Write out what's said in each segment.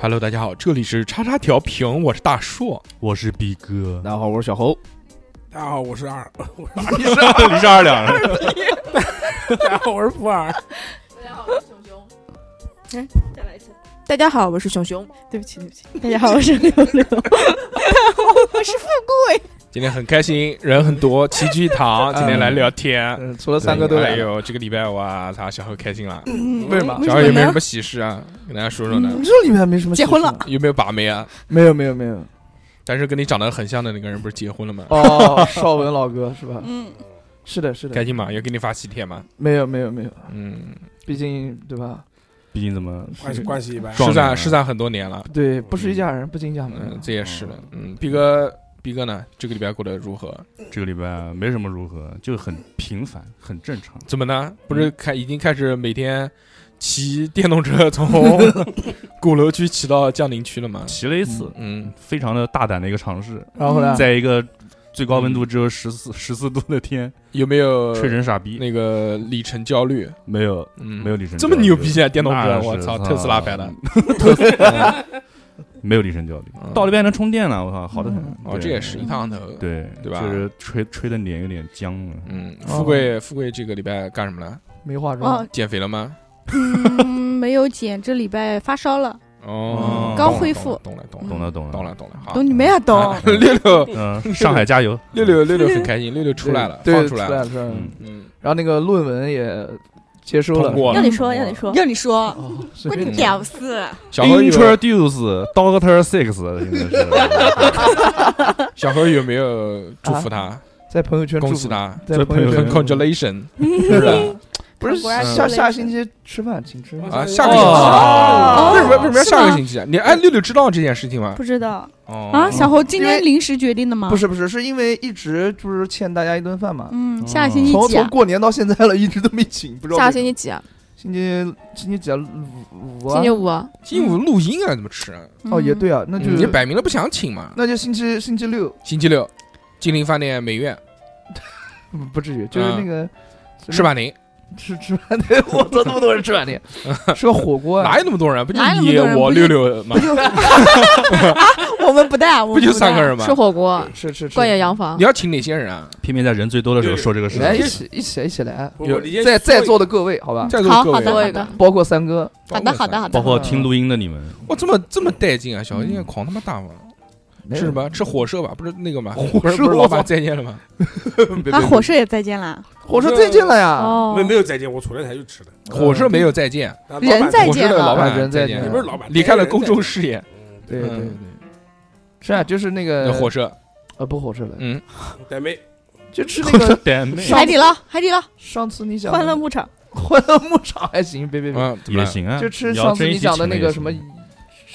Hello，大家好，这里是叉叉调频，我是大硕。我是逼哥，大家好，我是小侯。大家好，我是二，我是 你是你是二两，大家好，我是普洱。大家好，我是熊熊。哎，再来一次。大家好，我是熊 熊。对不起，对不起。大家好，我是六 六。我是今天很开心，人很多，齐聚一堂，今天来聊天。嗯，除了 三哥都来哎了，呦，这个礼拜哇，操，小何开心了。嗯为什么小何有没有什呢么？喜事啊？跟大家说说呢？这里面没什么。结婚了？有没有把妹啊？没有，没有，没有。但是跟你长得很像的那个人不是结婚了吗？哦，邵文老哥是吧？嗯，是的，是的开。心吗？有给你发喜帖吗？没有，没有，没有。嗯，毕竟对吧？毕竟怎么关系关系一般，啊撞失脸散了失散很多年了。对，不是一家人，不进一家门嗯，。这也是的。嗯，毕哥，毕哥呢？这个礼拜过得如何？这个礼拜没什么如何，就很平凡，很正常。怎么呢？不嗯是开已经开始每天骑电动车 从鼓楼区骑到江宁区了吗？骑了一次，嗯，非常的大胆的一个尝试，然后呢？啊在一个最高温度只嗯有十四十四度的天，有没有吹成傻逼。那个里程焦虑？没有，嗯，没有里程焦虑。这么牛逼啊！电动车，那是我操，操特斯拉牌的。没有里程焦虑嗯，到那边能充电了，我操，好的很嗯。哦，对这也是一趟头。，对对吧就是吹吹的脸有点僵了。嗯，哦富贵，富贵这个礼拜干什么了？没化妆哦，，减肥了吗？嗯，没有减，这礼拜发烧了。哦嗯，懂了刚恢复懂了，懂了，懂了，懂了，懂了，懂了。好，懂你妹啊，懂啊。六六 嗯，上海加油，六六六六很开心，六六出来了，对放对，出来来了。了，出来了。嗯，嗯，然后那个论文也接收了通，过了要你说，要你说。要你说，哦，随滚便你屌丝！小何有 Introduce Doctor Six，应该是 小何有没有祝福啊他，在朋友圈恭祝喜福，他？在朋友在圈很朋友祝福 congratulation 是啊的不是果然下是下星期吃饭，请吃饭。啊！下个星期哦为什么为什么要是吗下个星期啊？你哎，六六知道这件事情吗？不知道哦啊？小侯今因天为临时决定的吗？不，是不是，是因为一直就是欠大家一顿饭嘛，嗯，下个星期从几啊从？过年到现在了，一直都没请，不知道下为个什么星期几啊？星期星期几啊？五五啊星期？五啊？星期五录音啊，怎么吃啊？哦，嗯也对啊，那就你摆明了不想请嘛。那就星期星期六，星期六，金陵饭店美院不不至于，就是那个吃板亭，吃吃饭 的，我操，那么多人吃饭的，吃个火锅啊哪有那么多人？不就哪有那么你多人我不六就六吗？嗯。我们不带，我不们就带三个？人吗吃？火锅，吃吃吃，逛野洋房你。要请哪些人啊？偏偏在人最多的时候说这个事来情哎一。起一起一起来，我我理解在在座的各位，好吧，在座好各好位，的做好一个的包括三哥，好的好的好的包。括听录音的你们，哇，这么这么带劲啊！小何今天狂他妈大方，吃什吧？么？吃火射吧？不是那个吗？火不是射不是老我板操再见了吗？啊，火射也再见啦！火车再见了呀！哦没，没有再见，我昨天才去吃的。火射没有再见，啊人老板再火见射的了老板啊人再再见见你了不是老板，离开了人在公众视野，嗯对对对嗯，是啊，就是那那个火射，呃不火车了，嗯，戴妹，就吃 那 个 damn it 上海底捞，海底捞，上次你讲的欢乐牧场，欢乐牧场还行，别别别，啊，怎么也了行啊，就吃你要上次真一你起讲的请那也个行什么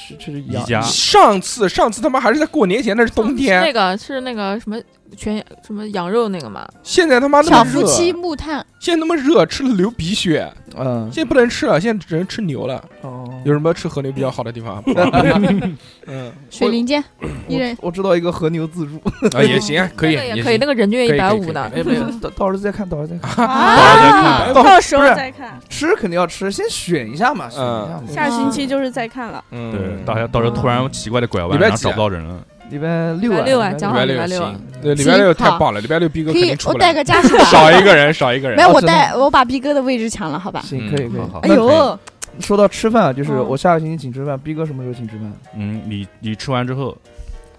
吃吃宜羊家上次上次他妈还是在过年前，那是冬是天，那个是那个什么全什么羊肉那个嘛？现在他妈那小么夫热，妻木炭，现在那么热，吃了流鼻血，嗯现在不能吃了，现在只能吃牛了。哦有什么吃和牛比较好的地方？ 嗯，水灵间， 一人我知道一个和牛自助，啊也行啊，可以那个也可以，行那。个人均可以一百可以五呢。没有没 有，到到时候再看，到时候再看。啊到到时候不是再看，吃肯定要吃，先选一下嘛，选一下嘛。下星期就是再看了。嗯，对，大家到时候突然奇怪的拐礼弯，拜然几啊后找不到人了，礼拜六啊，礼拜六啊礼拜讲礼好拜六礼拜六啊行，对，礼拜六太棒了，礼拜六逼哥可肯以定出我不带来，个家属吧， 少一个人，少一个人啊没。有，我真的带我把逼哥的位置抢了，好吧？行，嗯可以可好以。好哎那可以呦，说到吃饭啊，就是嗯我下个星期请吃饭，逼哥什么时候请吃饭？嗯，你你吃完之后，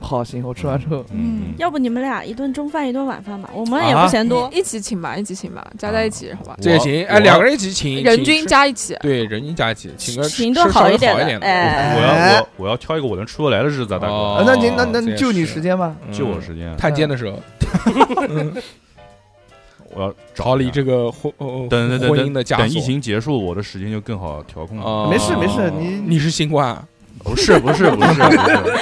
好，行，我吃完之后，嗯，要不你们俩一顿中饭一顿晚饭吧，我们也啊不嫌多。一起请吧，一起请吧，加啊在一起好吧？这也行，哎，两个人一起请，人请均吃加一起，对人均加一起，请个请吃顿稍好微一点好一的，点的，哎，我要我我要挑一个我能出得来的日子啊，大哦哥，啊那您那那这也你就是你时间吧。嗯就我时间啊，探监的时候，我要逃离这个婚哦等等婚姻等的等枷锁。等疫情结束，我的时间就更好调控了。哦没事没事你你是新冠啊，不是不是不是不是，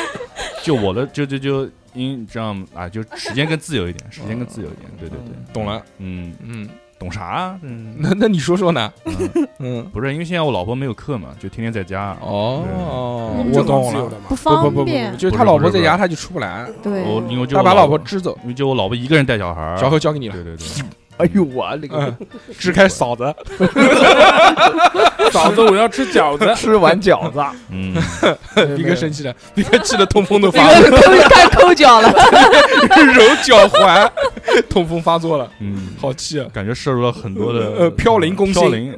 就我的就就就因这样啊，就时间更自由一点，时间更自由一点，对对对，懂了，嗯，嗯，懂啥啊？嗯那那你说说呢？嗯 嗯，不是因为现在我老婆没有课嘛，就天天在家。哦对，我懂自由了。的嘛不不不方不不便不，。就是不他是老不婆是在不家，是他就出不来，对，哦我因为就他把老老婆支走。因为就我老婆一个人带小孩儿。小何交给你 了，对对对，嗯哎呦，我那个。嗯，支开嫂子，嫂饺子，我要吃饺子吃完饺子， 嗯，逼哥生气了，逼哥气得痛风都发那作个抠开抠 脚了，了，揉脚踝，痛风发作了，嗯， 好气啊！感觉摄入了很多的呃飘零攻心飘零，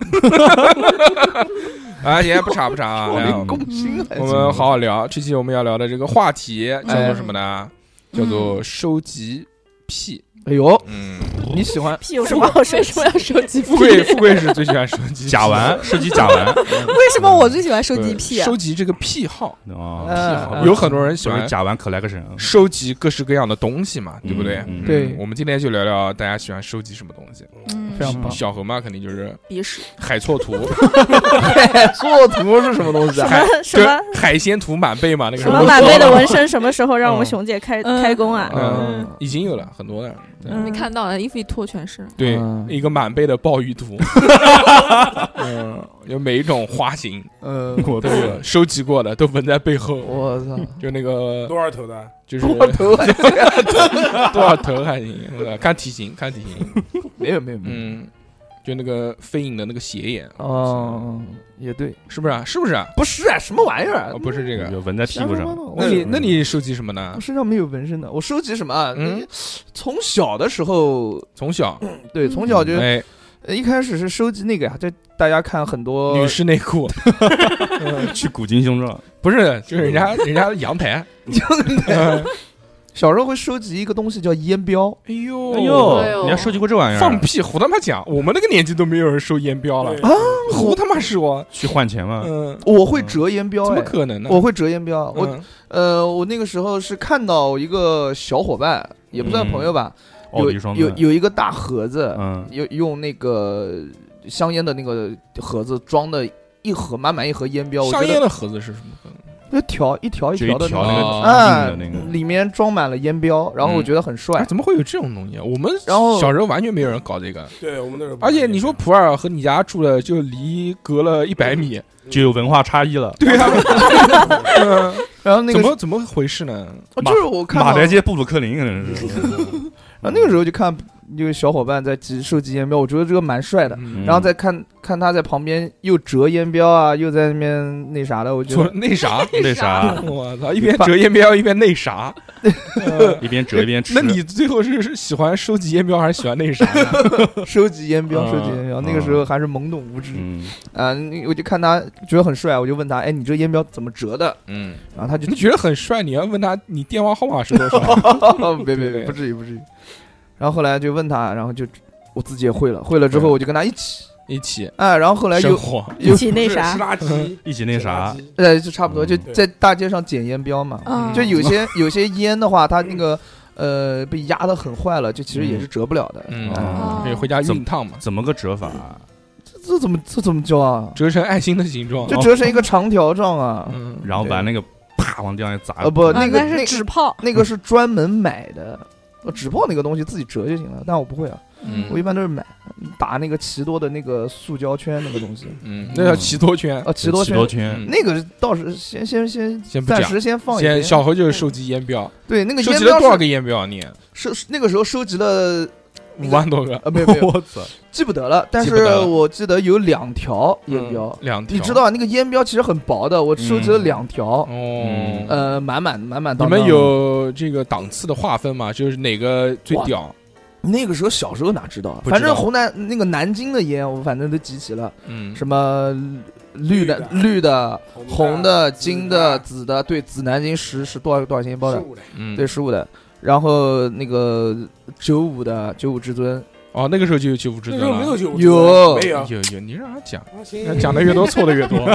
哎，也不差不差啊。来我们攻心还我们好好聊，这期我们要聊的这个话题叫做什么呢？嗯叫做收集癖。哎呦，嗯，你喜欢屁有什么好生为气什么？要收集富屁？贵富贵是最喜欢收集甲 烷，涉及甲烷为什么我最喜欢收集癖癖的，啊？收集这个癖好，啊哦，嗯呃有很多人喜喜欢欢甲烷可莱克神，啊收集各式各样的东西嘛，对不对？嗯嗯对我们今天就聊聊大家喜欢收集什么东西。嗯非常棒。小何嘛，肯定就是鼻屎？海 错图，做图是什么东西什啊？么 什就么海鲜图满背嘛，那个什么满背的纹身？什么时候让我们熊姐开嗯开工啊？嗯嗯，已经有了很多了。对嗯没看到了，衣服一脱全是。对嗯，一个满背的鲍鱼图，嗯，有每一种花型 呃，我都有收集过的，都纹在背后。我操，就那个多少头的？就是 我头还多少头还行，那个看体型，看体型， 没有没有没有。嗯，就那个飞影的那个斜眼，哦，也对，是不是啊？是不是啊？不是啊，什么玩意儿啊哦，？不是这个，就纹在屁股上，那我你那你收集什么呢我？身上没有纹身的，我收集什么啊？嗯从小的时候，从小，对，从小就呃哎，一开始是收集那个呀，这大家看很多女士内裤，去古今胸罩，不是，就是人家人家阳台，嗯小时候会收集一个东西叫烟标，哎呦哎呦哎，呦你还收集过这玩意儿？放屁，胡他妈讲，我们那个年纪都没有人收烟标了对，啊胡他妈说，去换钱吗？嗯，我会折烟标、怎么哎，可能呢？我会折烟标。我嗯呃，我那个时候是看到一个小伙伴，也不算嗯朋友吧，奥有迪双有钻，有一个大盒子，嗯有用那个香烟的那个盒子装的一盒满满一盒烟标，我觉香烟得的盒子是什么盒子？一条一条一就一条的条那那个个哦哎硬的那个，里面装满了烟标，然后我嗯觉得很帅哎，。怎么会有这种东西啊？我们然后小时候完全没有人搞这个，对我们那时候不而是也且是。你说普洱和你家住的就离隔了一百米，就有文化差异了。对啊， 嗯然后那个怎么怎么回事呢？哦就是我看到马台街布鲁克林可能是，然后那个时候就看有个小伙伴在集收集烟标，我觉得这个蛮帅的。嗯然后再看看他在旁边又折烟标啊，又在那边那啥的，我 觉做得那 啥， 那啥，我操，一边折烟标一边那啥，嗯一边折一边吃。那你最后是是喜欢收集烟标还是喜欢那啥呢？ 收集烟标，嗯收集烟标。嗯那个时候还是懵懂无知嗯，啊，那我就看他觉得很帅，我就问他，哎，你这烟标怎么折的？嗯，然后他就你觉得很帅，你要问他你电话号码是多 少？ 别别别，不至于不至于。然后后来就问他，然后就我自己也会了，会了之后我就跟他一起，一起哎，然后后来嗯生又活，一又起那是啥吃？垃圾，一嗯起那啥吃，垃圾呃就差不多，就对在大街上捡烟标嘛，嗯啊就 有些有些烟的话，它那个呃被压的很坏了，就其实也是折不了的。嗯哦可以回家熨烫嘛，怎么个折法？这这怎么这怎么叫啊？折成爱心的形状。啊就折成一个长条状啊！嗯，然后把那个啪往地上一砸。呃不那个啊那是纸炮，那个是专门买的，呃纸炮那个东西自己折就行了，但我不会啊，嗯我一般都是买打那个奇多的那个塑胶圈那个东西，嗯，那叫奇多圈啊，奇多圈多圈，嗯那个倒是先先先先不暂讲时先放一先边。小何就是收集烟标，对那个收烟集了标多少是个烟标啊？你收那个时候收集了那五个万多个，呃没有 没有我操！记不得了，但哦记是不得了我记得有两条烟标，嗯两条。你知道那个烟标其实很薄的，我收集了两条，哦？呃，满满满满你当当。们有这个档次的划分吗？就是哪个最屌？那个时候小时候哪知道啊？不知道反正湖南那个南京的烟，我反正都集齐了，嗯，什么绿的、绿的、红的、金啊的、紫的，对，紫南京十是多少多少钱一包的？ 15的嗯，对，十五的。然后那个九五的九五至尊，哦，那个时候就有九五至那尊时候没有了。酒精，有没有？有有，你让他讲，啊行讲的越多错的越多。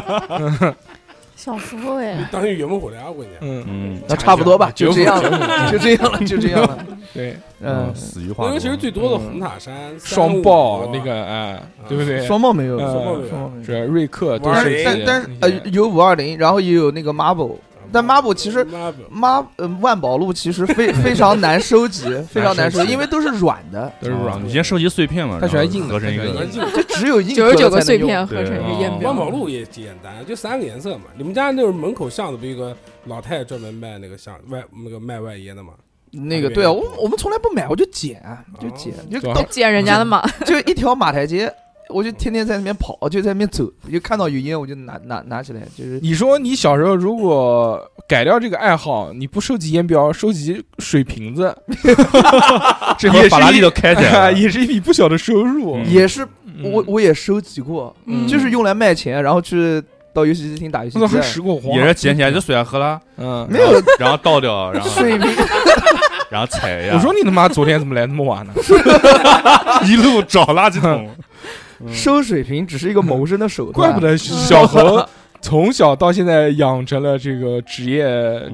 小时候哎，当年原木火疗，我跟你讲，嗯，嗯，那差不多吧，九就五这样了，就这样了，就这样 了。对，嗯，死鱼化啊妆。那个其实最多的红塔山、嗯双豹豹那个哎，对不对？双帽没有，嗯双啊双豹呃有啊帽没有。是瑞克都但是但是自己的是但但是那呃些有五二零，然后也有那个 Marble，但 Marble 其实 Marble 妈，呃，万宝路其实 非非常难收集，非常难收难收集，集因为都是软的，都是软你的。先收集碎片嘛，他喜欢然后硬的合成一他喜欢个硬。就只有硬九十九壳个才能碎用片合成一个哦烟标万，宝路也简单，就三个颜色嘛。你们家那种门口巷子不有个老太太专门卖那个巷外那个卖外烟的嘛？那个对啊，我我们从来不买，我就捡，就捡，就哦对啊到捡人家的嘛，就一条马台街。我就天天在那边跑，就在那边走，就看到有烟我就拿拿拿起来，就是你说你小时候如果改掉这个爱好，你不收集烟标，收集水瓶子，这也把是法拉利一都开起来 了，也是一笔不小的收入。哎啊嗯也是嗯我我也收集过，嗯就是用来卖钱，然后去到游戏机厅打游戏那机还啊，使过黄，也是捡起来就水啊喝啦，嗯，没有然后倒掉，然后水平然后踩一下。我说你他妈昨天怎么来那么晚呢？ 一路找垃圾桶，收水平只是一个谋生的手段，嗯怪不得小何从小到现在养成了这个职业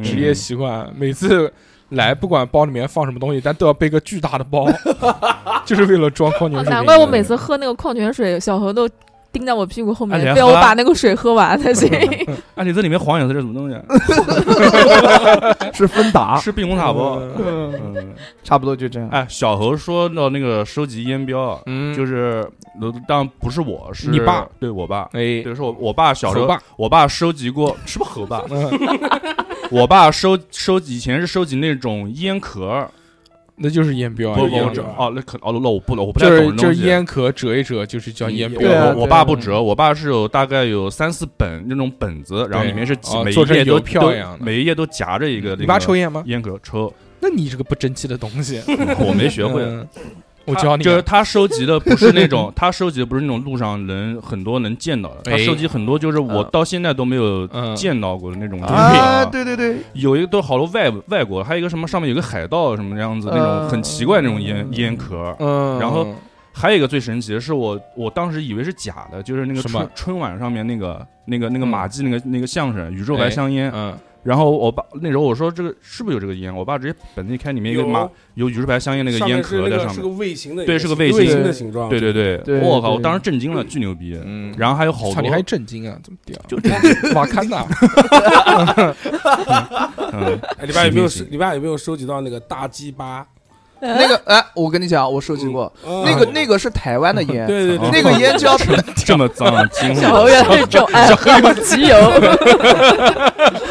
职业习惯，每次来不管包里面放什么东西，但都要背个巨大的包，就是为了装矿泉水。难怪我每次喝那个矿泉水，小何都盯在我屁股后啊你还面，喝非要我啊把那个水喝完才行。 哎，你这里面黄颜色是什么东西啊？是 芬达，是避红塔不？嗯，嗯，差不多就这样。哎，小何说到那个收集烟标啊，嗯，就是是，呃当然不是我，是你爸，对我爸，哎，对，是我我爸小时猴候，爸，我爸收集过，是不 是猴爸？嗯，我爸收收集以前是收集那种烟壳儿，那就是烟标啊，不一样不的折哦，那可哦那我不我不太就懂是这就东是西。烟壳折一折，就是叫烟标。对啊我我爸不折，我爸是有大概有三四本那种本子，然后里面是哦每一做成页都邮票都一样的每一页都夹着一个。你爸抽烟吗？烟壳抽， 那你这个不争气的东西，我没学会。嗯我教你就是啊。他收集的不是那种， 他收集的不是那种路上能很多能见到的，他哎收集很多就是我嗯到现在都没有嗯，见到过的那种东西啊，对对对，有一个都好多外外国，还有一个什么上面有个海盗什么样子那种嗯很奇怪那种烟烟壳。嗯，然后还有一个最神奇的是我我当时以为是假的，就是那个什么春春晚上面那个那个那个嗯马季那个那个相声《宇宙白香烟》，嗯，然后我爸那时候我说这个是不是有这个烟？我爸直接本子一开，里面一个有马有宇宙白香烟那个上烟面是壳在那个上是面个。卫星的一个，对是个卫星的形状，对对对，对我靠！对我当时震惊了，巨牛逼。哦嗯然后还有好操，多你还震惊啊？这么屌？就瓦坎达，嗯哎，你爸有没有行行行你爸有没有收集到那个大鸡巴？那个哎，我跟你讲，我收集过，嗯那个那个，个是台湾的烟，啊哦对对对，那个烟 叫 这么脏，惊小何了，原来是哎这种爱好集邮，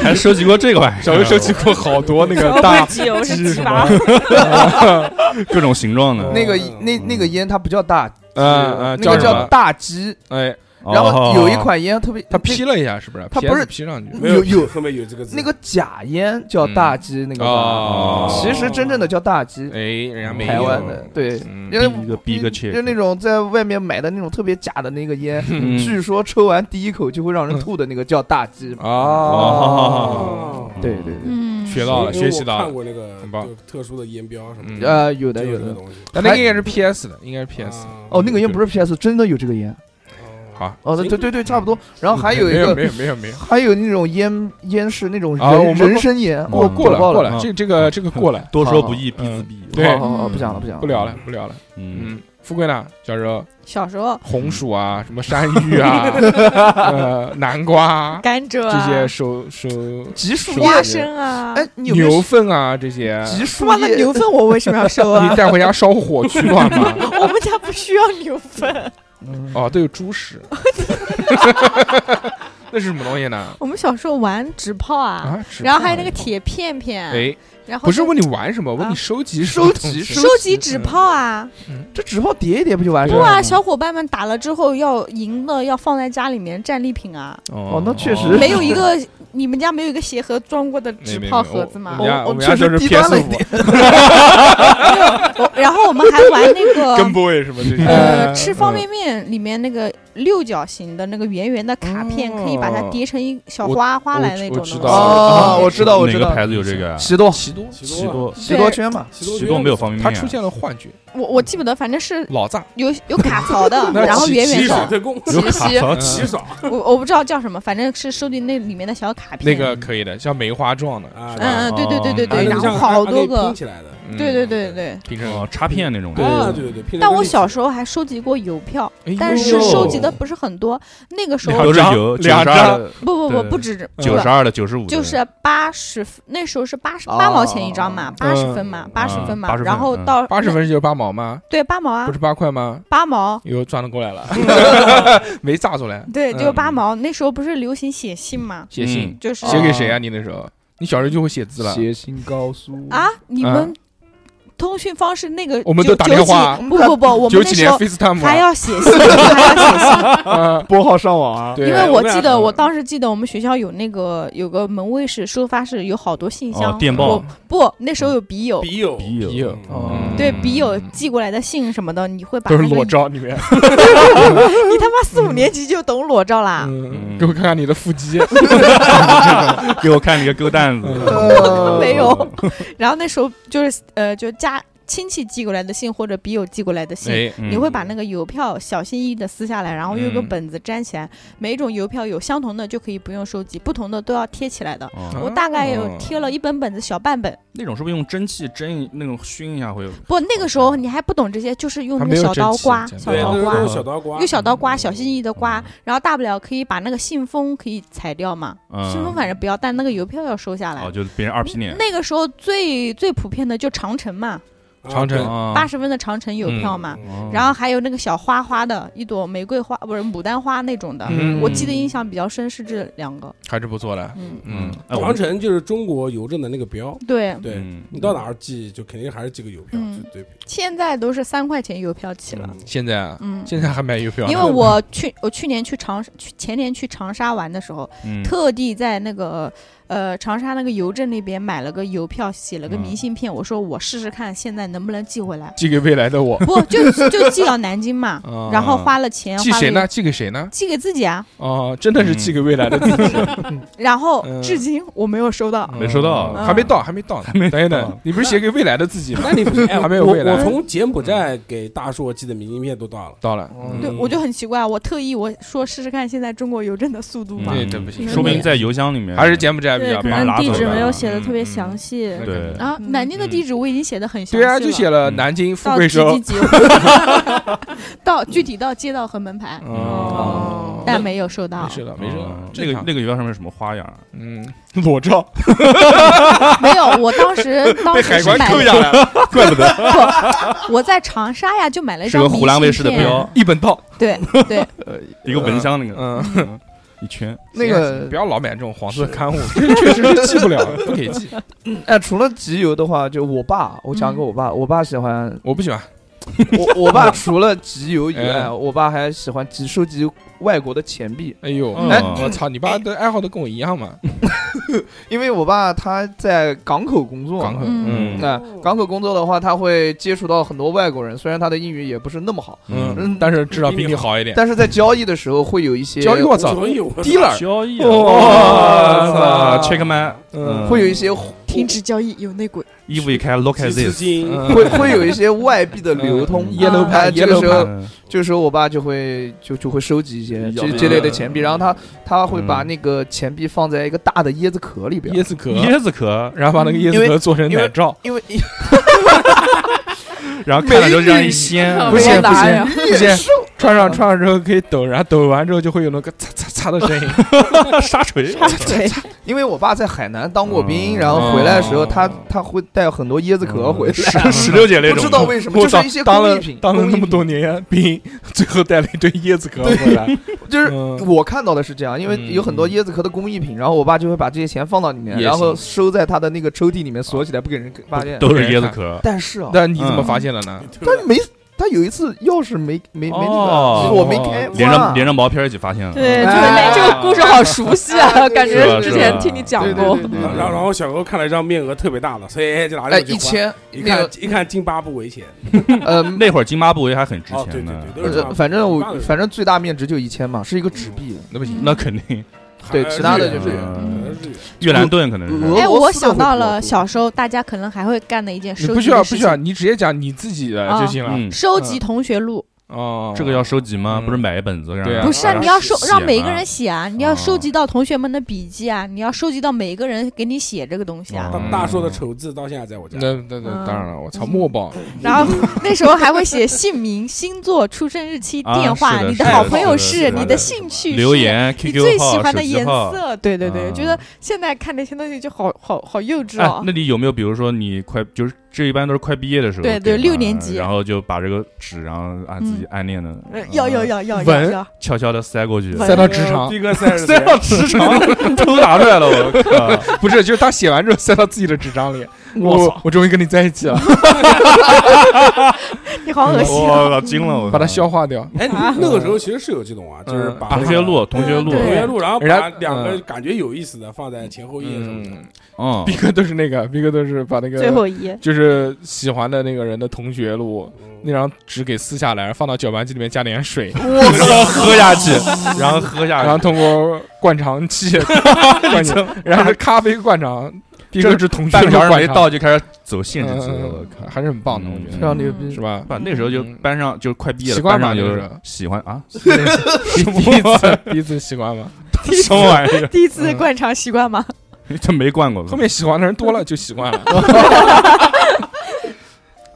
还收集过这个玩意儿，嗯小时候收集过好多那个大不是集邮是鸡鸡什巴么，， 各种形状的。那个那那个烟它不叫大，嗯嗯，那什么个叫？大鸡，哎，然哦后有一款烟特别，他 P 了一下，是不是？他不是 PS 披上去没有有有后面有这个字，那个假烟叫大鸡，那个嗯哦吧其实真正的叫大鸡，哎，人家没台湾的有，对，嗯因为逼一个逼一个切就那种在外面买的那种特别假的那个 烟，嗯据说抽完第一口就会让人吐的那个叫大嗯鸡。哦，哦对对对，嗯，学到了，因为学习我到看了。过那个很棒就特殊的烟标什么嗯的，呃，有的就有有这个的。东西但那个应该是 PS 的，应该是 PS。啊哦，那个烟不是 PS，真的有这个烟。好，哦，对对对对，差不多。然后还有一没有个，没有没有没有，还有那种烟烟是那种啊我人们不人参烟，过 我过了过过了。啊了，这这个这个过 了，多说不易，必自毙。嗯对好好好，不讲了不讲了，不聊了不聊了。嗯，嗯，富贵呢？小时候小时候红薯啊，什么山芋 啊，呃，南瓜啊甘蔗这啊些手手集树花叶，生啊，哎，你有没牛有粪啊这些，集他树妈的叶？牛粪我为什么要 收你啊？带回 家烧火取暖 嘛。我们家不需要牛粪，嗯哦，都有猪 屎，那是什么东西呢？ 我们小时候玩纸炮啊，啊，纸然后还有炮那个，铁片片，哎，然后不是就问你玩什么，问你啊收集什么嗯收东集西收集纸炮啊，这纸炮叠一叠不就完事不儿了啊，吗？小伙伴们打了之后要赢的要放在家里面战利品 啊，哦哦，那确实没有一个你们家没有一个鞋盒装过的纸炮盒子吗我？们家我我们们家确实就是低端 PS 了一点五，我然后我们还玩那跟个 boy 什么这嗯些，嗯呃吃方便面里面那个六角形的那个圆圆的卡片，可以把它叠成一小花花篮那哦我种知东道嗯西。哦，我知道我哪知个道，牌子有这个？啊喜多奇啊多，奇奇多多，喜多圈嘛，奇多奇多没有方便他面，啊出现了幻觉，我我记不得，反正是老炸，有有卡槽的，那然后骑圆骑圆骑手手的，特工，有卡槽嗯骑手我我不知道叫什么，反正是收集那里面的小卡片。那嗯个哦可以的，像梅花状的，啊，嗯嗯，对对对对啊对，那然后个像好还可多以个拼，起来的，嗯对对对对。拼成哦，插片那种。啊，对对对，拼成但个我立体小时候还收集过邮票，哎但是呦收集的不是很多。那个时候都是两张有两张不不不对不止九十，二的、九十五，就是啊八十，那时候是八十八毛钱一张嘛，八十分嘛，八十分嘛80。分然后嗯到哦嗯八十分就是八毛吗？对八毛啊不，是八块吗？八毛。又赚了过来了， 没炸出来。对，就嗯八毛。那时候不是流行写信嘛，写嗯信，就是哦写给谁啊？你那时候，你小时候就会写字了谐星高速啊，你嗯们通讯方式那个我们九都打电话九几不不不，我九们那几时年候 FaceTime 还要写信，还要写信。啊，拨号上网啊， 对，因为我我们俩记得都我当时记得我们学校有那个有个门卫室、收发室，有好多信哦箱。，电报我不，那时候有笔友，笔友，笔笔友友，嗯对笔友寄过来的信什么的，你会把 都是那个裸照里面，你他妈四五年级就懂裸照啦？嗯，嗯给我看看你的腹肌， 给我看你个狗蛋子，嗯 没有。然后那时候就是呃，就家亲戚寄过来的信或者笔友寄过来的信。哎，嗯你会把那个邮票小心翼翼的撕下来，然后用个嗯本子粘起来。每一种邮票有相同的就可以不用收集，不同的都要贴起来的。哦我大概有哦贴了一本本子，小半本。那种是不是用蒸汽蒸一那种熏一下会有？不，那个时候你还不懂这些，就是用还那没个有小蒸刀汽刮，简小对，单刀都刮是，用小刀刮用，小刀刮，小心翼翼的刮，然后大不了可以把那个信封可以裁掉嘛，嗯，信封反正不要，但那个邮票要收下来哦，。就是变成二皮脸，那个时候最最普遍的就长城嘛，啊长城八八十分的长城邮票嘛，嗯然后还有那个小花花的一朵玫瑰花，不是牡丹花那种的。嗯我记得印象比较深是这两个，还是不错的，嗯，嗯，哎，我长城就是中国邮政的那个标，对，对嗯你到哪儿寄就肯定还是寄个邮票，嗯就对比现在都是三块钱邮票起了，现在啊嗯。现在还买邮票呢，，因为我去，我去年去长，去前年去长沙玩的时候，嗯特地在那个呃长沙那个邮政那边买了个邮票，写了个嗯明信片，我说我试试看现在能不能寄回来寄给未来的 我，不就就寄到南京嘛，啊然后花了钱，寄花谁了呢？寄给谁呢？寄给自己啊，哦，真的是寄给未来的自己，然后嗯至今我没有收到。没收到嗯还没到，还没 到，等一等，你不是写给未来的自己吗？那你不是哎还没有我未来嗯我从柬埔寨给大硕寄的明信片都到了，到了，嗯对，我就很奇怪，我特意我说试试看现在中国邮政的速度嘛。对嗯这不行嗯说不定在邮箱里面还是柬埔寨比对，较可把棒。它哎拉能地走址了没有写的特别嗯详细。对啊，嗯南京的地址我已经写的很详细对了，啊，就写了嗯南京富到贵几收几，几， 到具体到街道和门牌，哦但没有收嗯到哦没，事的，没事嗯的，那正个常那个邮票上面有什么花样啊？嗯，裸照没有。我当时当 被时海是关买扣了，下来了，怪不得我在长沙呀就买了一是张个明湖南卫视信的片标，一本到，对对，一个蚊香那个 嗯，啊一圈，那个不要老买这种黄色刊物，这确实是寄不了， 不给寄，哎，除了集邮的话，就我爸，我讲给我爸，我爸喜欢我不喜欢。我我爸除了集邮以外，哎我爸还喜欢集收集外国的钱币，哎呦，嗯哎，我操，你爸的爱好都跟我一样嘛，因为我爸他在港口工作嘛，港口，嗯嗯那、港口工作的话，他会接触到很多外国人，虽然他的英语也不是那么好，嗯，嗯，但是至少比你好一点。但是在交易的时候会有一些哎交易我操总有啊低 了，交易哇哇，check my，嗯会有一些停止交易有内鬼。衣服一开，look at 几次 this，金， 会会有一些外币的流通。嗯 yellow 哎，盘这个 yellow 时盘候，嗯这个时候我爸就会就就会收集一些这嗯这类的钱币，然后他他会把嗯那个钱币放在一个大的椰子壳里边，椰子壳，椰子壳，然后把那个椰嗯因子为壳做成因为奶罩，因为 然后看着就这样一掀，啊不别行不打行扰不行，穿上穿上之后可以抖，然后抖完之后就会有那个嚓嚓嚓的声音。沙锤，因为我爸在海南当过兵，嗯然后回来的时候，哦嗯他他会带很多椰子壳回来，石石榴姐那不种知，道为什么，我就操是一些，当工了艺品，当了工艺那么品多，年兵， 最后带了一堆椰子壳回来。就是嗯我看到的是这样，因为有很多椰子壳的工艺品，然后我爸就会把这些钱放到里面，也行然后收在他的那个抽屉里面锁起来，不给人发现。都是椰子壳，但是啊，那你怎么嗯发现了呢？他没，他有一次钥匙没没没那哦个，我没开，连哇着连着毛片一起发现了，对，啊这个哎那这个故事好熟悉啊，感是吧觉之前听你讲对对过。哦嗯对对嗯然后对然后然后小哥看了一张面额特别大的，所以就拿哎，着去一还。千，一那看个一看津巴布韦钱，呃 那会儿津巴布韦还很值哦，对钱对呢对，，都是呃，嗯反正我反正最大面值就一千嘛，是一个纸币。那不行，那肯定对其他的就是嗯是越南盾可能是嗯俄哎，罗我斯的会想比较到多了小时候大家可能还会干的一件你收不集需要的不事需要，情，你直接讲你自己的就行了。嗯。收集同学录，哦，这个要收集吗？嗯不是买一本子让对啊人不是啊让你要人收写让每一个吗人写啊，你要收哦集到同学们的笔记啊，你要收集到每一个人给你写这个东西啊。哦大大嗯硕的丑字到现在在我家，那那那嗯当然了，我操，墨宝然后那时候还会写姓名、 星座、出生日期、啊电话、是的你是的好朋友是的是的你的兴趣是留。言、你 QQ 最号、喜欢的手机颜号。色，对对对，嗯觉得现在看那些东西就好好好幼稚哎哦，。那你有没有比如说你快就是这一般都是快毕业的时候给对嘛，对六年级然后就把这个纸，然后按嗯自己暗恋的，呃要要要要要稳要，悄悄的塞过去，塞塞到职场，逼哥三 十岁塞，到直 肠，偷拿出来了，我靠！不是，就是他写完之后塞到自己的纸张里。我我我终于跟你在一起了，你好恶心啊！哦我靠，惊了，我靠把它消化掉。哎，你那个时候其实是有这种啊，就是把同学录，同学录同，学录，然后把人家两个感觉有意思的放在前后页什么的。嗯嗯， 逼哥都是那个，逼哥都是把那最个后一页，就是喜欢的那个人的同学录，嗯那张纸给撕下来，放到搅拌机里面加点水，然后喝下 去，然后喝下然后去，通过灌肠 器灌进，然后是咖啡灌肠，逼哥是同学半个的小时没灌肠，到就开始走限制嗯级了，我靠！还是很棒的，我觉得嗯非常牛逼是，吧？不，那时候就嗯班上就快毕业习了，惯班嘛上那就个是时候喜 欢啊，第一 次第一次习惯嘛，什么玩意第一次灌肠习惯吗？儿？ 这没灌过，后面喜欢的人多了就习惯 了。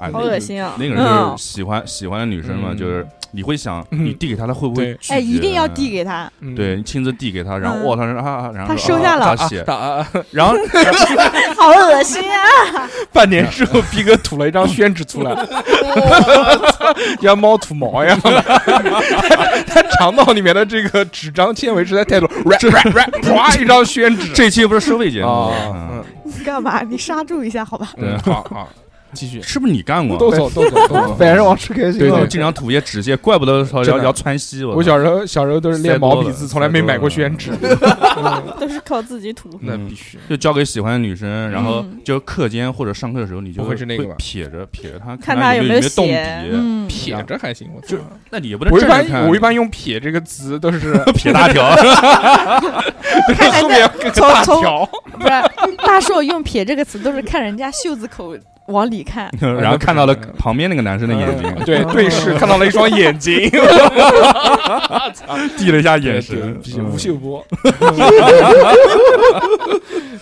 哎好恶。心啊！那个人就是喜欢喜欢的女生嘛，嗯就是你会想，嗯你递给她，她会不会对拒哎，一定要绝递给他，嗯对，你亲自递给她，然后嗯哇，她说啊啊，啊然后说她收下啊了啊她写，打 啊然后好恶 心啊！半年之后，逼哥吐了一张宣纸 出来，要猫吐毛 呀！他肠道里面的这个纸张纤维实在 太多，唰一张宣纸。这期又不是收费节目啊，嗯嗯你干嘛？你刹住一下好吧？嗯，好好，继 续， 是不是你干都过？走都走都 走。百人王吃开心啊对我了对，经常吐一些纸屑，怪不得要真要的要川西。我操小时候小时候都是练毛笔字，从来没买过宣纸。都是靠自己吐。 那嗯必须，就交给喜欢的女生，然后嗯就课间或者上课的时候，你就不会是那个吧撇着撇着她，看她他有没没有动写，笔。嗯，撇着还行，我就就那你也不能我一正着般看，我一 般用撇这个词都是撇大条，后面要 跟个从大从条，不是大硕用“撇”这个词都是看人家袖子口往里看， 然后看到了旁边那个男生的眼睛，嗯对对视看到了一双眼睛， 递了一下眼对神，嗯比吴秀波，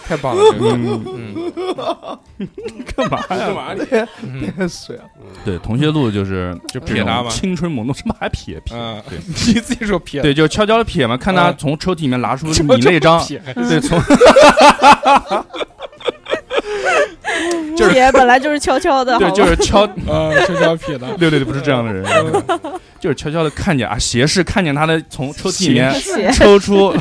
太棒了！ 这个嗯，嗯干嘛？干嘛你？嗯，水啊，对，同学录就是就这撇他种嘛，青春萌动，什么还撇撇？嗯对， 你自己说撇， 对，就悄悄的撇嘛，看他嗯从抽屉里面拿出这，你那张这，撇 对， 从就是撇本来就是悄悄的，对，好就吧？是 悄，呃，这叫撇的，对对对，不是这样的人，嗯就是悄悄的看见啊，斜视看见他的从抽屉里面 写 抽出，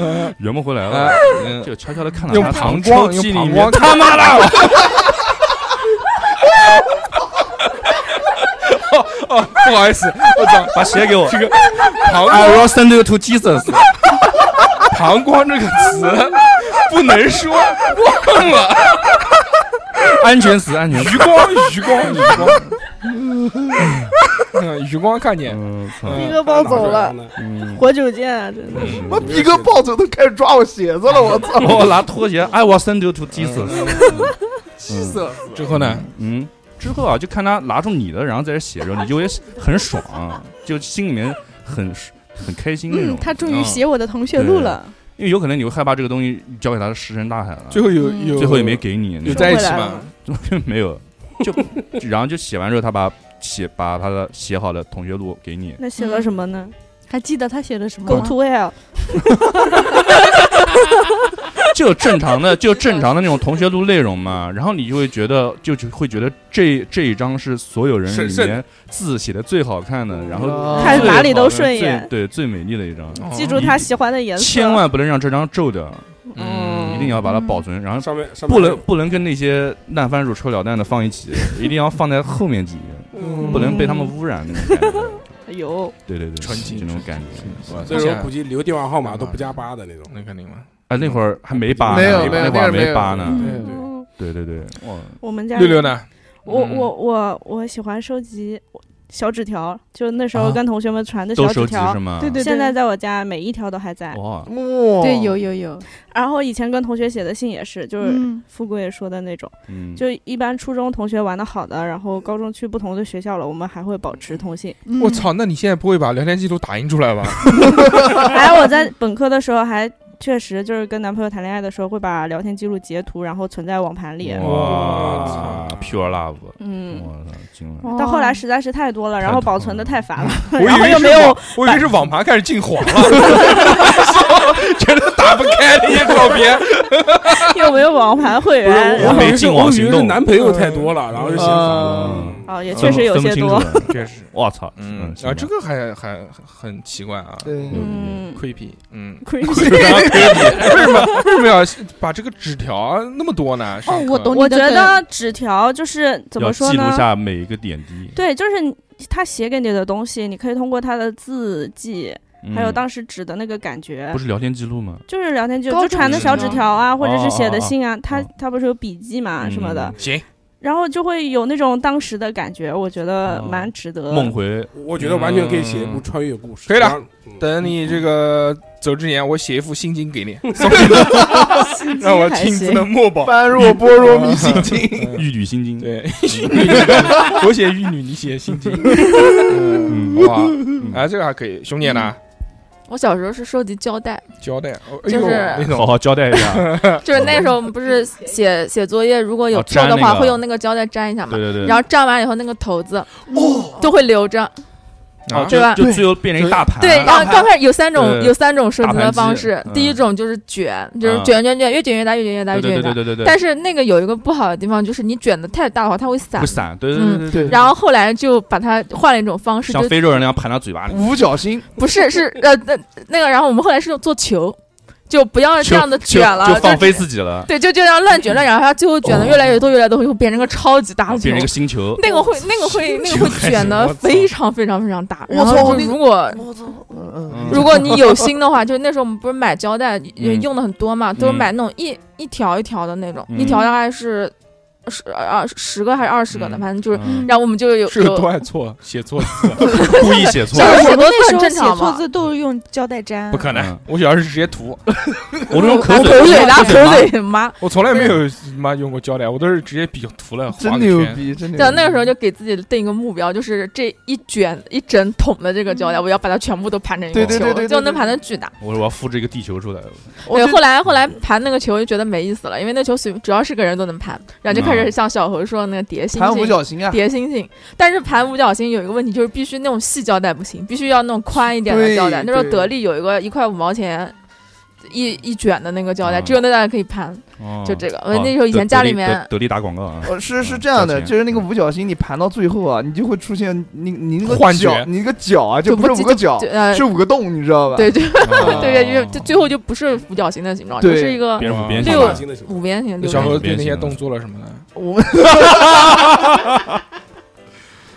嗯圆不回来啊了，，嗯就呃悄悄的看到用他膀从胱抽用屉里膀面胱，他妈的！ 哦哦， 不好意思，我操，把鞋给我这个膀，I will send you to Jesus，膀胱这个词不能说，忘了。安全词，安全词余，光，余光，余光。嗯，余光看见，嗯，操嗯逼哥抱走了，嗯，活久见啊，真的。我逼哥暴走都开始抓我鞋子 了，我操！我拿拖鞋，I will send you to Jesus，气死了！之后呢？嗯。之后啊，就看他拿出你的，然后在这写着，你就会很爽，就心里面很很开心那种。嗯，他终于写我的同学录了，因为有可能你会害怕这个东西交给他的石沉大海了，啊最后有嗯有最后也没给你，有你知道在吗一起收回来吗了？ 没有？就然后就写完之后，他把写把他的写好的同学录给你，那写了什么呢还记得他写的什么？Go 吗？嗯 to hell，就正常的就正常的那种同学录内容嘛。然后你就会觉得就会觉得这这一张是所有人是里是面字写的最好看的，然后哦看最哪里都好的顺最眼对最美丽的一张，哦记住他喜欢的颜色。嗯千万不能让这张皱掉，嗯一定要把它保存，然后上面上面不能不能跟那些烂番薯臭鸟蛋的放一 起，一定要放在后面几页，嗯不能被他们污染那种感觉。嗯哎有对对对，纯情这种感觉。我所以说估计留电话号码都不加八的那种。那肯定嘛。啊，那会儿还没扒呢，没有那没有会儿那还个没有扒呢。对对嗯对对对，哇，我们家六六呢？我嗯我我我喜欢收集小纸条，就那时候啊跟同学们传的都小纸收集条是，吗？哦对对，现在在我家每一条都还在。哇，哇，哦对有有有，然后以前跟同学写的信也是，就是嗯，富贵说的那种，嗯，就一般初中同学玩的好的，然后高中去不同的学校了，我们还会保持 通信。我操，那你现在不会把聊天记录打印出来吧？ 还哎有我在本科的时候还。确实，就是跟男朋友谈恋爱的时候，会把聊天记录截图，然后存在网盘哦里。哇我操，pure love，嗯，我操，惊了。嗯，到后来实在是太多了，然后保存的太烦了， 我以然后为又是没 有网，我以为是网盘开始进黄了，全是打不开的一些照片。又没有网盘会不是员，我然后我以为没是进我网以为行是动男朋嗯友太多了，然后就嫌烦了。嗯哦也确实有些多，确实，我操，嗯行啊，吧这个还还很奇怪啊。对，嗯， creepy，嗯， 亏啊 为什么为什么要把这个纸条啊那么多呢？上哦，课我懂你 我的觉梗得纸条就是怎要么说记录呢？下每一个点滴，对，就是你他写给你的东西，你可以通过他的字迹，嗯还有当时纸的那个感觉不，是聊天记录吗？就是聊天记高录，就中传的时小纸吗条啊，或者哦是写的哦信啊，他哦他不是有笔记嘛啊什么的嗯，行，然后就会有那种当时的感觉，我觉得哦蛮值得。梦回我觉得完全可以写一部穿越故事。可以了然后，嗯等你这个走之前，我写一副心经给 你，送给你让我亲自的默报。般若波罗蜜心经， 《玉女心经》， 对，啊我写玉女，你写心经，嗯好不好？啊，这个还可以。兄弟呢？我小时候是收集胶带，交代，哦哎嗯就呦，是那好种好交代一下。啊就是那时候我们不是写写作业，如果有哦错粘的那话，个会用那个胶带粘一下嘛对。对对，然后粘完以后，那个头子都会留着，啊哦，就对吧就最后变成一大盘。对，然后刚开始有三种对有三种收集大的盘鸡方式，嗯第一种就是卷，就是嗯卷卷卷，越卷越大，越卷越大，越对卷对越对大。对对对，但是那个有一个不好的地方，就是你卷的太大的话，它会散嗯会。散，对对对对对，对，然后后来就把它换了一种方式，就嗯像非洲人那样盘到嘴巴里。五角星，不是是呃那那个，然后我们后来是做球，就不要这样的就卷了，就就放飞自己了，对，就这样乱卷乱卷，然后它最后卷的越来越多，越来越多，就变成个超级大的球啊变成一。个星球。 那个会，那个会，那个球还是会卷我的操非常非常非常大。我然操后那个就如果我操，嗯嗯如果你有心的话，就是那时候我们不是买胶带也嗯用的很多嘛，都是嗯买那种一一条一条的那种，嗯一条大概是十呃二十个还是二十个的，嗯反正就是。嗯然后我们就有这个有都爱错，写错字，故意写错就，是我写们那多字时很候正写常错嘛。字都是用胶带粘不，可能嗯。啊我小时候直接涂，我都用口口水水拉拉口水拉口水麻。我从来没有妈用过胶带，我都是直接笔就涂 了，画真个牛圈。逼，真牛对，啊逼。那个时候就给自己定一个目标，就是这一卷一整桶的这个胶带，我要把它全部都盘成一个对球对对对对，就能对盘成巨大。我说我要复制一个地球出来，对，后来后来盘那个球就觉得没意思了，因为那球随只要是个人都能盘，然后就开嗯始像小何说的那个叠星盘五星。角星啊，叠星星，但是盘五角星有一个问题，就是必须那种细胶带不行，必须要那种宽一点的对胶带。那时候对得力有一个一块五毛钱一一卷的那个胶带，嗯只有那大家可以盘，哦就这个。我哦那时候以前得家里得力面得得力打广告啊，哦，是是嗯这样的，交钱就是那个五角星，你盘到最后啊，你就会出现你你那个幻角觉，你那个角啊，就不是不五个角就，呃是五个洞，你知道吧？对就哦对对，就就最后就不是五角形的形状，对就是一个别人别人哎六想法的行五边形。那六小时边形候对那些动作了什么的， 我们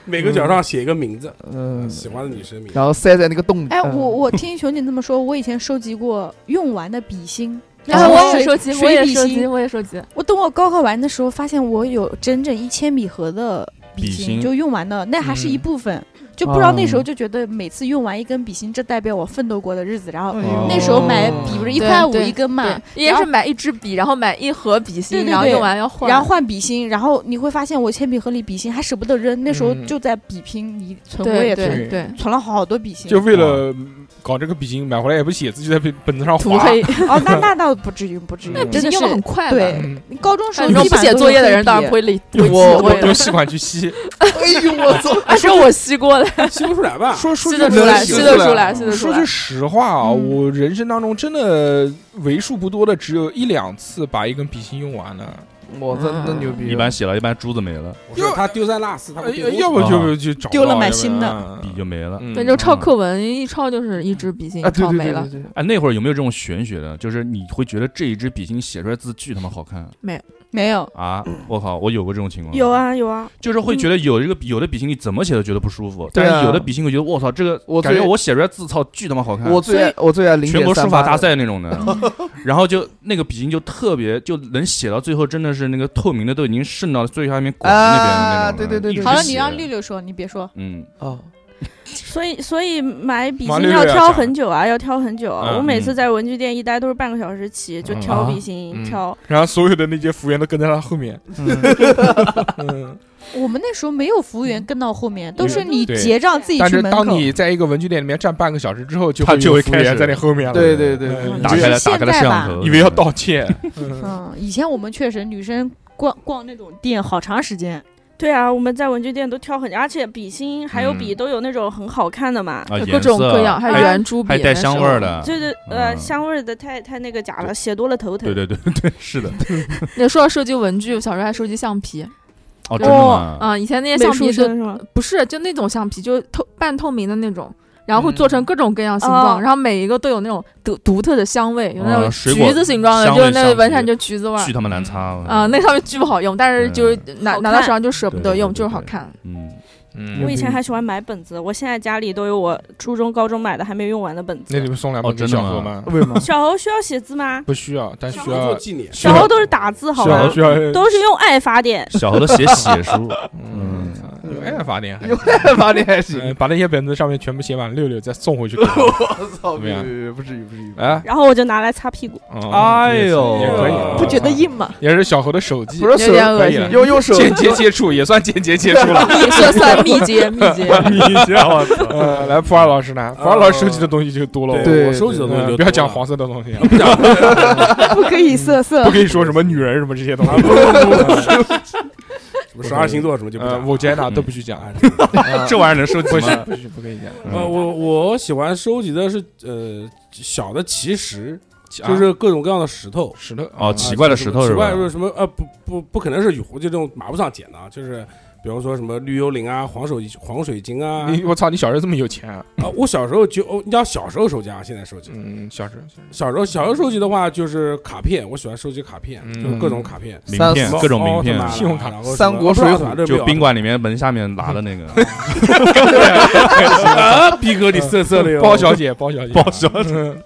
每个角上写一个名字，嗯，喜欢的女生名字。然后塞在那个洞里。哎，嗯我我听熊姐这么说，我以前收集过用完的笔芯，然然啊后后哎我水也收集，我水也笔收芯集，我也收集。我等我高考完的时候，发现我有整整一千笔盒的笔笔芯芯，就用完了，那还是一嗯部分。就不知道那时候哦就觉得每次用完一根笔芯，这代表我奋斗过的日子。然后哎呦那时候买 笔不是一对块五对一根嘛，对，也然是后买一支笔，然后买一盒笔芯，对对然后对用完要换。然后换笔芯，然后你会发现我铅笔盒里笔芯还舍不得扔，那时候嗯就在比拼，你存我对也存，对对，存了好多笔芯。就为了搞这个笔芯，买回来也不写字，就在本本子上涂划。黑。哦，那那倒不至于，不至于，那真的 用的很是。快的。对嗯，你高中时候但那种基不本写上都作是业的黑人当然笔不会理用会记我我用的，吸管去吸，哎呦我操！ 还是我吸过的， 吸不出来吧？ 说说 吸句得出出来，能吸吸得出出来来，吸得出说来句。实话啊，嗯我人生当中真的为数不多的只有一两次把一根笔芯用完了，我操，那牛逼！一般写了，一般珠子没了，我说他丢三落四，他哎会丢东西要不就就找不到丢了买新的，啊笔就没了。嗯对，就抄课文，一抄就是一支笔芯啊，对抄对没对了对，对，哎，那会儿有没有这种玄学的？就是你会觉得这一支笔芯写出来字巨他妈好看没有，啊！我靠，我有过这种情况。有，啊有啊，就是会觉得有这个笔有的笔芯你怎么写都觉得不舒服，嗯对但啊是有的笔芯会觉得我操，这个我感觉最我写出来字操巨他妈好看。我最爱我最爱零全国点书三法八大赛那种 的，然后就那个笔芯就特别就能写到最后，真的是那个透明的都已经渗到最下面管子那边的那啊种对了。对对一直对好了，写你让六六说，你别说。嗯，啊，所以所以买笔马芯六要六要挑讲很久啊，要挑很久啊。嗯我每次在文具店一待都是半个小时起，就嗯挑啊笔芯嗯挑。然后所有的那些服务员都跟在他后面，嗯，我们那时候没有服务嗯员跟到后面，都是你对结账自己但去是门当口。你在一个文具店里面站半个小时之后，就他就有会服务员开始在你后面了，对对对，嗯对打只开是了打开了摄现在像吧头，以为要道歉，嗯嗯，以前我们确实女生逛逛那种店好长时间，对啊，我们在文具店都挑很，而且笔芯还有笔嗯都有那种很好看的嘛。啊，有颜各种色各样，还有还圆珠笔，还带香味儿。的，对对，呃，嗯香味儿的太太那个假了，写多了头疼。对对对 对，是的，你说到收集文具，我小时候还收集橡皮。哦，真的哦，吗？嗯，以前那些美橡术皮是生是吗？不是就那种橡皮，就是透半透明的那种，然后会做成各种各样形嗯状，哦然后每一个都有那种独独特的香味，有那啊种水果橘子形状的，香就是味那橡个闻皮上去就橘子味儿去。他们难擦啊、那上面巨不好用，但是就是拿好拿到看手上就舍不对得对用，对就是对好对 看。嗯， 嗯我以前还喜欢买本子，我现在家里都有我初中、高中买的还没用完的本那你子。们送两本哦给真的小吗何吗？为什么？小猴需要写字吗？不需要，但需小猴要做纪念，需小要猴都是打字好需要吗？需要都是用爱法典。小何的写写书， 嗯，有爱法典还 有办法你还行？嗯把那些本子上面全部写满六六，再送回去给他。我操！怎么样别别别不至于，不至于。哎，然后我就拿来擦屁股，嗯哎也呦也可以，不觉得硬吗？也是小何的手机不是有点手啊恶可以心了，用用手间接接触，也算间接接触 了。密这算密接密接， 你这我操，呃，来普洱老师呢？普洱老师收集的东西就多了，对我收集的东西嗯就不要讲 多了黄色的东西啊，不可以色色不，可以说什么女人什么这些东西，什么十二星座什么 就不呃，讲我了。接纳嗯都不许讲， 啊这个这玩意儿能收集不许吗？不许不可以讲，呃，哦嗯我我喜欢收集的是呃小的奇石，就啊是各种各样的石头。石头哦啊奇怪的石头是奇吧怪的什么呃不不不可能是雨湖，就这种马路上捡的，啊，就是比方说什么绿幽灵啊、黄手黄水晶啊。你我操，你小时候这么有钱啊？啊，我小时候就哦，你要小时候收集啊，现在收集。嗯，小时候小时候小时候小时候收集的话，就是卡片，我喜欢收集卡片，嗯就是各种卡片，名三哦片什么各种名奥特片曼啦信用卡然后什么三国哦不是水奥特曼这是就没有宾馆里面门下面拿的那个 啊，逼哥你色色的哟，包小姐，包小姐，报销，嗯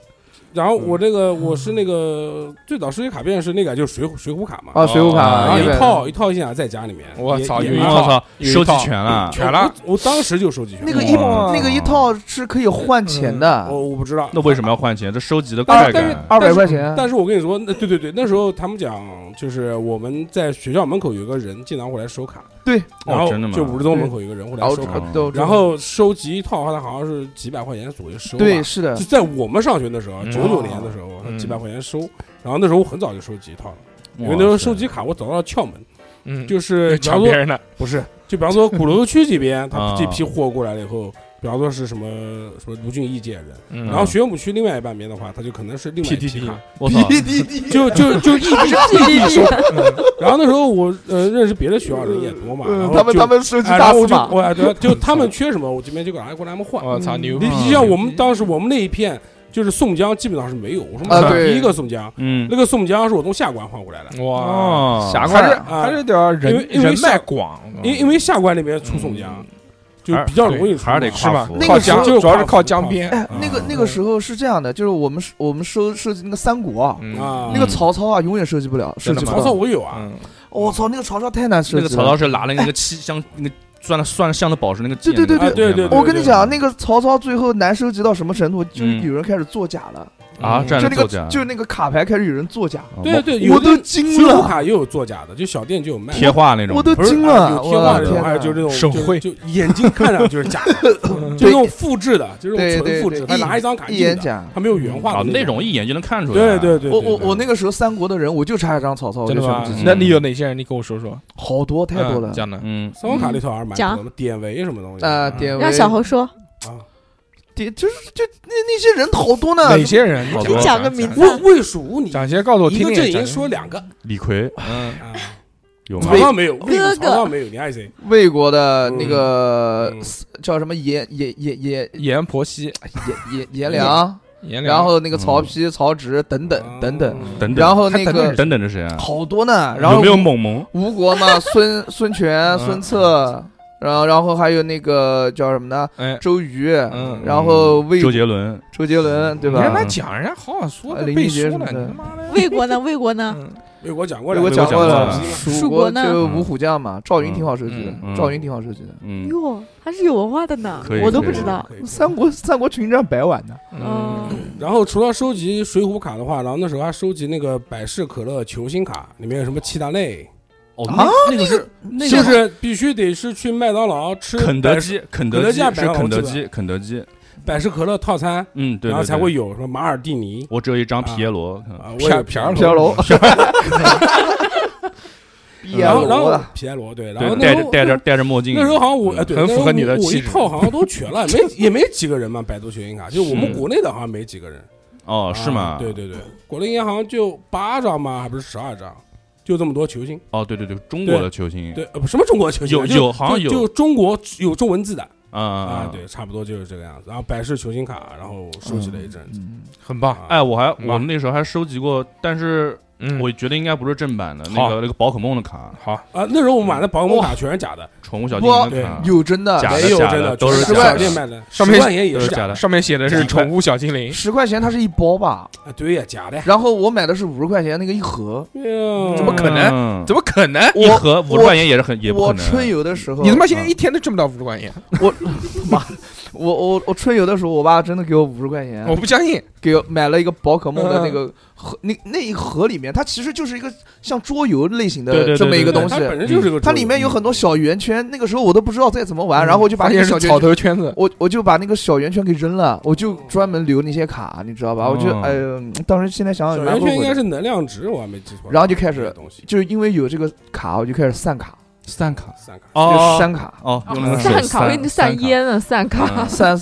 然后我那个嗯我是那个最早收集卡片是那个就是水浒水浒卡嘛，啊，水浒然卡后啊一哦一本套一套现在在家里面，我也操也有一蛮套我操，有一收集套全了，全了，我我当时就收集全了那个一哇那个一套是可以换钱的，我我不知道那为什么要换钱？这收集的快但是感，二百块钱。但是我跟你说，那对对对，那时候他们讲，就是我们在学校门口有个人经常会来收卡，对，然哦后真的吗就五十中门口有个人会来然后收卡，卡都然后收集一套，他好像是几百块钱左右收吧，对，是的 就，在我们上学的时候，啊嗯九九年的时哦候，嗯几百块钱收，然后那时候我很早就收集一套了，因哇为那时候塞收集卡我找到了窍门，嗯，就是比抢方别说人的，不是，就比方说鼓楼区这 边，啊他这批货过来了以后，比方说是什么什么卢俊义这些人，嗯然然后玄武区另外一半边的话，他就可能是另外一批 PTT 卡，我操，就就就异 地异地收。 然后那时候我呃认识别的学校人也多嘛，然嗯，后他们就他们收集哎然大后我司就马，我哎对，就他们缺什么，我这边就给他过来他们换。我操牛逼啊你！你像我们当时我们那一片就是宋江基本上是没有，我说啊妈对第一个宋江， 嗯那，个宋江是我从下关换过来的，哇，哦，侠还是官啊还是点儿因人为因为人脉像广，因因为下关那边出宋江嗯就比较容易出嘛，还啊是得是跨吧服，那？靠个时候江就主要跨是服靠江跨边哎，那个那个时候是这样的，就是我们我们收收集那个三国啊，嗯啊，那个曹操啊，永远收集不了，收真的集吗不曹操到。我有啊，嗯我操，那个曹操太难收那集了。个曹操是拿了那个七像那个钻了算了像的宝石那个剑，啊对对对那个对剑对吗对我跟你讲，那个曹操最后难收集到什么程度，就是有人开始作假了，啊，嗯这样就的那作个假，就是那个卡牌开始有人作假，哦对对，我有的都惊水浒了，卡也有作假的，就小店就有卖。贴画那种，我都不是惊啊了，有贴画我的的天还哪有就是这种手绘就就眼睛看上去是假 的，就对嗯那种复制的，就是那对种纯对复对制，他一拿一张卡一印眼的，假。他没有原画啊的那种种。一眼就能看出来，对对对，我对我对我那个时候三国的人，我就差一张曹操，我真就的全部吗集齐嗯了，那你有哪些人？你跟我说说，好多太多了嗯。讲的，嗯，三国卡里头还是蛮讲多的，典韦什么东西啊，典让韦，小猴说，嗯啊，典就是就那那些人好多呢，哪些人？好讲多你讲个名字魏魏蜀吴你讲些告诉我一听个听。阵讲营些说两个，李逵嗯，啊有吗曹？操没有，魏哥蜀哥曹操没有，你爱谁？魏国的那个嗯叫什么颜颜颜颜阎婆惜、颜颜颜良，阎良，然后那个曹丕、曹植等等等等，啊等等，然后那还等等个人等等是谁啊？好多呢，然后有没有猛萌？吴国嘛，孙孙权、孙策，然后然后还有那个叫什么呢？哎，周瑜，嗯然后魏周杰伦，周杰伦，对你他吧妈？讲人家好好说呃的，林被俊杰说了，什么的你他妈的。魏国呢？魏国 呢？嗯魏国讲过啊魏国两个，讲过了了，蜀蜀国国呢就五虎将嘛，赵云挺好收集嗯的嗯，赵云挺好收集的。嗯，哟，还是有文化的呢可以，我都可以不知道。可以可以三国三国群战百碗呢，嗯，然后除了收集水浒卡的话，然后那时候还收集那个百事可乐球星卡，里面有什么七大类，哦，啊那那个是那就个是必须得是去麦当劳吃肯德百事基，肯德基肯德基是肯德我记基，肯德基，百事可乐套餐，嗯，对，然后对才对会有什啊么马尔蒂尼我只有一张皮耶罗，啊，皮尔皮尔尔皮尔龙，毕业然后然后了，皮埃罗对，然后对，戴那时着候戴着戴着墨镜，嗯那时候好像我哎对，很那时符候合你的我我气一质套好像都 全了，没也没几个人嘛，百度学银卡，就我们是国内的好像没几个人。哦，啊是吗？对，对对，国内银行就八张嘛，还不是十二张，就这么多球星。哦，对对对，中国的球星，对，呃，不什么中国球星啊，有就有好像就有就中国有中文字的啊啊啊，，对，差不多就是这个样子。然后百事球星卡，然后收集了一阵嗯子。很棒。啊哎，，我还我嗯那时候还收集过，但是嗯，我觉得应该不是正版的，那好个那个宝可梦的卡，好，啊，那时候我买的宝可梦卡全是假的，宠物小精灵不的卡，有真的嗯啊假的没有假真的都全是是假的小店卖的，上面十块钱也都是是假假的。的。上面写的是几块宠物小精灵，十块钱它是一包吧？啊，对呀，假的。哎然后我买的是五十块钱那个一盒。怎怎么可能？怎么可能？嗯一盒五我十块钱也是很也不我可能。春游的时候，你他妈现在一天都挣不到五十块钱，我我我春游的时候，我爸真的给我五十块钱我，不相信。给我买了一个宝可梦的那个盒，那那一盒里面，它其实就是一个像桌游类型对对的对这么一个对东西嗯它。本身就是个，它里面有很多小圆圈，那个时候我都不知道该怎么玩，啊然后我就把嗯发那个现小是圈草头圈子， 我我就把那个小圆圈给扔了，我哦就专门留那些卡，你知道吧？我就哦哎呦，当时现在想小想蛮圆后圈应悔该的。是能量值，我还没记错。然后就开始这个东西就是因为有这个卡，我就开始散卡，散卡散卡，就哦散卡，哦，用那个手散卡，我给你散散烟呢，散啊卡。散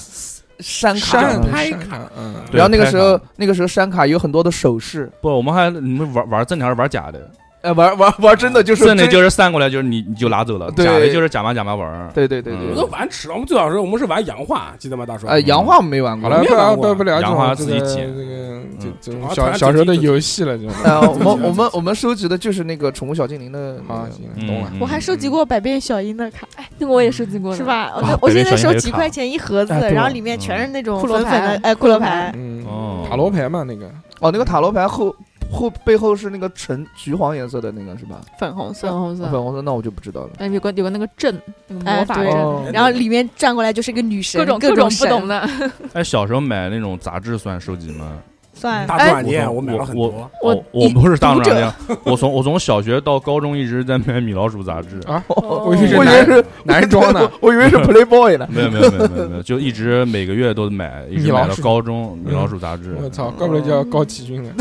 删卡山。拍卡，嗯，嗯对然后那个开时候卡，那个时候删卡有很多的手势，不，我们还你们玩玩真的还是玩假的？哎，玩玩玩真的就是真的真就是散过来就是你你就拿走了，对假的就是假麻假麻玩儿。对对对我嗯对都对，玩迟了。我们最早时候我们是玩洋画，记得吗，大叔？呃，洋画我们没玩好过，了，没不有聊玩过不不聊这洋种花这自己个剪这个这嗯这种好像小传小时候的自己游戏了，这种。呃， 我们我们我们收集的就是那个宠物小精灵的那好个，啊行，嗯懂了。我还收集过百变小樱的卡，那 个我也收集过的，是？吧？我啊那我记百变得那时小樱候也几卡块钱一盒子，哎对然后里面全是那种骷髅粉粉的牌，哎，骷髅牌，嗯，哦塔罗牌嘛，那个哦，那个塔罗牌后后背后是那个橙橘黄颜色的那个是吧？粉红粉色，红色粉，红色那我就不知道了。哎，有个有个那个阵，那个魔哎法对阵，嗯哦然后里面转过来就是一个女神，各种各种不神懂的。哎，小时候买那种杂志算收集吗？算大转哎念，我买了很多。我我我不是大众读者杂志，我从我从小学到高中一直在买米老鼠 杂志，啊，哦我以为是我以为男是男装的， 我以为是 Playboy 呢。没有没有没有没有没有，就一直每个月都买，一直买米老到鼠高嗯中米老鼠杂志。我操，怪不得叫高崎君呢。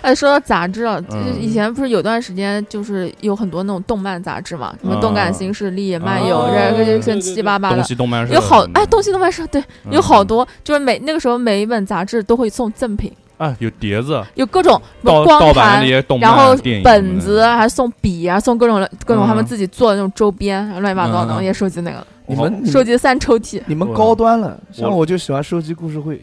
哎，说到杂志啊，就是嗯以前不是有段时间就是有很多那种动漫杂志嘛，什么《动感新势力》《漫游》啊，这对这对这七七八八东的。西动漫社有好什么的哎，东西动漫社对，嗯有好多，就是每那个时候每一本杂志都会送赠品，啊，有碟子，有各种什盗么光盗版的那盘，些动然后漫电影什么的，本子，还送笔啊，送各种各种他们自己做的那种周边，乱七八糟的，嗯我也收集那个，你们你收们集三抽屉。你们我高端了，像我我就喜欢收集故事会，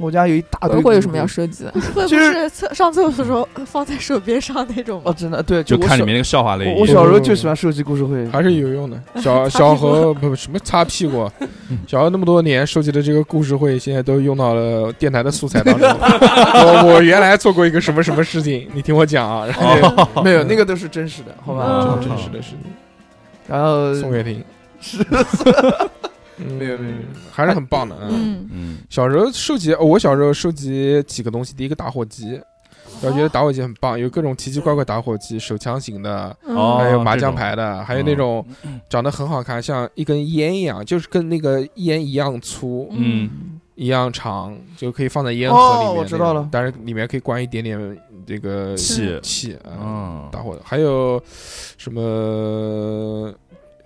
我家有一大堆。会会有什么要？收集嗯的？会不其实是厕上厕所的时候放在手边上那种哦，吗？真的对，就我看里小面那个笑话类我我一样。小时候就喜欢收集故事 会，还是有用 的。小小何不不什么擦屁股，啊 小何那么多年收集的这个故事会，现在都用到了电台的素材 当中。我我原来做过一个什么什么事情，你听我讲啊，然后没有那个都是真实的，好吧？就嗯是真实的事情然后送给听。是没 没有没有没有，还是很棒的。嗯，嗯，嗯，小时候收集，哦我小时候收集几个东西，第一个打火机。我哦觉得打火机很棒，有各种奇奇怪怪打火机，手枪型的，哦还有麻这将种牌的，还有哦那种长得很好看，像一根烟一样，就是跟那个烟一样粗、嗯，一样长，就可以放在烟盒里面那种。哦我知道了但是里面可以关一点点这个气气啊，嗯，打火。还有什么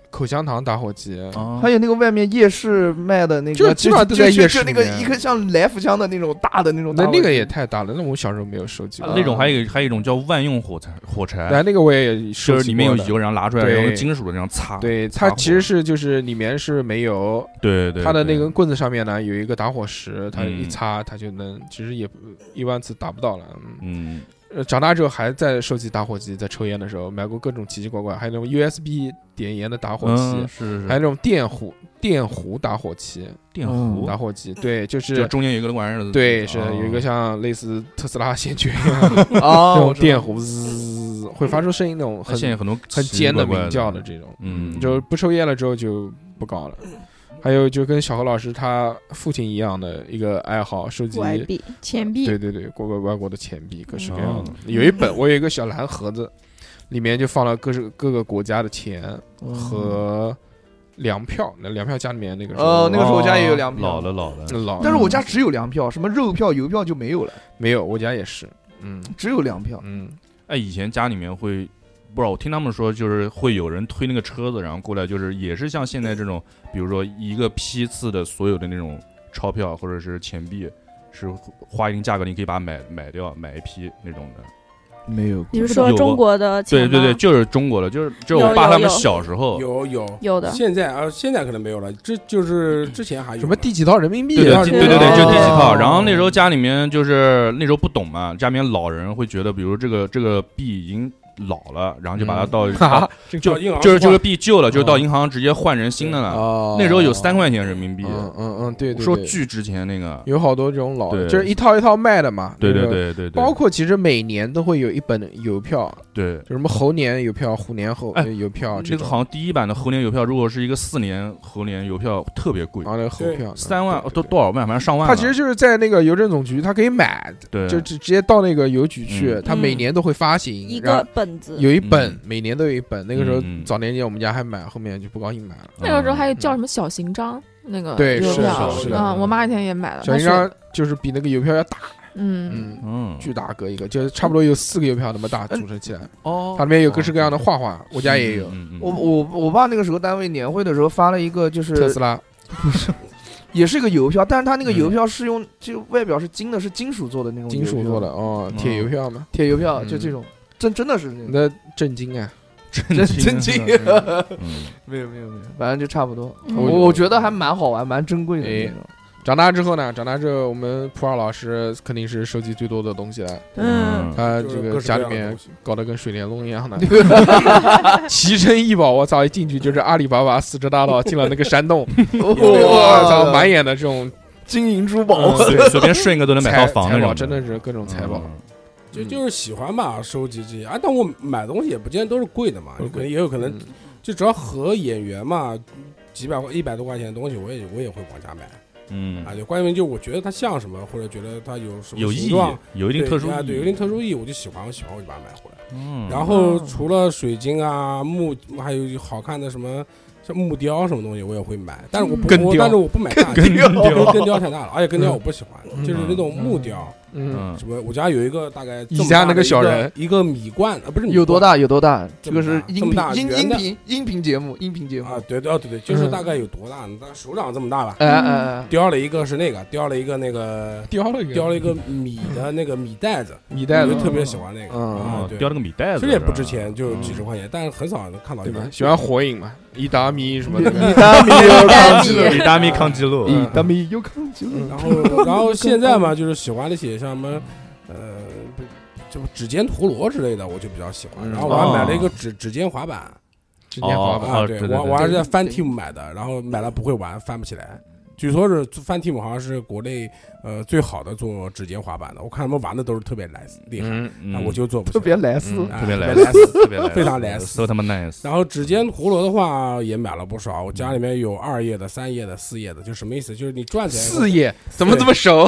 口香糖打火机？啊还有那个外面夜市卖的那个，就是基本上都就在就夜市就里那个面一个像来福枪的那种大的那种那打火机，那个也太大了，那我小时候没有收集过。那种还有一还有一种叫万用火柴火柴，来那个我也收就是集里面有过的油，然后拿出来，对然后用金属的这样擦。对，擦它火其实是就是里面是没油，对对，它的那对根棍子上面呢有一个打火石，它嗯一擦它就能，其实也不一万次打不到了。嗯，嗯，呃长大之后还在收集打火机，在抽烟的时候买过各种奇奇怪怪，还有那种 USB 点烟的打火机嗯，是是还有那是，种电弧电弧打火机，电弧打，火机对，就嗯就是中间有一个那玩意儿，对是哦有一个像类似特斯拉线圈一样的那哦种，电弧滋会发出声音那种它很现在有很多很奇奇尖的怪怪鸣叫的这种，嗯就是不抽烟了之后就不搞了。还有就跟小何老师他父亲一样的一个爱好，收集外币、钱币，对对对，国外外国的钱币，各式各样的哦。有一本我有一个小蓝盒子，里面就放了各式各个国家的钱嗯和粮票，那粮票家里面那个时候哦那个时候我家也有两哦票老了老了，老，但是我家只有粮票，什么肉票、油票就没有了，没有，我家也是，嗯只有粮票。嗯，哎，以前家里面会不知道，我听他们说就是会有人推那个车子，然后过来，就是也是像现在这种，比如说一个批次的所有的那种钞票或者是钱币，是花一定价格，你可以把它买买掉，买一批那种的。没有，啊你是说有过中国的钱对吗？对对，就是中国的，就是就是有我爸有他们有小时候，有有，有的，现在啊，现在可能没有了，这嗯就是之前还有什么第几套人民币？对啊对对对对，就第几套。哦然后 那时候家里面就是那时候不懂嘛，家里面老人会觉得，比如这个这个币已经老了，然后就把它嗯到 啊，就就银行就是这换个币旧了，就到哦银行直接换人新的了。哦，那时候有三块钱人民币，嗯嗯嗯，对对，说对巨值钱那个。有好多这种老，对就是一套一套卖的嘛。对对那个，对对对，包括其实每年都会有一本邮票，对就什么猴年邮票、虎年猴哎邮票这这个种好像第一版的猴年邮票，如果是一个四年猴年邮票，特别贵，然后那个猴对票三万对都对多少万，反正上万他了。其实就是在那个邮政总局，他可以买，对，就直直接到那个邮局去嗯，他每年都会发行一然个后本子，有一本嗯，每年都有一本。那个时候嗯嗯早年间我们家还买，后面就不高兴买了。那个时候还有嗯叫什么小型章那个对邮是的票，是的嗯，我妈以前也买了，小她银说章就是比那个邮票要大，嗯，嗯，嗯，巨大个一个，就是差不多有四个邮票那么呃大组成起来，哦它里面有各式各样的画画，我家也有。嗯嗯嗯我我我爸那个时候单位年会的时候发了一个，嗯就特是斯拉，也是一个邮票，但是他那个嗯邮票是用就外表是金的，是金属做的那种金属做的邮票，哦，嗯铁邮票嘛，铁邮票就嗯这种，真真的是嗯这种，那震惊啊！真。真经 嗯没有没有没有，反正就差不多。嗯我我觉得还蛮好玩，蛮珍贵的那种。长大之后呢，长大之后我们普洱老师肯定是收集最多的东西了。嗯，他就这是个各式家各里样的面东西搞得跟水帘洞一样的， 奇珍异宝。我操，一进去就是阿里巴巴四只大盗进了那个山洞， 我操，满眼的这嗯种金银珠嗯宝，随随便顺一个都能 买财套房财那宝，种，真的是各种财宝。嗯就就是喜欢嘛，收集这些啊。但我买东西也不见得都是贵的嘛，都是有可贵能也有可能嗯就只要合眼缘嘛，几百块、一百多块钱的东西，我也我也会往家买嗯啊。，就关键就我觉得它像什么，或者觉得它有什么有意形义状，，有一定对特殊啊，意义，对，有一定特殊意义，我就喜欢，我喜欢我就把它买回来。嗯。然后除了水晶啊、木，还有好看的什么。像木雕什么东西我也会买，但是我不跟，我嗯雕但是我不买大的，跟雕因为跟雕太大了，而且跟雕我不喜欢，嗯就是那种木雕，嗯，嗯什么？我家有一个大概你家那个小人这么大的一个一个米罐啊，不是米罐有多大有多大，这个这么大是音这么频大音圆音的频音频节目，音频节目 啊？。对对哦对对，就是嗯大概有多大？大概手掌这么大吧。哎哎哎，雕了一个是那个，雕了一个那个，雕了一个，嗯雕了一个米的那个米袋子，米我袋子就，特别喜欢那个。嗯啊哦，对雕了个米袋子，其实也不是吧嗯值钱，就几十块钱，但是很少能看到对有吧人？喜欢火影嘛，伊达米什么的。大米大米 米达米康基路，嗯大米有康吉然后，然后现在嘛，就是喜欢那些像什么，呃，不就指尖陀螺之类的，我就比较喜欢。嗯然后我还买了一个哦指指尖滑板指尖滑板，哦啊，对对我对我还是在翻 team 买的，然后买了不会玩，翻不起来。据说是翻 team 好像是国内呃最好的做指尖滑板的，我看他们玩的都是特别来厉害，嗯，嗯啊我就做不特起来别来事，嗯啊特别来特别来特别来非常来，so 他妈 nice，然后指尖陀螺的话也买了不少，我家里面有二叶的、三叶的、四叶的，就什么意思？就是你转起来以后四叶怎么这么 熟？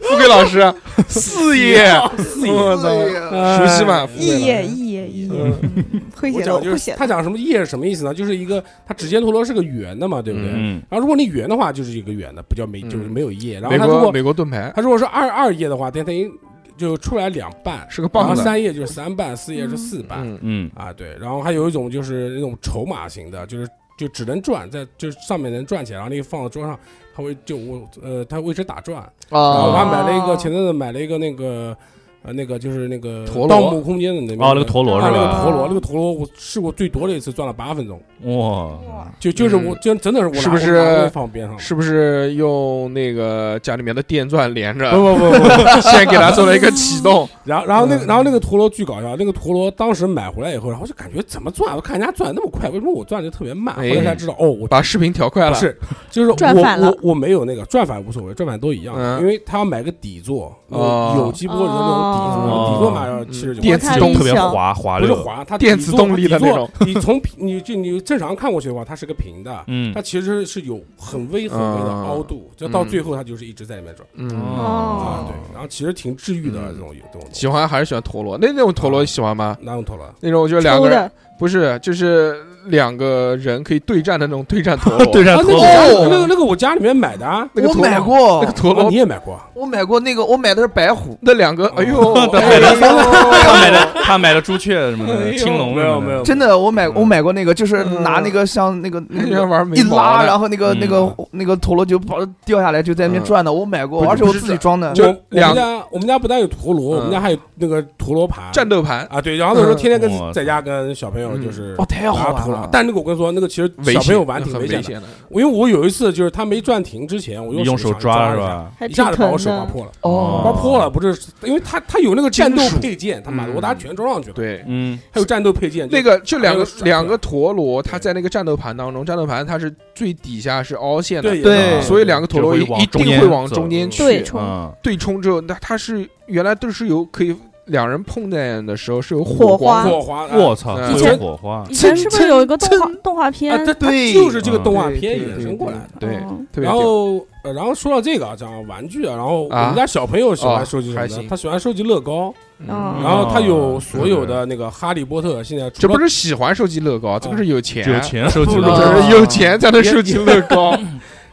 富贵老师，啊四叶，四叶，我操嗯哎熟悉吗？富贵一老页师一页一页，嗯嗯 会我写的讲就会是写的他。讲什么叶是什么意思呢？就是一个它指尖陀螺是个圆的嘛，对不对？嗯，然后如果你圆的话，就是一个圆的，不叫没嗯就是没有叶。然后美它如国果美国盾牌它如果是二二叶的话，它等于就出来两半，是个然后棒子，啊三叶就是三半，四叶是四半嗯，嗯啊，对。然后还有一种就是那种筹码型的，就是就只能转，在就是上面能转起来，然后你放到桌上，它会就我呃它会一直打转。然后我还啊，买了一个前阵子买了一个那个呃那个就是那个陀螺盗墓空间的那边哦那个哎陀螺啊是那个吧陀螺，那个陀螺我试过最多的一次转了八分钟，哇，就就是嗯我真真的是我拿是不是我拿我放边上了？是不是用那个家里面的电钻连着？不不不不，先给它做了一个启动， 然后然后那嗯个然后那个陀螺巨搞笑，那个陀螺当时买回来以后，然后就感觉怎么转，我看人家转得那么快，为什么我转的特别慢？后哎来才知道哦，我把视频调快不了。，是就是我转反了我我没有那个转反无所谓，转反都一样，嗯因为他要买个底座，哦有机波有那种底座，哦底座买了七十九，嗯电我磁看动了特别小滑滑不是溜，滑，它嗯电磁动力的那种。底座你从平你就你正常看过去的话，它是个平的，嗯它，其实是有很微很微的嗯凹度，就到最后它就是一直在里面转嗯，啊，哦对，然后其实挺治愈的嗯这种这种东西啊喜欢还是喜欢陀螺？那那种陀螺喜欢吗？哪种陀螺？那种就两个抽人的，不是，就是两个人可以对战的那种对战陀 螺， 对战啊那陀螺，个家那个那个我家里面买的啊，那个我陀螺买过那个，陀哦螺你，哦也买过啊？我买过那个，我买的是白虎，那两个，哎呦， 他哎买呦的他买的他买的朱雀什么哎的，呦青龙没什有么没有，真的的，我买我买过那个，就是拿那个像那个 那那个人玩没一毛拉，的然后那个嗯那个那个陀螺就跑掉下来，就在那边转的。我买过，不是而且我自己装的。就我两们家我们家不但有陀嗯螺，我们家还有那个陀螺盘战斗盘，啊，对，然后那时候天天嗯哇跟在家跟小朋友就是哦，太好打玩陀螺了，！但那个我跟你说，那个其实危小朋友险玩挺很危险的，险的，因为我有一次就是他没转停之前，我你用用手想抓抓是了一下？吧？还一挺下子把我疼手刮的。破了，哦刮破了不是，因为他他有那个战斗配件，他妈的，嗯我把它全装上去了，对。嗯，还有战斗配件，那个个就两个还有甩两出个来陀螺，它在那个战斗盘当中，战斗盘它是最底下是凹陷的，对对所以两个陀螺一啊就会往一定中间会往走中间嗯去。对冲嗯对冲之后，那它是原来都是有可以两人碰见的时候是有火光花的，火花，啊我操，以会有前火花，以前是不是有一个动画动画片啊，？它它对就是这个动画对片对衍对生过来的。对，嗯特别然屌后，呃然后说到这个啊，讲玩具啊，然后我啊们家小朋友喜欢收集什么还呢行？哦他喜欢收集乐高，嗯然后他有所有的那个哈利波特，现在除这不了是喜欢收集乐高，这个是有钱，有钱收集不的不这不是啊有钱才能收集乐高。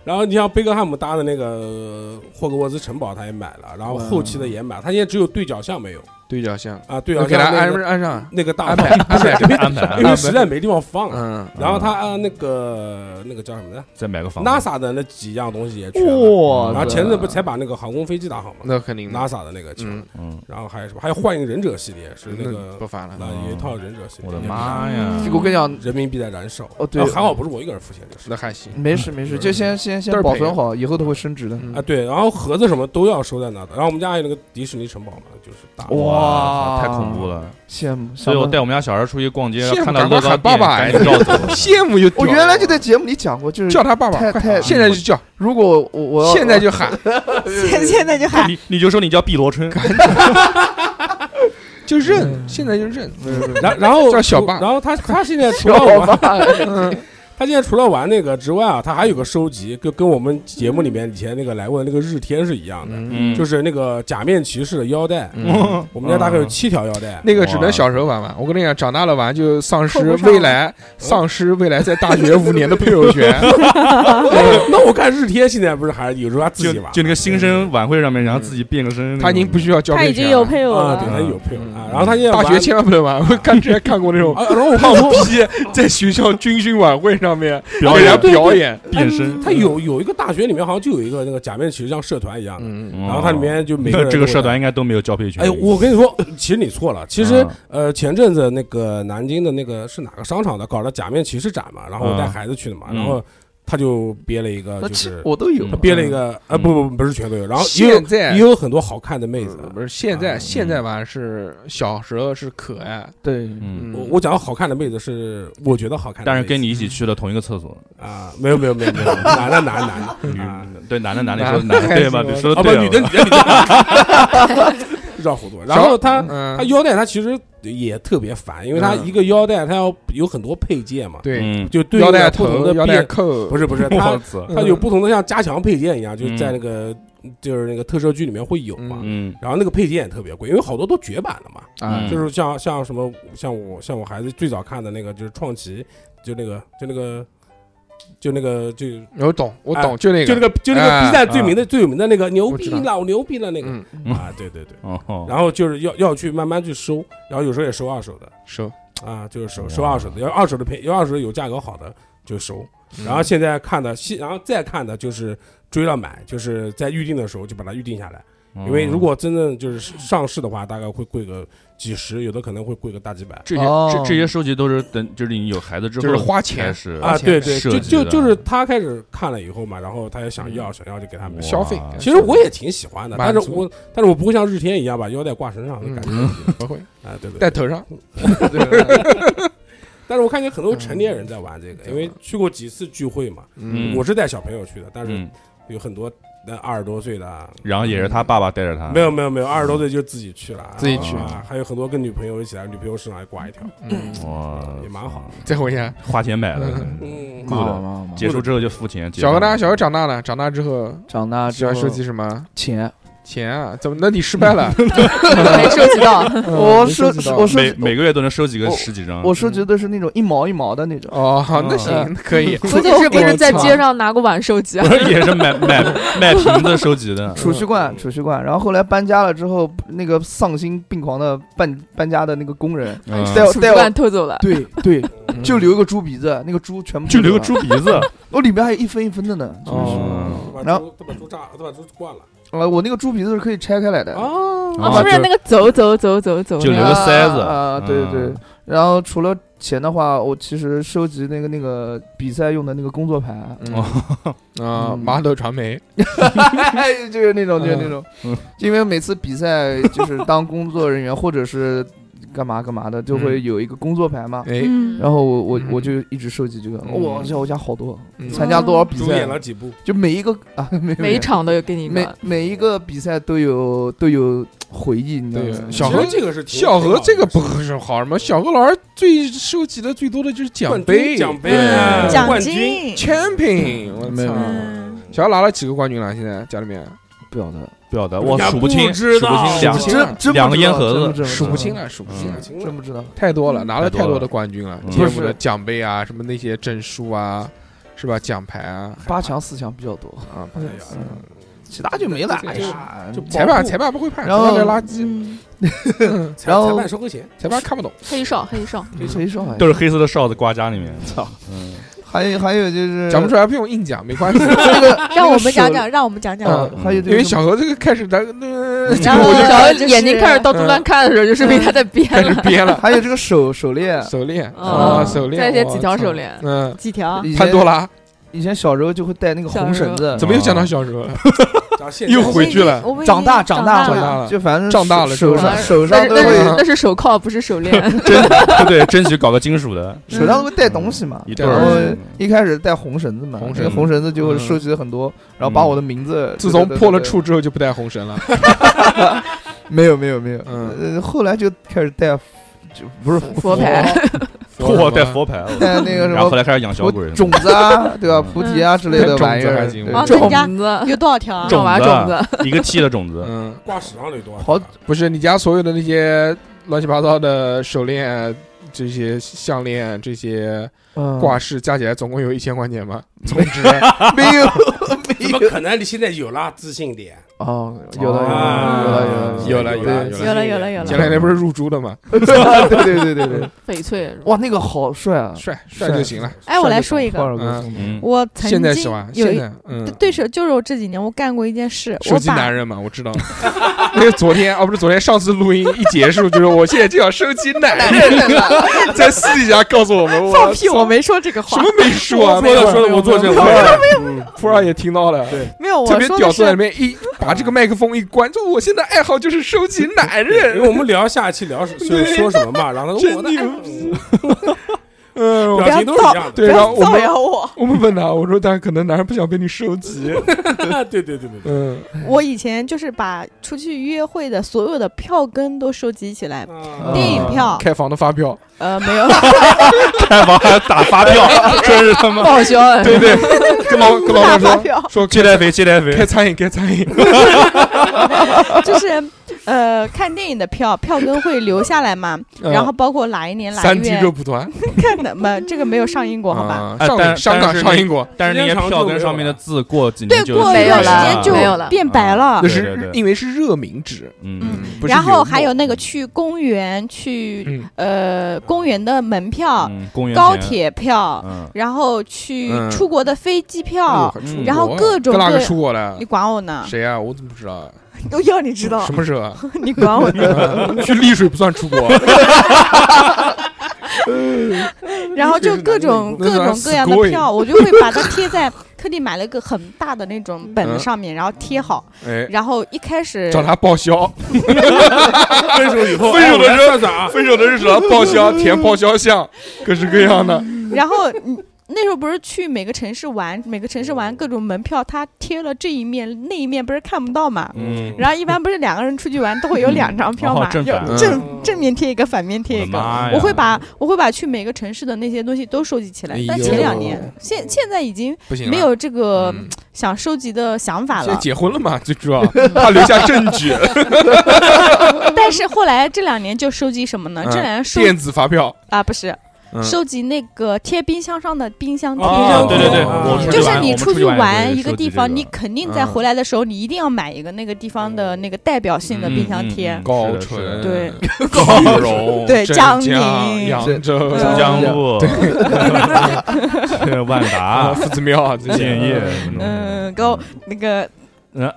然后你像贝克汉姆搭的那个呃霍格沃兹城堡，他也买了，然后后期的也买，他现在只有对角巷没有 对角巷，啊， 对我角给巷他那安个安上，那个大安炮排，安排这边安排安因排，为实在没地方放了。嗯，然后他啊那个那个叫什么呢再买个房子？NASA 的那几样东西也全了。哇然后前阵子不才把那个航空飞机打好吗那肯定的， ？NASA 的那个全了嗯，，嗯，然后还有什么？还有幻影忍者系列是那那个不烦了，那有一套忍者系列，我的妈呀这！嗯个我跟你讲，人民币在燃烧。哦对啊还好不是我一个人付钱，这是那还行。没事没事，就先先都先是保赔的存好，以后都会升值的。嗯啊，对，然后盒子什么都要收在那的。然后我们家还有那个迪士尼城堡嘛，就是大的哇太恐怖了！羡慕，所以我想不带我们家小孩出去逛街羡，慕看到赶快乐高喊店爸爸哎赶紧绕走。 羡慕又屌嗯我原来就在节目里讲过，就是叫他爸爸，太快太现在就叫，如果我我要现在就喊，现现在就喊你你就说你叫碧 螺春，就嗯认，现在就认。嗯然然 后叫小除霸然后他他现在除小了玩，爸，他现在除了玩那个之外啊，他还有个收集，跟跟我们节目里面以前那个来过的那个日天是一样的，嗯， 就是是那个假面骑士的腰带，嗯我们家大概有七条腰带。那个只哇能小时候玩玩，我跟你讲，长大了玩就丧失扣不上未来，丧失未来在大学五年的配偶 权。那 那我看日天现在不是还有时候他自嗯就己玩，就那个新生晚会上面，嗯然后自己变个身，他已经不需要交他配已权经了。有配偶啊，对，了，他有配偶嗯啊。然后他现在大玩学千万不能玩，我看之前看过那种啊，然后我胖看我逼 在学校军训晚会上面 表给人家演表演，啊变身。他有有一个大学里面好像就有一个那个假面骑士像社团一样的，嗯， 嗯，然后它里面就每个人这个都社有团应该都没有交配权。哎，我跟你说，其实你错了。其实啊，呃，前阵子那个南京的那个是哪个商场的搞了假面骑士展嘛，然后我带啊孩子去的嘛，嗯然后他就憋了一个，那就其是我都有嗯，憋了一个，呃，嗯不不不是全都有，然后也现有在也有很多好看的妹子。不是现在嗯现在玩是小时候是可爱，对，嗯，我我讲好看的妹子是我觉得好看的妹但子，是跟你一嗯起去了同一个厕所，啊，没有没有没有没有，男的男的男的。女啊对男的男的男说的男的对 吧？还行说啊的不，对啊，女的女的女的，绕糊涂。然后他他嗯，腰带他其实也特别烦，因为他嗯一个腰带他要有很多配件嘛，对，嗯，就对应腰的带不同头的腰带变扣，不是不是， 我它操，它有不同的像加强配件一样，就是嗯在那个就是那个特摄剧里面会有嘛。嗯然后那个配件也特别贵，因为好多都绝版了嘛。啊嗯，就是像像什么像我像我孩子最早看的那个就是创奇，就那个就那个就那个就我懂我哎懂，就那就那个个就那个哎 B 站最名的最有名的那个牛我逼知道老牛逼了那个嗯啊，对对对。哦，然后就是要要去慢慢去收，然后有时候也收二手的收，啊，就是收收二手的，要二手的便宜，要二手的有价格好的就收。嗯嗯然后现在看的，现然后再看的就是追了买，就是在预定的时候就把它预定下来，因哦嗯为如果真正就是上市的话，大概会贵个几十，有的可能会贵个大几百这些哦这这嗯些收集都是等就是你有孩子之后就是花开钱始啊。对对，设就计就的就是他开始看了以后嘛，然后他也想要，想要就给他买哇。消费其实我也挺喜欢的，但满是足我但是我不会像日天一样把腰带挂身上，那感觉嗯不会 啊，对不戴对？头上，但是我看见很多成嗯年人在玩这个，因为去过几次聚会嘛，嗯我是带小朋友去的，但是嗯，有很多那二十多岁的啊，然后也是他爸爸带着他，没有没有没有，二十多岁就自己去了，自己去啊，还有很多跟女朋友一起来，女朋友身上还挂一条，嗯，哇，也蛮好，再回家。花钱买的，嗯蛮好嘛结束之后就付钱。结小何账呢？小何长大了，长大之后长大喜啊之欢后收集什么？钱，钱啊，怎么？那你失败 了？没收集到，嗯我没收收集到我收每每个月都能收集个我十几张。我收集的是那种一毛一毛的那种，哦，那行嗯，，可 以。估计是不是在街上拿过碗收集啊？不是 也是买买买瓶子收集的储蓄罐，储蓄罐。然后后来搬家了之后，那个丧心病狂的搬搬家的那个工啊人，嗯带我储带蓄我罐偷走了，对对，就留一个猪鼻子，那个猪全部就留个走了，猪鼻子，我里面还有一分一分的呢。嗯真的是哦，把然猪都把猪炸，都把猪灌了。呃，我那个猪鼻子是可以拆开来的，哦啊哦，是不是那个走走走走走？就留个塞子啊，啊对对嗯。然后除了钱的话，我其实收集那个那个比赛用的那个工作牌，嗯啊，麻豆传媒， 就是那种就是那种嗯，因为每次比赛就是当工作人员 或者是干嘛干嘛的，就会有一个工作牌啊嘛。哎，嗯，然后我我嗯我就一直收集这个，嗯我像我家好多，嗯参加多少比主演赛，了几部？就每一个 啊，没有每一场都有给你一每个。每一个比赛都有都有回忆，你知道吗对？小其何实这个是挺小何这个不挺好的是好什么？小何老师最收集的最多的就是奖冠杯、嗯军奖杯嗯对、奖冠金，军。champion，我没有操！嗯，小何拿了几个冠军了？现在家里面不晓得，不晓得，我数不清，知数不道清两不真清真不啊两个知道烟盒子真不知道数不清，啊了，数不清了，嗯真不知道。太多了，拿了太多太多了的冠军了，嗯节不目是的奖杯啊，什么那些证书啊，是吧？奖牌啊，八强四强比较多，啊，哎反呀正嗯其他就没了。哎呀，就裁判裁判不会判，裁然后判是垃圾，嗯裁然后裁判收回钱，裁判看不懂。黑哨，黑哨，谁说好像都是黑色的哨子刮家里面，操，嗯，还有还有就是讲不出来不用硬讲，没关系，那 个，让那我个们讲手讲，让我们讲讲。啊，还有这 因个为什么小何这个开始呃咱那然后小小何何就是眼睛开始到处乱看的时候，就是被他在编开 始了。编了， 还有这个手手链，手链哦啊，手链，再写我几条操手链嗯，几条？啊以前潘多拉，以前小时候就会戴那个红绳嗯子，怎么又讲到小时候了？然 后现又在回去了我们已经长大 长大长了，了，就反正长大了手嗯是吧上手那上是都那是嗯会嗯那是手铐，不是手链。真 不对，争取搞个金属的手上都会带东西嘛一。对然儿后儿，一开始带红绳子嘛，红那绳个子红绳子就会收集了很多，嗯然后把我的名字自从破了处。处之后就不戴红 绳了。没有没有没有，嗯呃，后来就开始带，就不是佛牌，哦 嗯嚯，带佛牌了，带那个什然后后么来开始养小佛鬼，种子啊，对吧？嗯菩提啊之类的玩意儿，种子还行对吧啊种人家种子， 有多少条啊？种种娃子种子，一个 T 的种子，嗯，挂屎上了啊有多少？好不是你家所有的那些乱七八糟的手链、啊这些项链、啊这些嗯挂饰，加起来总共有一千块钱吧？总 值没有怎么可能？你现在有了自信点，哦，有了有啊了有了有了有嗯了对有有了有了嗯有前了，两天不是入珠了吗？对对对对对，翡翠。哇，那个好帅嗯啊！帅帅就行了。哎，我来说一帅个，得多嗯嗯，我曾现在喜经欢，有现一在嗯，对手，就是我这几年我干过一件事，手我机把男人嘛，我知道。 那个昨天哦，不是昨天，上次录音一结束，就是我现在就要收集 男人 了，在私底下告诉我们，我屁！我没说这个话什么没说 啊？我说的说的，我作证。我嗯普洱也听到了，没 有特我别说屌的丝在是里面一把这个麦克风一关，就我现在爱好就是收集男因人 为。我们聊下一期聊是是说什么嘛，然后他说我的哎嗯，表情都是一样的。对，然后我造们谣我。我们问他，我说，但可能男人不想被你收集。 对对对对 对。嗯，我以前就是把出去约会的所有的票根都收集起来，啊电影票开房的发票，呃，没有，开房还打 发票，真是他妈，报销啊！对对，跟老 跟老大板发说票，说接待肥接待开肥，餐饮，开餐饮。就是呃看电影的票，票根会留下来嘛， 嗯然后包括哪一年哪一三级月肉蒲团，看的嘛，这个没有上映过，好吧？啊哎上但香港但是上映过，但是那些票根上面的字过几对年，就过一没有段时啊了间就没有了变白了那。对对是对因为是热敏纸，嗯，不是然油后墨还有那个去公园去嗯呃公园的门票、嗯，公园高前，铁票，嗯，然后去嗯出国的飞机哎票，呦还出国哦然后各种跟哪各个出国了你？管我呢？谁啊？我怎么不知道啊？都 要你知道哎什，么时候啊？ 你管我呢？去丽水不算出 国，然后就各种那是各哪里种各样的那是哪里票，我就会把它贴在特地买了个很大的那种本子上面，然后贴好。哎，然后一开始找他报销。 分手以后，哎分手的时候算算 啊，分手的是什么？报销、填报销箱，各式各样的。然后你那时候不是去每个城市玩，每个城市嗯玩各种门票，他贴了这一面那一面，不是看不到嘛？嗯，然后一般不是两个人出去玩都会有两张票哦嘛，正反嗯有正正面贴一个，反面贴我一的个。妈呀！我会把我会把去每个城市的那些东西都收集起来哎，但呦前两年现现在已经不行啊了，没有这个嗯想收集的想法现在了。结婚了嘛，最主要怕留下证 据，但是后来这两年就收集什么呢？嗯这两年收电子发票，啊不是嗯收集那个贴冰箱上的冰箱贴，哦对对对，啊我出嗯去就玩是你我们出去玩一个个地方，你肯定在嗯回来的时候，你一定要买一个那个地方的那个代表性的冰箱贴。高淳，对， 高荣、对，镇江宁江、扬州、嗯珠江江路、 万啊达、夫子庙啊这 些，建业，嗯，高那个 嗯，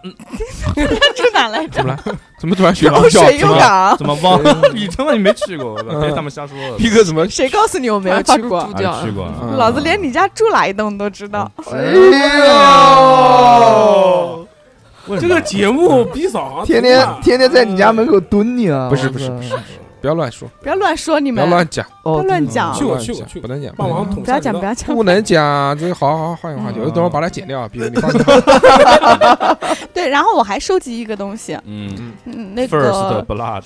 这哪来着？ 怎么突然学高狼叫？水怎又么港，怎么 忘？你他妈你没去过，我操！嗯别他妈瞎说了，逼哥怎么？谁告诉你我没有发去出过猪？叫啊去过啊，嗯老子连你家住哪一栋都知道。哎嗯哦，为什这么个节目逼啊嫂好像天天多了天天在你家门口蹲你啊！不是不嗯是不是，不要乱说，不要乱说你不们要，乱讲，哦，不要乱对讲不去要过乱去过讲去不能讲，霸王能讲捅不要讲，不要讲。不能讲，这个好好好换一个话题，嗯我等会儿把它剪掉。比如你放心，对，然后我还收集一个东西，嗯嗯，那，First 个 Blood，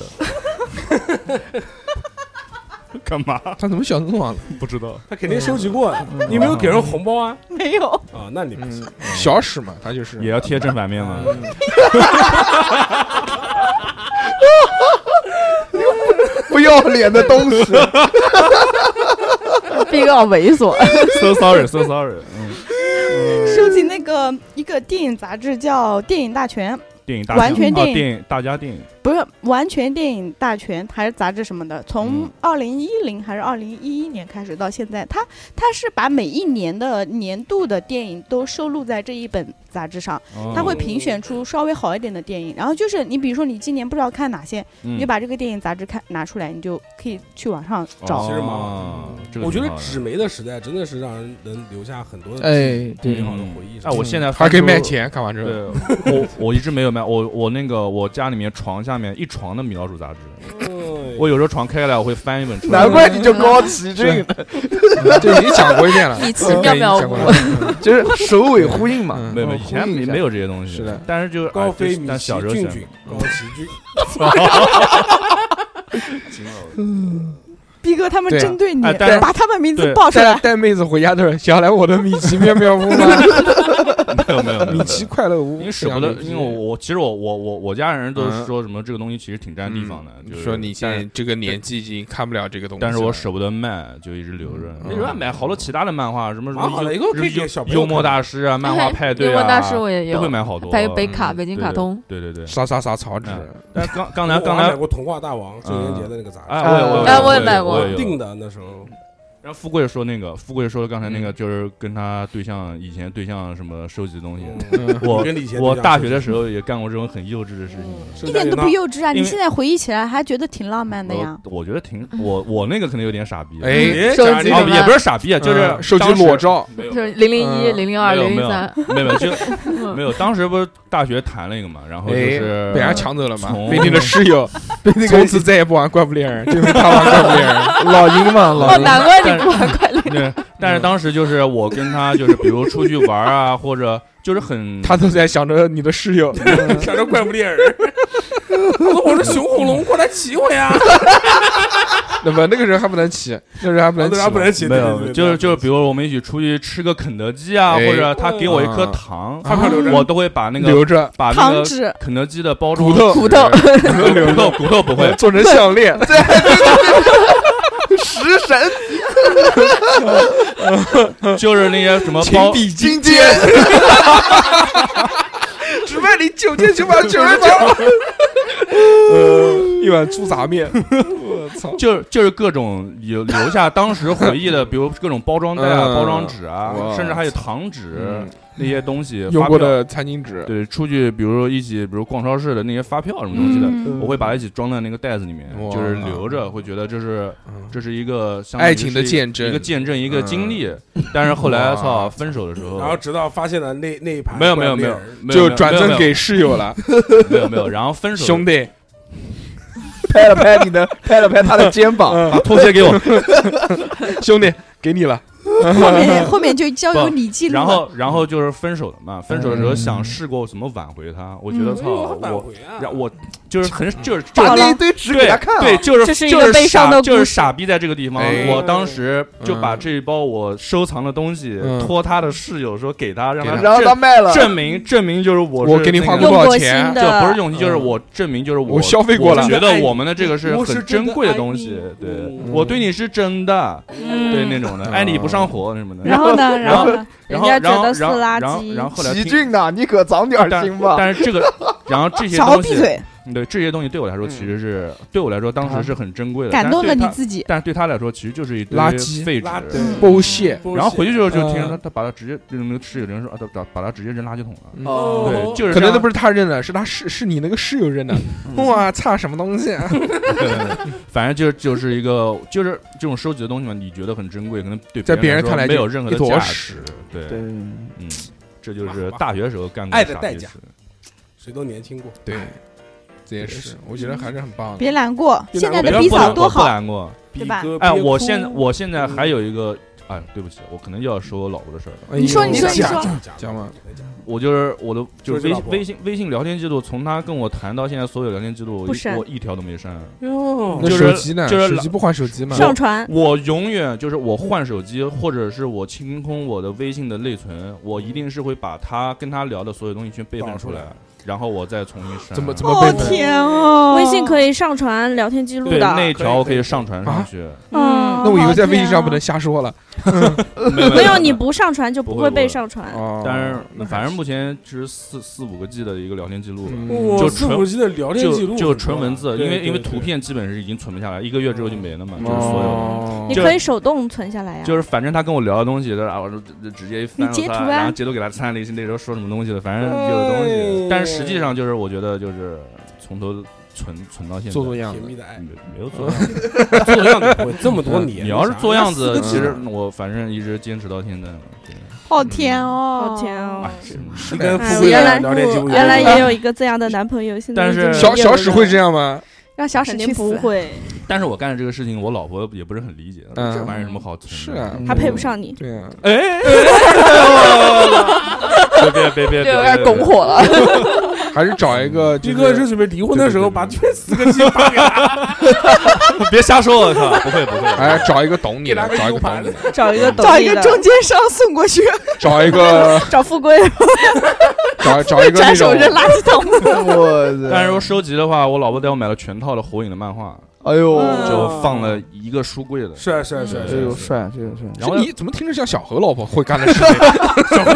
干嘛？他怎么想这么晚了？不知道，他肯定收集过的。嗯你没有给人红包啊？ 没有，啊，那你不嗯行。，小史嘛，他就是也要贴正反面吗？不要脸的东西，啊 逼哥好猥琐， So sorry，So sorry。嗯，收集那个一个电影杂志叫《电影大全》，电影大完全哦电影电影大家电影，不是完全电影大全还是杂志什么的，从嗯二零一零还是二零一一年开始到现在，它它是把每一年的年度的电影都收录在这一本杂志上，哦它会评选出稍微好一点的电影，然后就是你比如说你今年不知道看哪些，你你就把这个电影杂志看拿出来，你就可以去网上找。哦其实蛮嘛，嗯啊这个我觉得挺好的纸媒的时代真的是让人能留下很多的哎，美对，好的回忆。哎，我现在还可以翻出卖。钱，看完之后对，我我一直没有卖，我我那个我家里面床下面一床的米老鼠杂志，我我有时候床开开来我会翻一本出来。难怪你就高奇这个，这已经讲过一遍了， 嗯你奇妙妙讲无过。了。 就是首尾呼应嘛。嗯没有没有，嗯以前呼应一下没有这些东西。是的但是就是高哎飞、就米但奇小时候俊喜俊 欢、高奇俊，逼哥他们对啊针对你，哎但是把他们名字对报出带来。带妹子回家的时候，想来我的米奇妙妙屋 吗？没有没有没有米奇快乐屋，因为舍不得，因为我我其实我我我我家人都是说什么这个东西其实挺占地方的，就嗯是说你现但在是这个年纪已经看不了这个东西了，啊但是我舍不得卖，就一直留着。嗯一直买好多其他的漫画，什么什么蛮好的一个可以给幽小朋友幽默大师啊，漫画派对啊，幽默大师我也都会有，买好多。啊还有北卡、嗯北京卡通，对 对对。啥啥啥草纸，嗯但是刚刚我才刚还买才嗯过《童话大王》郑渊洁的那个杂志，哎，我也我哎我也有买过我也有定的那时候，然后富贵说那个，富贵说刚才嗯那个就是跟他对象以前对象什么收集的东西。嗯嗯 我嗯跟以前我大学的时候也干过这种很幼稚的事情。一点都不幼稚啊！因你为哦现在回忆起来还觉得挺浪漫的呀我。我觉得挺我我那个可能有点傻嗯逼。哎，哎收讲集你哦，的也不是傻逼啊，就是嗯收集当时裸照， 没有就是零零一、嗯零零二、没有零没有零三，没有没有就嗯没有，当时不是大学谈了一个嘛，然后哎，就是被人家抢走了嘛，从被你的室友，被那从个此再也不玩怪物猎人，就被他玩怪物猎人，老鹰嘛，老哦，鹰，难怪你不玩快乐。对，但嗯是当时就是我跟他就是比如出去玩啊，或者就是 很他都在想着你的室友，想着怪物 猎人，我说我是熊恐龙，过来骑 我呀！ 那么那个人还不能骑，那人还不能对，骑他嘛，不能骑，没对有，就是就是，比如我们一起出去吃个肯德基啊，哎或者他给我一颗嗯糖，发票留着我都会把那个留着把那糖个纸，肯德基的包装骨头骨头 骨头骨哦头 不会，做成项链，食神就是那些什么包情比金今天，只卖你九千九百九十 九，呃一碗猪杂面，我操！就是就是各种留留下当时回忆的，比如各种包装袋啊、 嗯包装纸啊，哇甚至还有糖纸嗯那些东西，用发过票。的餐巾纸，对，出去比如说一起，比如逛超市的那些发票什么东西的，嗯我会把它一起装在那个袋子里面，哇就是留着，会觉得这是嗯这是一个相当于爱情的是一见证，嗯一个见证，一个经历。但是后来哇操，分手的时候然，后直到发现了那那一盘没有没有没怪物猎有人，没有就转赠给室友了，没有没有，然后分手兄弟，拍了嗯拍你的，拍了拍他的肩膀，把拖鞋给我，兄弟，给你了，后面后面就交由你记录了。呃然后，然后就是分手了嘛。分手的时候嗯想试过怎么挽回他，我觉得嗯操，我挽我回啊！让我就是很就是就把是那一堆纸给他看啊，对，就是这是一就个是悲伤傻的就故是事傻逼在这个地方。哎我当时就把嗯这一包我收藏的东西嗯托他的室友说给他，让给他他然后他证卖了，证明证明就是我我是给你那花个过多用少过钱心？的这不是勇气，就是嗯我证明，就是我消费过了我觉爱得你我们的这个是我是很真珍的贵爱东你西，对嗯我对你是真的，对那嗯，种的，嗯爱你不上火什么的。然后呢，然后后呢，然人后家然后觉得是然后垃然后圾然后后来奇听，骏呐，你可长点但心吧。但是这个，然后这些 小豪东闭西，嘴，嗯对这些东西对我来说嗯其实是对我来说啊当时是很珍贵的，感动了但是对你他自己。但是对他来说其实就是一堆垃圾废拉纸。对，bullshit，然后回去之后就听呃嗯他他把他直接就是那个室友人说啊，他把把他直接扔垃圾桶了。哦对，就是可能都这样不是他扔的，是他室是你那个室友扔的。嗯哇，擦什么东西啊？对，反正就是就是一个就是这种收集的东西嘛，你觉得很珍贵，可能对在别人人看来说没就有任何的一坨价屎值。对，对，嗯，这就是大学时候干过爱的傻代逼价事谁都年轻过，对，这也是，我觉得还是很棒的。别难过，别现在难过别的人逼不难嫂多过不好，难过。对吧比哥哎，别我哭现在我现嗯在还有一个，哎，对不起，我可能又要说我老婆的事儿了。哎呦你说你说你讲说讲讲讲完我就是我的就是说你微老信婆微信微信聊天记录，从他跟我谈到现在所有聊天记录，我不一删我一条都没删。哦哟那就是手机呢？就是手机不换手机吗？上传我永远就是我换手机，或者是我清空我的微信的内存，我一定是会把他跟他聊的所有东西去备份导出出来来，然后我再重新删。怎么怎么哦备份？天哦，微信可以上传聊天记录对那的，条我可以上传上去，嗯，那我以后在微信上不能瞎说了。没没有你不上传就不会被上传。哦，但是反正目前是四四五个 G 的一个聊天记录了。嗯我就四纯五 G 的聊天记就录就纯文字，对因为对因为对图片基本是已经存不下来，一个月之后就没了嘛，嗯就是所有的。哦你可以手动存下来呀、就是反正他跟我聊的东西，然后直接一翻你截我操图啊然后截图给他看了一些那时候说什么东西的，反正有东西。哎但是实际上就是我觉得就是从头存存到现在，做做样甜子蜜。的爱没，没有做样子。做样子不会这么多年，嗯你要是做样子，嗯其实我反正一直坚持到现在了。对好甜哦，好甜哦哎，是吗你跟哎，富我贵的原来聊天记录一样，原来也啊有一个这样的男朋友，现在但已是经没小有小史了会这样吗？让小史肯去定不死，会，但是我干的这个事情，我老婆也不是很理解，嗯这玩意儿有什么好存是啊的？嗯他配不上你。对啊，哎，别别别别，对，有点拱火 了。还是找一个逼这哥个是准备离婚的时候把这四个 G 发给他，别瞎说，我操，不会不会，哎，找一个懂你给他的，个找一个懂 U 盘你的，找一个懂找一你个的，中间商送过去，找一个 找富贵， 找找一个那转手种扔垃圾桶。 我但是说收集的话，我老婆带我买了全套的《火影》的漫画，哎呦，嗯就放了一个书柜的。是是啊是这是个，帅，这个帅，然后这你怎么听着像小何老婆会干的事 情？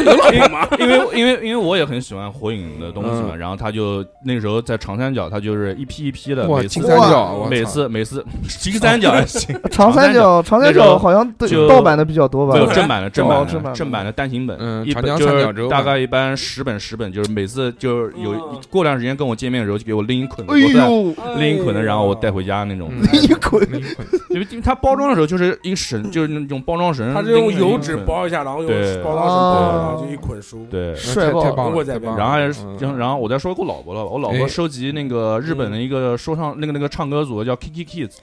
因为因为因为我也很喜欢《火影》的东西嘛，然后他就那时候在长三角，他就是一批一批的，哇，每金次三角，我操每次每次金三 角还行，长三角，长三那时候角好像对就盗版的比较多吧没？有正版的正版哦正版的的正版的单行本，嗯一长本江就三角洲是大嘛概一般十本十本，就是每次就是有嗯过段时间跟我见面的时候就给我拎一捆的哎国赞，呦，拎一捆的，然后我带回家那种。嗯 一捆那一捆因为因为它包装的时候就是一个绳，就是那种包装绳，他是用拎着一油纸捆。包一下，然后用对哦包装纸包一下，就一捆书。对，帅太太爆！棒如果了，在太棒了然后还是嗯，然后我再说给我老婆了吧，我老哎婆收集那个日本的一个说唱那个那个唱歌组叫 Kiki Kids，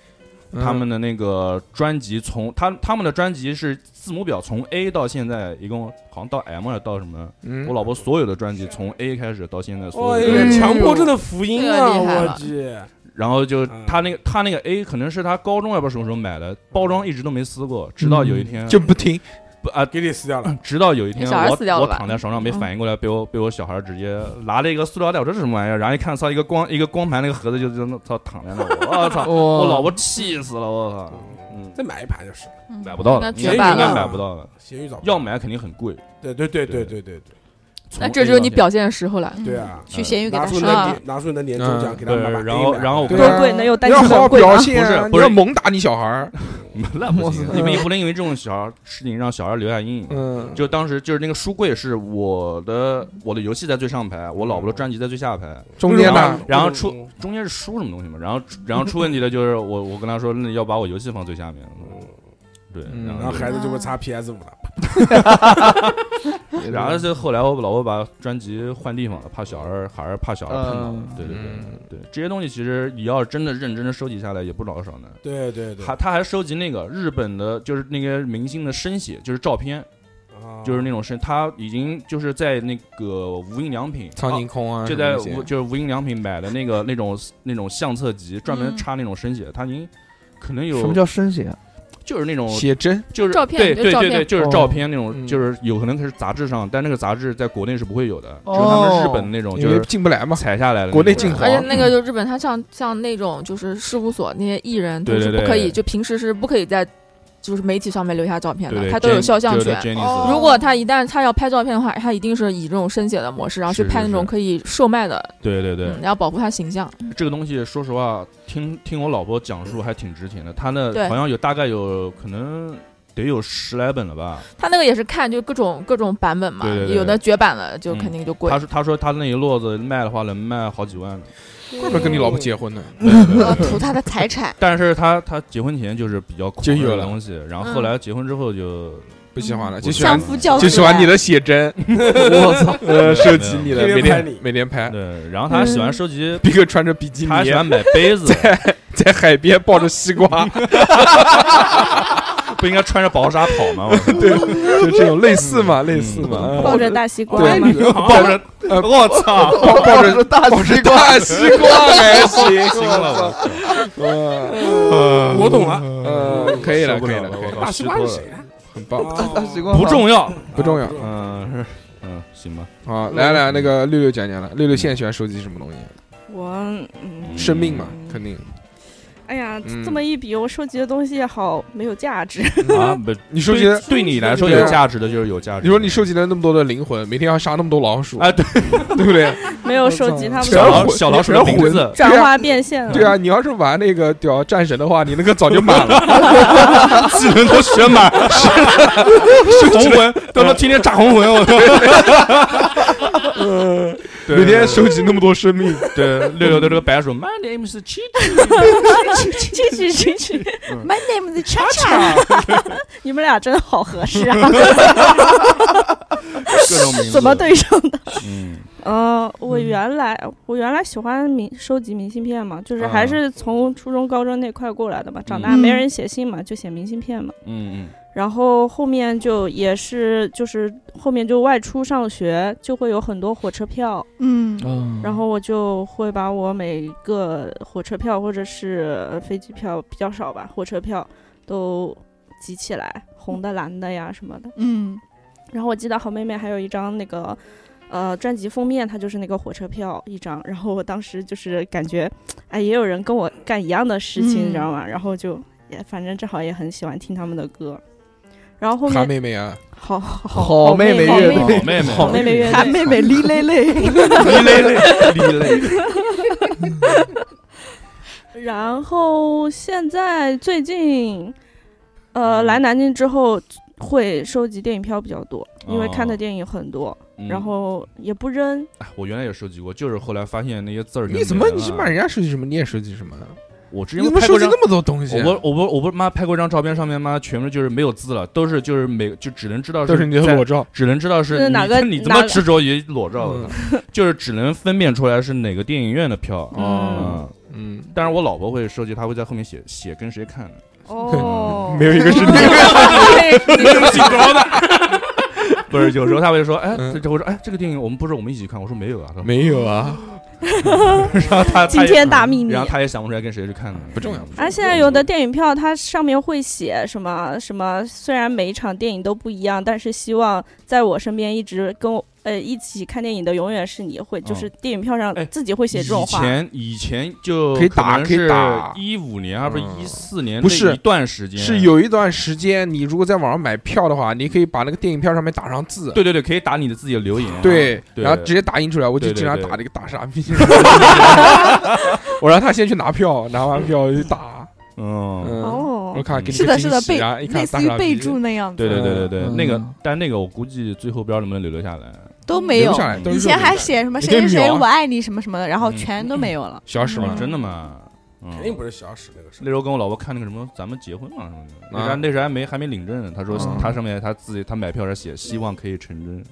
嗯他们的那个专辑从他他们的专辑是字母表从 A 到现在一共好像到 M 还是到什么？嗯我老婆所有的专辑从 A 开始到现在所哦，有有的专点辑，强迫症的福音啊！这个厉害了我去，然后就嗯他那个他那个 A 可能是他高中也不知道什么时候买的，包装一直都没撕过，直嗯到有一天就不听，不啊给你撕掉了。直到有一天，小孩我死掉了我吧嗯躺在床上没反应过来，被我被我小孩直接拿了一个塑料袋，我说这是什么玩意儿？然后一看，操，一个光一个光盘那个盒子就就那操躺在那， 我我操，哦我我老婆气死了，我操，嗯，再买一盘就是，买不到了，嗯那应该绝应版该了买不到了，咸鱼早要买肯定很贵。对对对对对对对从那这就是你 A 到表现的时候嗯了。对啊！去嗯咸鱼给拿他出刷你的年，拿出你的年终奖给他对爸爸。然后然后我对多啊贵能有单你要身好好很贵表吗？现啊，不是不你是要猛打你小孩儿，现 那不莫，斯行科因为不能因为这种小事情让小孩留下阴影。嗯，就当时就是那个书柜是我的我的游戏在最上排，我老婆的专辑在最下排，中间然呢后，然后出嗯中间是 书什么东西嘛，然后然后出问题的就是我，我跟他说，那要把我游戏放最下面，对，嗯然然后后就孩子就会擦 PS 五了，然后就后来我老婆把专辑换地方了，怕小孩儿还是怕小孩儿碰到了嗯。对对嗯对对，这些东西其实你要真的认真的收集下来，也不老少呢。对对对，还他还收集那个日本的，就是那个明星的生写，就是照片，啊就是那种生，他已经就是在那个无印良品，苍井空啊，就在什么无那些就是无印良品买的那个那种那种相册集，专门嗯插那种生写，他已经可能什么有叫啊生写？就是那种写真，就是照片对就对是照对片对，就是哦照片那种，嗯就是有可能是杂志上，但那个杂志在国内是不会有的，只哦有他们日本那种因就为是进不来嘛。采下来的那种，国内进口而啊且那个就日本，它像像那种就是事务所那些艺人，对都是对不对可对以，就平时是不可以在就是媒体上面留下照片对的，对，他都有肖像权。权哦如果他一旦他要拍照片的话，他一定是以这种生写的模式，然后去是是拍那种是可以售卖的，对对对嗯，，要保护他形象。这个东西说实话，听听我老婆讲述还挺值钱的，她呢对好像有大概有可能。得有十来本了吧？他那个也是看就各种各种版本嘛，对对对有的绝版了就嗯肯定就贵她。说她说她那一摞子卖的话能卖好几万呢。怪不得跟你嗯老婆结婚呢，对对对，要 图他的财产但是她她结婚前就是比较狂就热有的了东西，然后嗯后来结婚之后就不喜嗯欢了，我就喜想欢相夫教子，就喜欢你的写 真，我操！呃，收集你的，没有每天天拍你天每天拍。对，然后她喜欢收集，逼哥穿着比基尼她，还喜欢买杯子，在海边抱着西 瓜，不应该穿着薄纱跑吗？我操就这种类似嘛，类似嘛。嗯嗯抱着大西瓜对嘛女，人好像着呃我操，抱抱着大抱着西瓜，大西瓜 哎还行，惊了嗯我懂了，嗯，可以了，受不可以了了，了可以我了，靠大西瓜是谁啊？哦很棒大西瓜不重要，不重要嗯是嗯行吧，啊！来来，那个六六讲讲了，六六现在喜欢收集什么东西？我嗯，生命嘛，肯定。哎呀，这嗯这么一比，我收集的东西好没有价值。啊，不你收集的，对你来说有价值的就是有价值的。你说你收集了那么多的灵魂，每天要杀那么多老鼠，啊，对，对不 对？没有收集他们小全的老混小老鼠的名字，转化变现 了。啊对啊，你要是玩那个屌战神的话，你那个早就满 了，技能都学 满，红魂，他妈天天炸红魂，我操！对每天收集那么多生命，对六六的这个白鼠，My name is Chi，去去去去 My name is Chacha， 你们俩真的好合适啊！各种名字怎么？对上的？嗯， 呃，我原来我原来喜欢明收集明信片嘛，就是还是从初中、高中那块过来的嘛。长大嗯没人写信嘛，就写明信片嘛。嗯然后后面就也是就是后面就外出上学，就会有很多火车票，嗯，嗯，然后我就会把我每个火车票或者是呃飞机票比较少吧，火车票都集起来，红的、蓝的呀什么的。嗯，然后我记得好妹妹还有一张那个，呃，专辑封面，它就是那个火车票一张。然后我当时就是感觉，哎，也有人跟我干一样的事情，你知嗯道吗？然后就也反正正好也很喜欢听他们的歌。然后后韩面妹妹啊，好好好妹妹乐妹嗯队好妹嗯妹，好妹妹乐喊队，妹妹李蕾蕾，李磊磊，李磊磊，然后现在最近，嗯呃，来南京之后会收集电影票比较多，因为看的电影很哦多，嗯 然后也不扔，哎我原来也收集过，就是后来发现那些字儿，啊你怎么你是骂人？家收集什么，你也收集什么？啊我之你前怎么拍收过集张那么多东西我啊？不我不我不妈拍过一张照片，上面妈全部就是没有字了，都是就是每就只能知道都是你的在裸照，只能知道是是哪 你个你这哪么个执着于裸照，我操嗯 就是只能分辨出来是哪个电影院的票。嗯，嗯，嗯，但是我老婆会收集，她会在后面写写跟谁看的。哦没有一个是你的。 不是，有时候她会说，哎，嗯这这我说，哎，这个电影我们不是我们一起看，我说没有啊，她说没有啊，然后她惊她也天大秘密啊然。后她也想不出来跟谁去看的，不重要不重而现在有的电影票，它上面会写什么什么，虽然每一场电影都不一样，但是希望在我身边一直跟我呃一起看电影的永远是你，会就是电影票上哦哎自己会写这种以话。前以前就可以打可以打一五年还不是嗯一四年不那是一段时间是有一段时间，你如果在网上买票的话，你可以把那个电影票上面打上字，对对对，可以打你的自己的留言啊，对，对然后直接打印出来，我就对对经常对打这个大 傻逼， 我让他先去拿票，拿完票我就打，嗯，嗯，我哦，看给你是个的，是惊喜，啊的，备然后一看类大似于傻备逼注那样子，对对对对对，嗯那个，但那个我估计最后不知道能不能留得下来。都没留有不。下来，都是以前还写什么你谁可以谁谁秒啊我爱你什么什么的，然后嗯全都没有了。小史啊嘛，真的吗？嗯肯定不是小史那个事儿。那时候跟我老婆看那个什么，咱们结婚嘛什么的，那时啊候那时候还没还没领证呢。她说嗯啊她上面她自己她买票上写希望可以哦成真，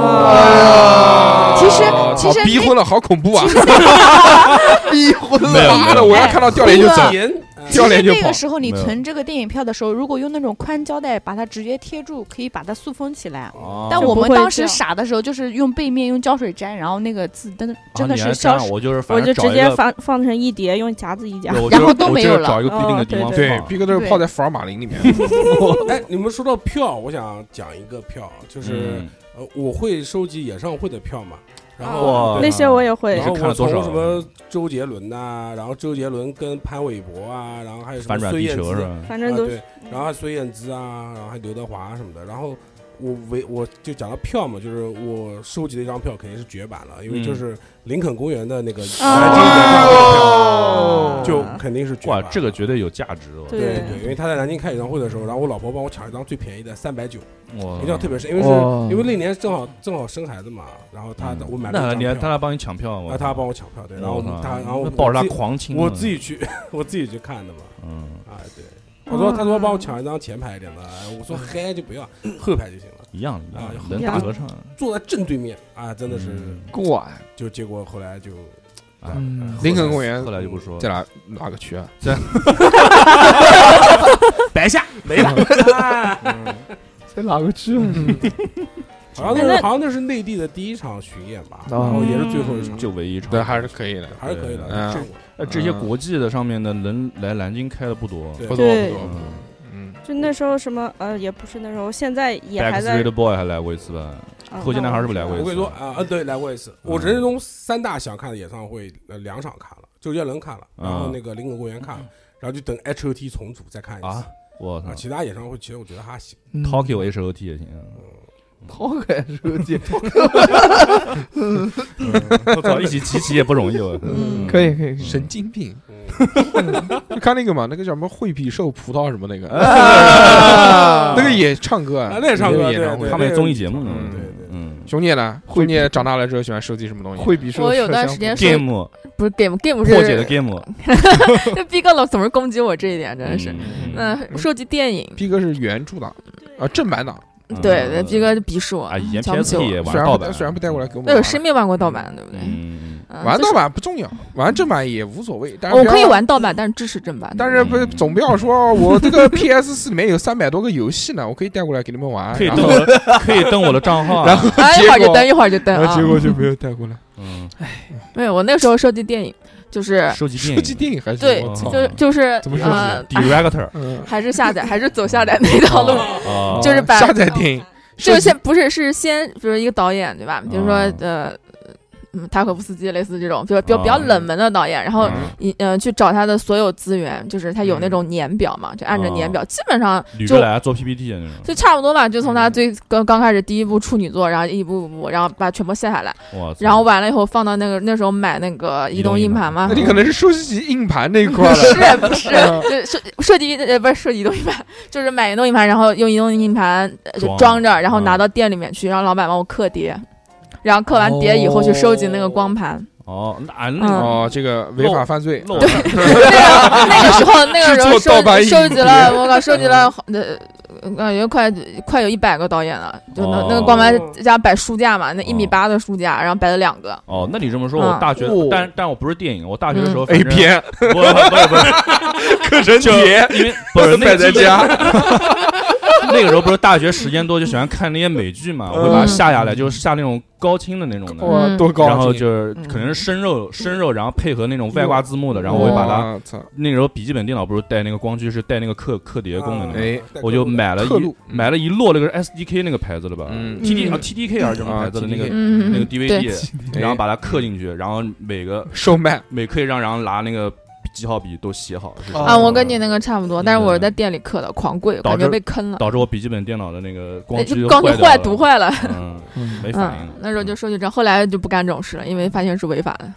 哇，其实其啊好实逼那婚了，好恐怖啊！ 逼婚没有妈的，我要看到掉脸就走，年其掉实脸就那跑个。时候你没有存这个电影票的时候，如果用那种宽胶带把它直接贴住，可以把它塑封起来。哦但就我不们会当时掉傻的时候，就是用背面用胶水粘，然后那个字真的真的啊你还是这样消失。我就是反我正就找直一接个啊放放成一叠，用夹子一夹对。我然后就是都我没就有是了嗯找一个固定的地方哦对，放逼哥都是对泡在福尔马林里面。哎，你们说到票，我想讲一个票，就是嗯呃，我会收集演唱会的票嘛，然哇后那些我也会然后你是看我了多从少什么周杰伦呐，然后周杰伦跟潘玮柏啊，然后还有什反么转孙地燕球姿是吧？反啊正都对，然后孙燕姿啊，然后还刘德华什么的，然后我唯我就讲到票嘛，就是我收集的一张票肯定是绝版了，因为嗯就是林肯公园的那个南京演 啊哦唱会票就肯定是绝哇版，了，这个绝对有价值哦！对对对，因为他在南京开演唱会的时候，然后我老婆帮我抢一张最便宜的三百九，哇，印象特别深，因为是哇因为那年正好正好生孩子嘛，然后他嗯我买那了一你还他张票，来帮你抢票然吗？后啊他帮我抢票，对，然后我我操们他然后那我抱着自他己狂亲，啊我自己去我自己去看的嘛，嗯，啊对。我说，他说帮我抢一张前排一点的，哎我说嗨就不要，后排就行了，一样一啊样，很能大像合唱，坐在正对面啊，真的是，嗯过啊！就结果后来就，哎嗯林肯公 园后来就不说在了。哪哪个区啊？白下没了，在哪个区？啊 好像那是好像那是内地的第一场巡演吧，然啊后也是最后一场，就唯一一场， 对，还是可以的。还是可以的，嗯上过呃这些嗯国际的上面的能来南京开的不多。对不错不对错。不错嗯嗯，就那时候什么呃，也不是那时候，现在也还在。 Backstreet Boy 还来过一次吧？嗯啊后街男孩是不是来过我跟你一说次？啊啊，对，来过一次。我人生中三大想看的演唱会，呃，两场看了，周杰伦看了，然后那个林肯公园看了，然后就等 H O T 重组再看一次啊。，我操啊，其他演唱会其实我嗯觉得还行，嗯，Tokyo H O T 也行啊。掏开手机， 我操，一起集齐也不容易，哦 我操。嗯可以可以，神经病！嗯，就 看那个嘛，那个叫什么惠比寿葡萄什么那个，啊那个也唱歌啊啊，那也唱歌也演唱会对他。们也综艺节目呢，嗯对对嗯兄弟呢？兄弟长大了之后喜欢收集什么东西？会比说我有段时间说，game 不是 game game 破解的是， game，这逼哥老总是攻击我这一点，真的是。嗯嗯，收集电影，逼哥是原著党啊，正版党，嗯对对，逼哥就鄙视我啊，以前瞧不起 PS 也我。玩虽然盗不版，带虽然不带过来，给我们那玩有谁没玩过盗版，对不对？嗯，嗯玩就是盗版不重要，玩正版也无所谓。但是我不要可以，玩盗版，但是支持正版。但是不是总不要说我这个 PS 四里面有三百多个游戏呢，我可以带过来给你们玩。可以然登后我的， 可以登我的账号 啊，然后 啊，一结会儿就果登，一会儿就登然后啊结。果就没有带过来。嗯，没有，我那时候收集电影，就是收集收集电电影还行，对我哦操就就是怎么收集呃，影，director 嗯， 还 是下载，还是走下载那一条路。啊，就是把哦下载电影， 就是收集先不是是先，比如一个导演对吧？哦比如说呃，嗯，塔可夫斯基类似这种，比如比较比较嗯冷门的导演，然后嗯一呃去找他的所有资源，就是他有那种年表嘛，就按哦着年表，基本上捋就着来做 PPT 的那就差不多吧，就从嗯他最刚刚开始第一部处女作，然后一步一步，然后把全部下下来，种，哇塞，然后完了以后放到那个那时候买那个移移动动硬硬盘嘛那， 你可能是收集硬盘那一块了。是不是？嗯就设设计呃不是设计移动硬盘， 就是买移动硬盘，然后用移动硬盘呃就装装着，然后嗯拿到店里面去，让老板帮我刻碟，然后刻完碟以后去收集那个光盘。哦，那 嗯那哦，这个违法犯罪，哦漏了对啊，那个时候那 个时候制作盗版收影收集碟了，我靠，收集了好呃。感觉快快有一百个导演了，就那、哦那个光盘加摆书架嘛，那一米八的书架，然后摆了两个，哦，那你这么说，嗯我大学哦，但但我不是电影，我大学的时候 A 片，片不不不不， 课程就碟 因为不是那摆在个家， 那个时候不是大学时间多就喜欢看那些美剧嘛，我会把它嗯哦下下来，就是下那种高清的那种的。哇，多高！嗯啊然后就是嗯可能是生肉生肉，然后配合那种外挂字幕的，然后我我会把哦它。操，那时候笔记本电脑不是带那个光驱，是带那个刻刻碟功啊能的嘛，哎我就买了刻一录买了一摞那个 SDK 那个牌子的吧嗯，T D 嗯啊 T D K 还是什么啊牌子的那 TDK 个嗯，那个嗯对， DVD，然后哎把它刻进去，然后每个售卖每刻一张，然后拿那个记号笔都写好，是这嗯样啊，我跟你那个差不多，但是我是嗯在店里刻的，狂贵，导感觉致被坑了。导致我笔记本电脑的那个光那驱就光掉就了坏毒，坏了。嗯，没反应嗯，。那时候就收集证，后来就不干这种事了，因为发现是违法的。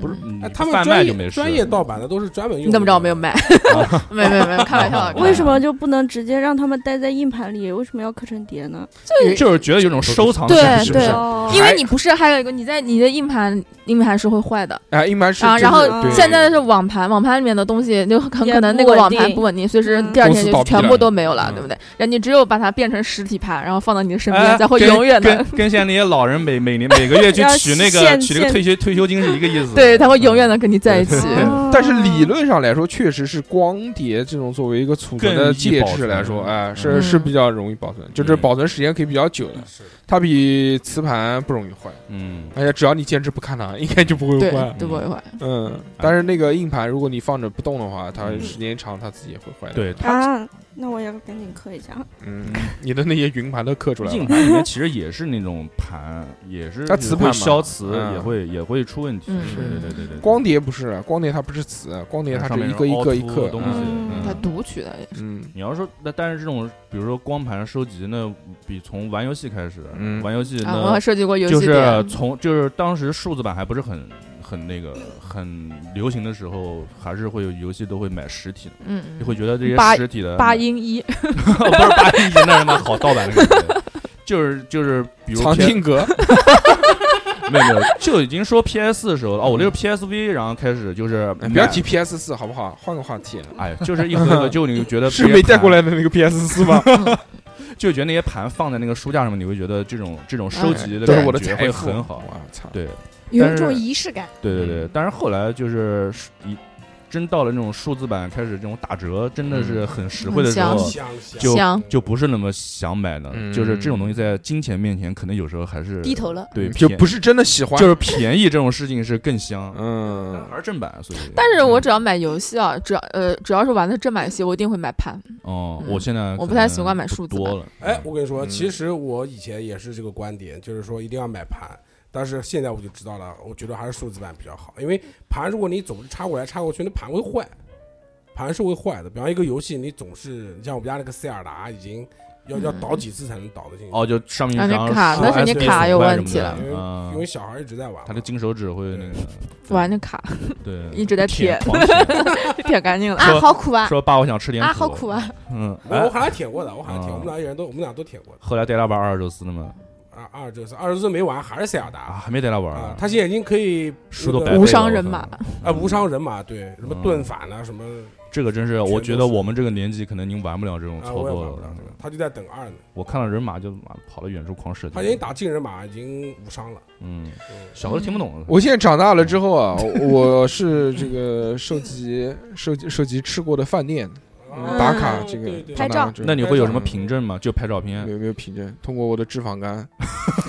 不是，你哎，他们贩卖专就没业事专业盗版的都是专门用。你怎么知道我没 有？卖？ 没有没有没有，开玩笑的。开玩笑的为什么就不能直接让他们待在硬盘里？为什么要刻成碟呢？就是觉得有种收藏对感，是不对是？哦因为你不是还有一个你在你的硬盘硬盘是会坏的哎，硬盘是啊，就是然后对现在是网盘，网盘里面的东西就很也可能那个不稳网盘定不稳定，随时嗯第二公天司就倒闭全了部都没有了，嗯对不对？然后你只有把它变成实体盘，然后放到你的身哎边，才会跟永远的跟跟现在那些老人每每年每个月去要取那个现取那个现退休退休金是一个意思。嗯对，它会永远的跟你在 一起。但是理论上来说，确实是光碟这种作为一个储存的介质来说，更易保存哎，嗯是是比较容易保存，就是保存时间可以比较久的，是它比磁盘不容易坏，嗯，而且只要你坚持不看它， 应该就不会对坏。，对，不会坏。嗯，但是那个硬盘，如果你放着不动的话，它时间一长，它自己也会坏的。，嗯对，它啊，那我要赶紧刻一下。嗯，你的那些云盘都刻出来硬了。盘里面其实也是那种盘，也是它磁盘会嘛消磁，嗯也会也会出问题。嗯对对对对对，光碟不是，光碟它不是磁，光碟它上是面一有个一个一凹凸个的东西嗯。嗯它读取的也是，嗯，你要说，那但是这种，比如说光盘收集呢，比从玩游戏开始，嗯玩游戏啊，我还呢，设计过游就戏是点，从就是当时数字版还不是很很那个很流行的时候，还是会有游戏都会买实体的，嗯，就嗯会觉得这些八实体的八音一， 不是八音那他妈好盗版的感觉，就是就是比如藏 P- 经 阁，没有没有，就已经说 PS 的时候了哦，我这是 PSV，然后开始就是哎不要提，PS 四好不好？换个话题。哎，就是一盒一盒就你 觉得是没带过来。来的那个 PS 四吗？就觉得那些盘放在那个书架上面，你会觉得这种这种收集的这哎是我的感觉财会富很好。啊我操！对有但一是种仪式感。对对嗯对，但是后来就是一真到了那种数字版开始这种打折，真的嗯是很实惠的时很候哦，香香就香就不是那么想买了。嗯就是这种东西在金钱面前，可能有时候还是低头了。对，嗯就便不是真的喜欢。就是便宜这种事情是更香，嗯，还是正版。所以，但是我只要买游戏啊，只要呃只要是玩的正版游戏，我一定会买盘。哦，嗯我现在我不可太能习惯买不数字多版了。哎，我跟你说，嗯其实我以前也是这个观点，就是说一定要买盘。但是现在我就知道了，我觉得还是数字版比较好，因为盘如果你总是插过来插过去，那盘会坏，盘是会坏的。比方一个游戏，你总是你像我们家那个塞尔达，已经要要嗯倒几次才能倒得进去。哦，就上面啊一那张卡说那是你 SD 卡损有坏问什么题的了因为嗯因为小孩一直在玩嘛，他的金手指会 那个玩那 卡对，一直在舔舔，狂 舔舔干净了。啊，好苦啊！说爸，我想吃点啊，好苦！啊！嗯，我我哎，好像舔过的，我好像舔，啊我们俩一人都我们俩都舔过的。后来戴拉玩二十周斯了吗？啊，二十周岁，二十周岁没玩，还是塞尔啊，达还没戴拉玩啊，他现在已经可以输都白那个费了无伤人马我靠啊无伤人马，对，什么嗯盾反啊，什么这个真是，我觉得我们这个年纪可能您玩不了这种啊，操我也作玩不了了这。个，他就在等二呢。我看到人马就妈跑到远处狂射击，他已经打进人马，已经无伤了。嗯，嗯小时候听不懂的。我现在长大了之后啊，我我是这个收集收集收集吃过的饭店嗯打卡这个啊对对长大了之后那你会有什么凭证吗？就拍照片没。有没有凭证？通过我的脂肪 肝，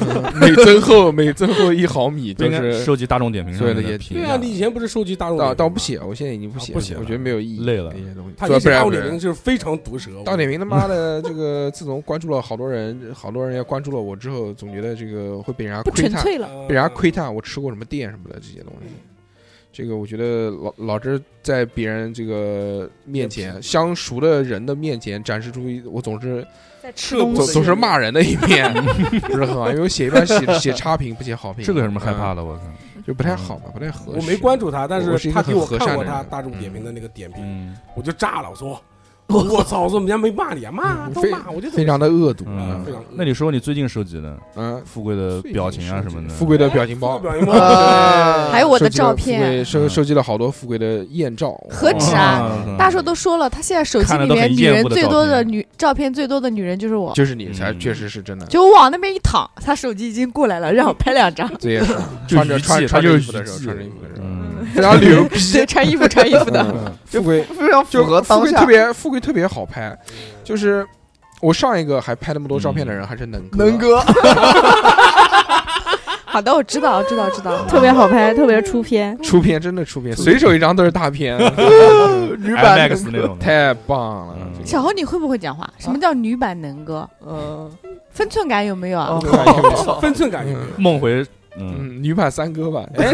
嗯每增厚每增厚一毫米就就应该是收集大众点评上面对的也评对价啊，你以前不是收集大众点倒评倒吗不，写，我现在已经不写，啊不写了我觉得没有意义，累了那些东西，他对以不前大然众不点评然。就是非常毒舌。大点评他妈的这个，自从关注了好多人，好多人也关注了我之后，总觉得这个会被人家不窥纯探，粹了，评被人家窥探我吃过什么店什么的这些东西。嗯这个我觉得老老是在别人这个面前，相熟的人的面前展示出一，我总是在吃吃东东总西，总是骂人的一 面，不是很好。因为我写一般写写差评，不写好评，这个有什么害怕的？的？我嗯靠，就不太好嘛，不太合适。我没关注他，但我是一是个他给很我和看善过的他人大众嗯点评的那个点评，嗯，我就炸了，我 说我操，我说人家没骂你啊，骂嗯都非骂，我就非常的恶毒嗯啊非常恶，那你说你最近收集的嗯，富贵的表情啊什么的，富贵的表情包包，，表情包还哎有我的收集了富照片。贵收嗯收集了好多富贵的艳照，何止啊嗯大硕都说了，他现在手机看了里都面很女厌人恶的最照多的片女照片最多的女人就是我，就是你才嗯确实是真的，就我往那边一躺，他手机已经过来了，让我拍两张。这也是就穿着娱记穿它穿着就是衣服的娱时候，记穿着衣服的时候，嗯， 非常 牛逼。对，穿衣服穿衣服的，嗯富贵非常就符合富当贵下特。别富贵特别好拍，就是我上一个还拍那么多照片的人还是嗯能能哥，哥，好的，我知道，我知道，知 道。特别好拍，特别出片。出片真的出片，随手一张都是大 片，女版 IMAX 那 种的，太棒了嗯！小红，你会不会讲话？什么叫女版能哥？嗯，分寸感有没有哦哦 啊？分寸感有没有？梦回，嗯，嗯，女版三哥吧，哎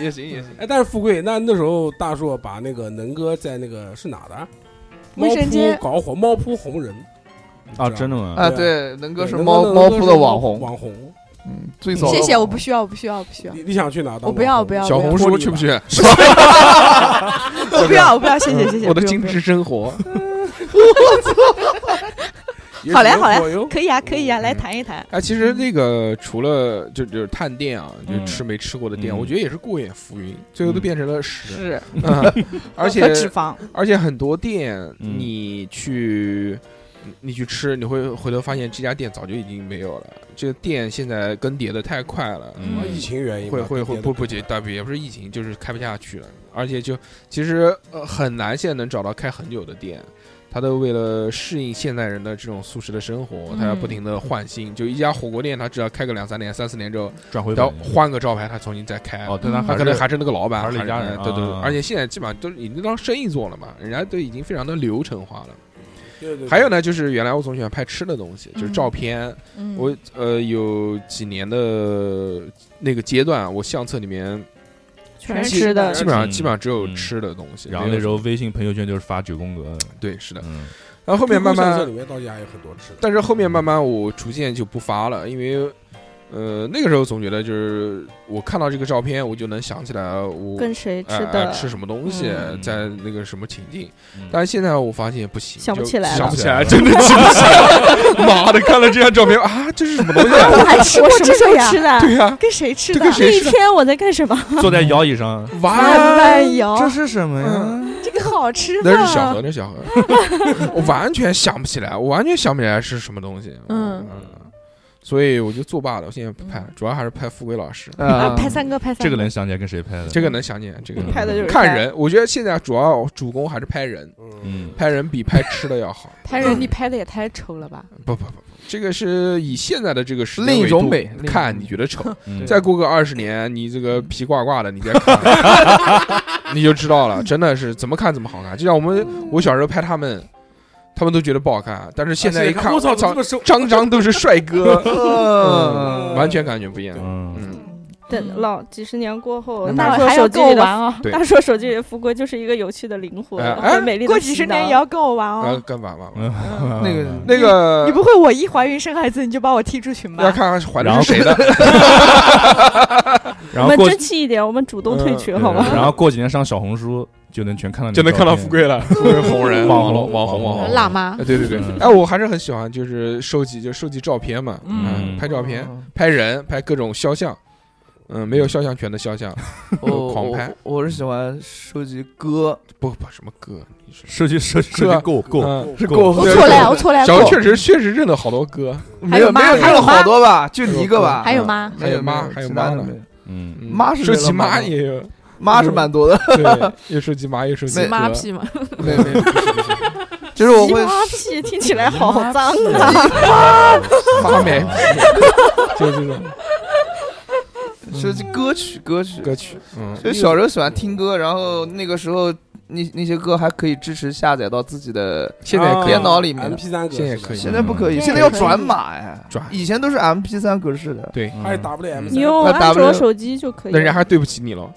也行也行。哎，但是富贵，那那时候大硕把那个能哥在那个是哪的啊猫卫生扑间搞火，猫扑红人啊，真的吗？啊呃啊，对，能哥对是能哥猫能猫哥扑的是网网红，网红，嗯，最早的谢谢，我不需要，我不需要，我不需要你，你想去哪当网红？我不要，我不要， 小红托书你去不吧去？我不要，我 不要， 谢谢谢谢。我不的用精不用致生活，也好嘞许有好嘞火哟可以啊，可以啊，嗯来谈一谈。哎，其实那个除了就就是探店啊，就嗯吃没吃过的店，嗯我觉得也是过眼浮云，最后都嗯变成了屎。是， 嗯而且和脂肪，而且很多店，嗯你去你去吃，你会回头发现这家店早就已经没有了。这个店现在更迭的太快了，嗯疫情原因吧会会会别的不不也大别也不是疫情，就是开不下去了。而且就其实呃很难现在能找到开很久的店，他都为了适应现代人的这种素食的生活，他要嗯不停的换新。就一家火锅店，他只要开个两三年、三四年之后，转回然后本地换个招牌，他重新再开。哦，对，他嗯他还可是能还是那个老板，还是一家人对对对啊而且现在基本上都已经当生意做了嘛，人家都已经非常的流程化了。对对对还有呢，就是原来我总喜欢拍吃的东西，就是照片。嗯，我呃有几年的那个阶段，我相册里面全是是吃的基本上嗯基本上只有吃的东西。然后没有那时候什么微信朋友圈就是发九宫格，对是的，嗯，然后后面慢相册慢里，面到现在还有很多吃的，但是后面慢慢我逐渐就不发了，因为。呃，那个时候总觉得就是我看到这个照片，我就能想起来我跟谁吃哎哎的，吃什么东西，嗯在那个什么情境。嗯但是现在我发现不行，想不就起来了想不不起 起来，来真的记不起 来。妈的，看了这张照片啊，这是什么东西啊？我还吃 我过什这么时个候呀？吃的？啊 对呀，跟谁吃这的跟？谁啊那是？天我在干什么？坐在摇椅上，哎慢完，慢摇，是什么呀？这个好吃那的。是小何，那是小何， 我完全想不起来，我完全想不起来是什么东西。嗯所以我就作罢了，我现在不拍了，主要还是拍富贵老师，啊，啊拍三个，拍三这个。个能想起来跟谁拍的？这个能想起来，这个嗯能拍的就是看人，我觉得现在主要主攻还是拍人，嗯，拍人比拍吃的要好。嗯拍人，你拍的也太丑了吧？不不不，这个是以现在的这个时间另一维种度美看你觉得丑，嗯再过个二十年，你这个皮挂挂的，你再看，你就知道了，真的是怎么看怎么好看。就像我们我小时候拍他们，他们都觉得不好看，但是现在一看，我操，我怎么操这，么瘦？张张都是帅 哥，嗯完全感觉不一样。 嗯，嗯，等老几十年过后，那大我硕还要手机跟我里玩哦的啊？对大硕手机里的富贵就是一个有趣的灵魂哎哎和美丽的过几十皮囊年也要跟我玩然后哦。干嘛嘛嘛？那那个那你个不会我一怀孕生孩子你就把我踢出群呃要吧？看看怀的是谁的，然我后们过争气一点，我们主动退嗯群，对好吧？然后过几年上小红书就能全看到，就能看到富。贵了， 富贵红人，网红网红网网红红。辣妈哎， 对对对嗯，哎，我还是很喜欢，就是收集，就收集照片嘛，嗯拍照片，拍人，拍各种肖像，嗯，没有肖像权的肖像，我狂拍哦我我是喜欢收集歌，不不什么歌，你是设计设计是啊设计够够，嗯是够够了我错了呀，我错了哎呀。小够确实确实认了好多歌，没有还有妈没有，还有认了妈好多吧，就你一个吧，还有吗？没有还有妈没还有其他妈的呢没有嗯，嗯妈是收认了集妈妈妈也 有，妈是蛮多的，对，又收集妈又收集那妈歌屁嘛，没有没有，不是不是 就是我姨会妈 屁听起来好脏啊！妈没，就这种收集歌曲歌曲歌啊曲，嗯，就小时候喜欢听歌，然后那个时候那那些歌还可以支持下载到自己的，现在也可以电脑里面 MP 三格式现在的也可以现在不可以，嗯现在要转码呀，转以前都是 MP 三格式的，对，嗯还有 WM 嗯你用那安卓 W- 手机就可以那了。人家还对不起你了，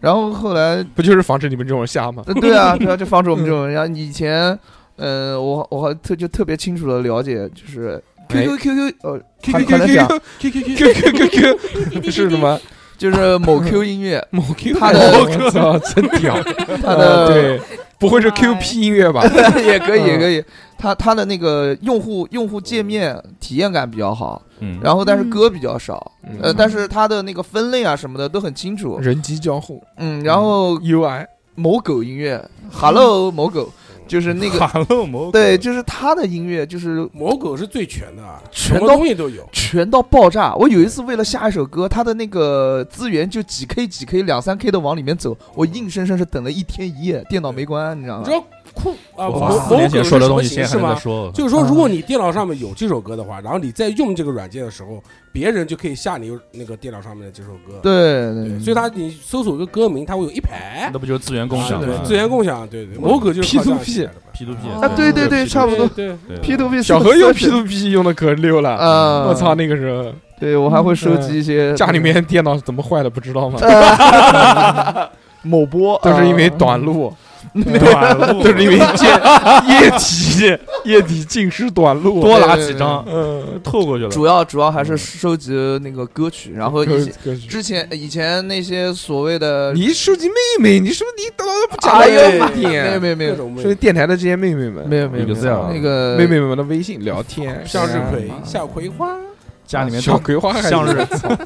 然后后来不就是防止你们这种瞎吗？呃对啊，对啊，就防止我们这种人。然后以前，呃，我我还特就特别清楚的了解，就是哎 QQ QQ 呃 Q Q 快 Q 点讲 Q Q Q Q Q Q 是什么？就是某 Q 音乐，某 Q 他的我操，真屌！它呃的对，不会是 QP 音乐吧？ 也可以嗯也可以，它它的那个用户用户界面体验感比较好，嗯，然后但是嗯歌比较少，嗯呃，但是它的那个分类啊什么的都很清楚，人机交互嗯，然后 UI 某狗音 乐，Hello 某狗，就是 那个。哈喽某对，就是它的音乐，就是魔狗是最全的啊，全什么都东西都有。全到爆炸。我有一次为了下一首歌，它的那个资源就几 K 几 K 两三 K 的往里面走，我硬生生是等了一天一夜，电脑没关，你知道你吗知？道酷啊，我魔靠四魔年狗前是说什的东么西现形在式还在吗？说，就是说，如果你电脑上面有这首歌的话，然后你再用这个软件的时候，别人就可以下你那个电脑上面的这首歌。对对，对，所以它你搜索一个歌名，它会有一排那不就是资源共享啊吗对，？资源共享，对对，魔狗就是 P2P 靠这样起来的嘛 P to P 啊啊，对对对，差不多。对，对 P to P 小何 用 P to P 用的可溜了，啊，我操！！那个时候对我还会收集一些家里面 电脑怎么坏的不知道吗？呃 某波， 都是因为短路， 短路，都是因为见液体液体浸湿短路，多拿几张嗯，透过去了。主要主要还是收集那个歌曲，然后一些呃之前以前那些所谓的，你收集妹妹，你是不是你等不讲哎了要呦骂没有你？没有没各有种味所以电台的这些妹妹们，没呃有没有就这样啊那个妹妹们的微信聊天，向日葵，葵、向葵花，家里面小葵花还是 向日，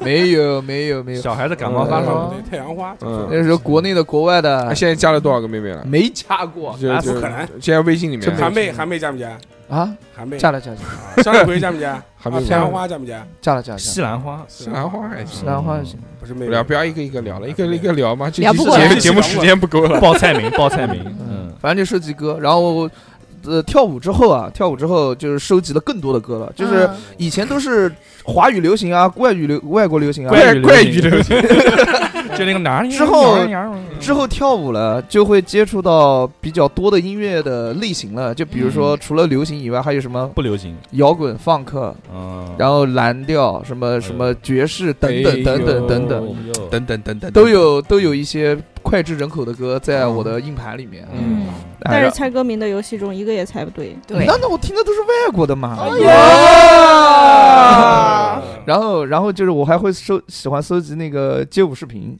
没有没有没有，小孩子感冒发烧不，对，太阳花，嗯，那时候国内的国外的啊现在加了多少个妹妹了？没加过就啊哎就不可能现在微信里面韩妹，韩妹加不加？啊，韩妹，加了加了向日葵加不加？还啊没太阳花加不加？加了加了，西兰花，西兰花还行。兰花行，不是不妹啊聊，妹，不要一个一个啊聊了，一个一个聊嘛，这聊期不过来节节目时间不够了。报菜名，报菜名，嗯，反正就收集歌，然后呃跳舞之后啊，跳舞之后就是收集了更多的歌了，就是以前都是华语流行啊，外语流外国流行啊，怪怪鱼鱼流行， 就那个哪儿之后之后跳舞了，就会接触到比较多的音乐的类型了，就比如说除了流行以外，还有什么不流行，摇滚、放克，嗯，哎然后蓝调，什么什么爵士等等等等等等，等等等等等，都有都有一些脍炙人口的歌在我的硬盘里面。嗯，哎但是猜歌名的游戏中一个也猜不对。然那那我听的都是外国的嘛。哎啊然后然后就是我还会收喜欢搜集那个街舞视频，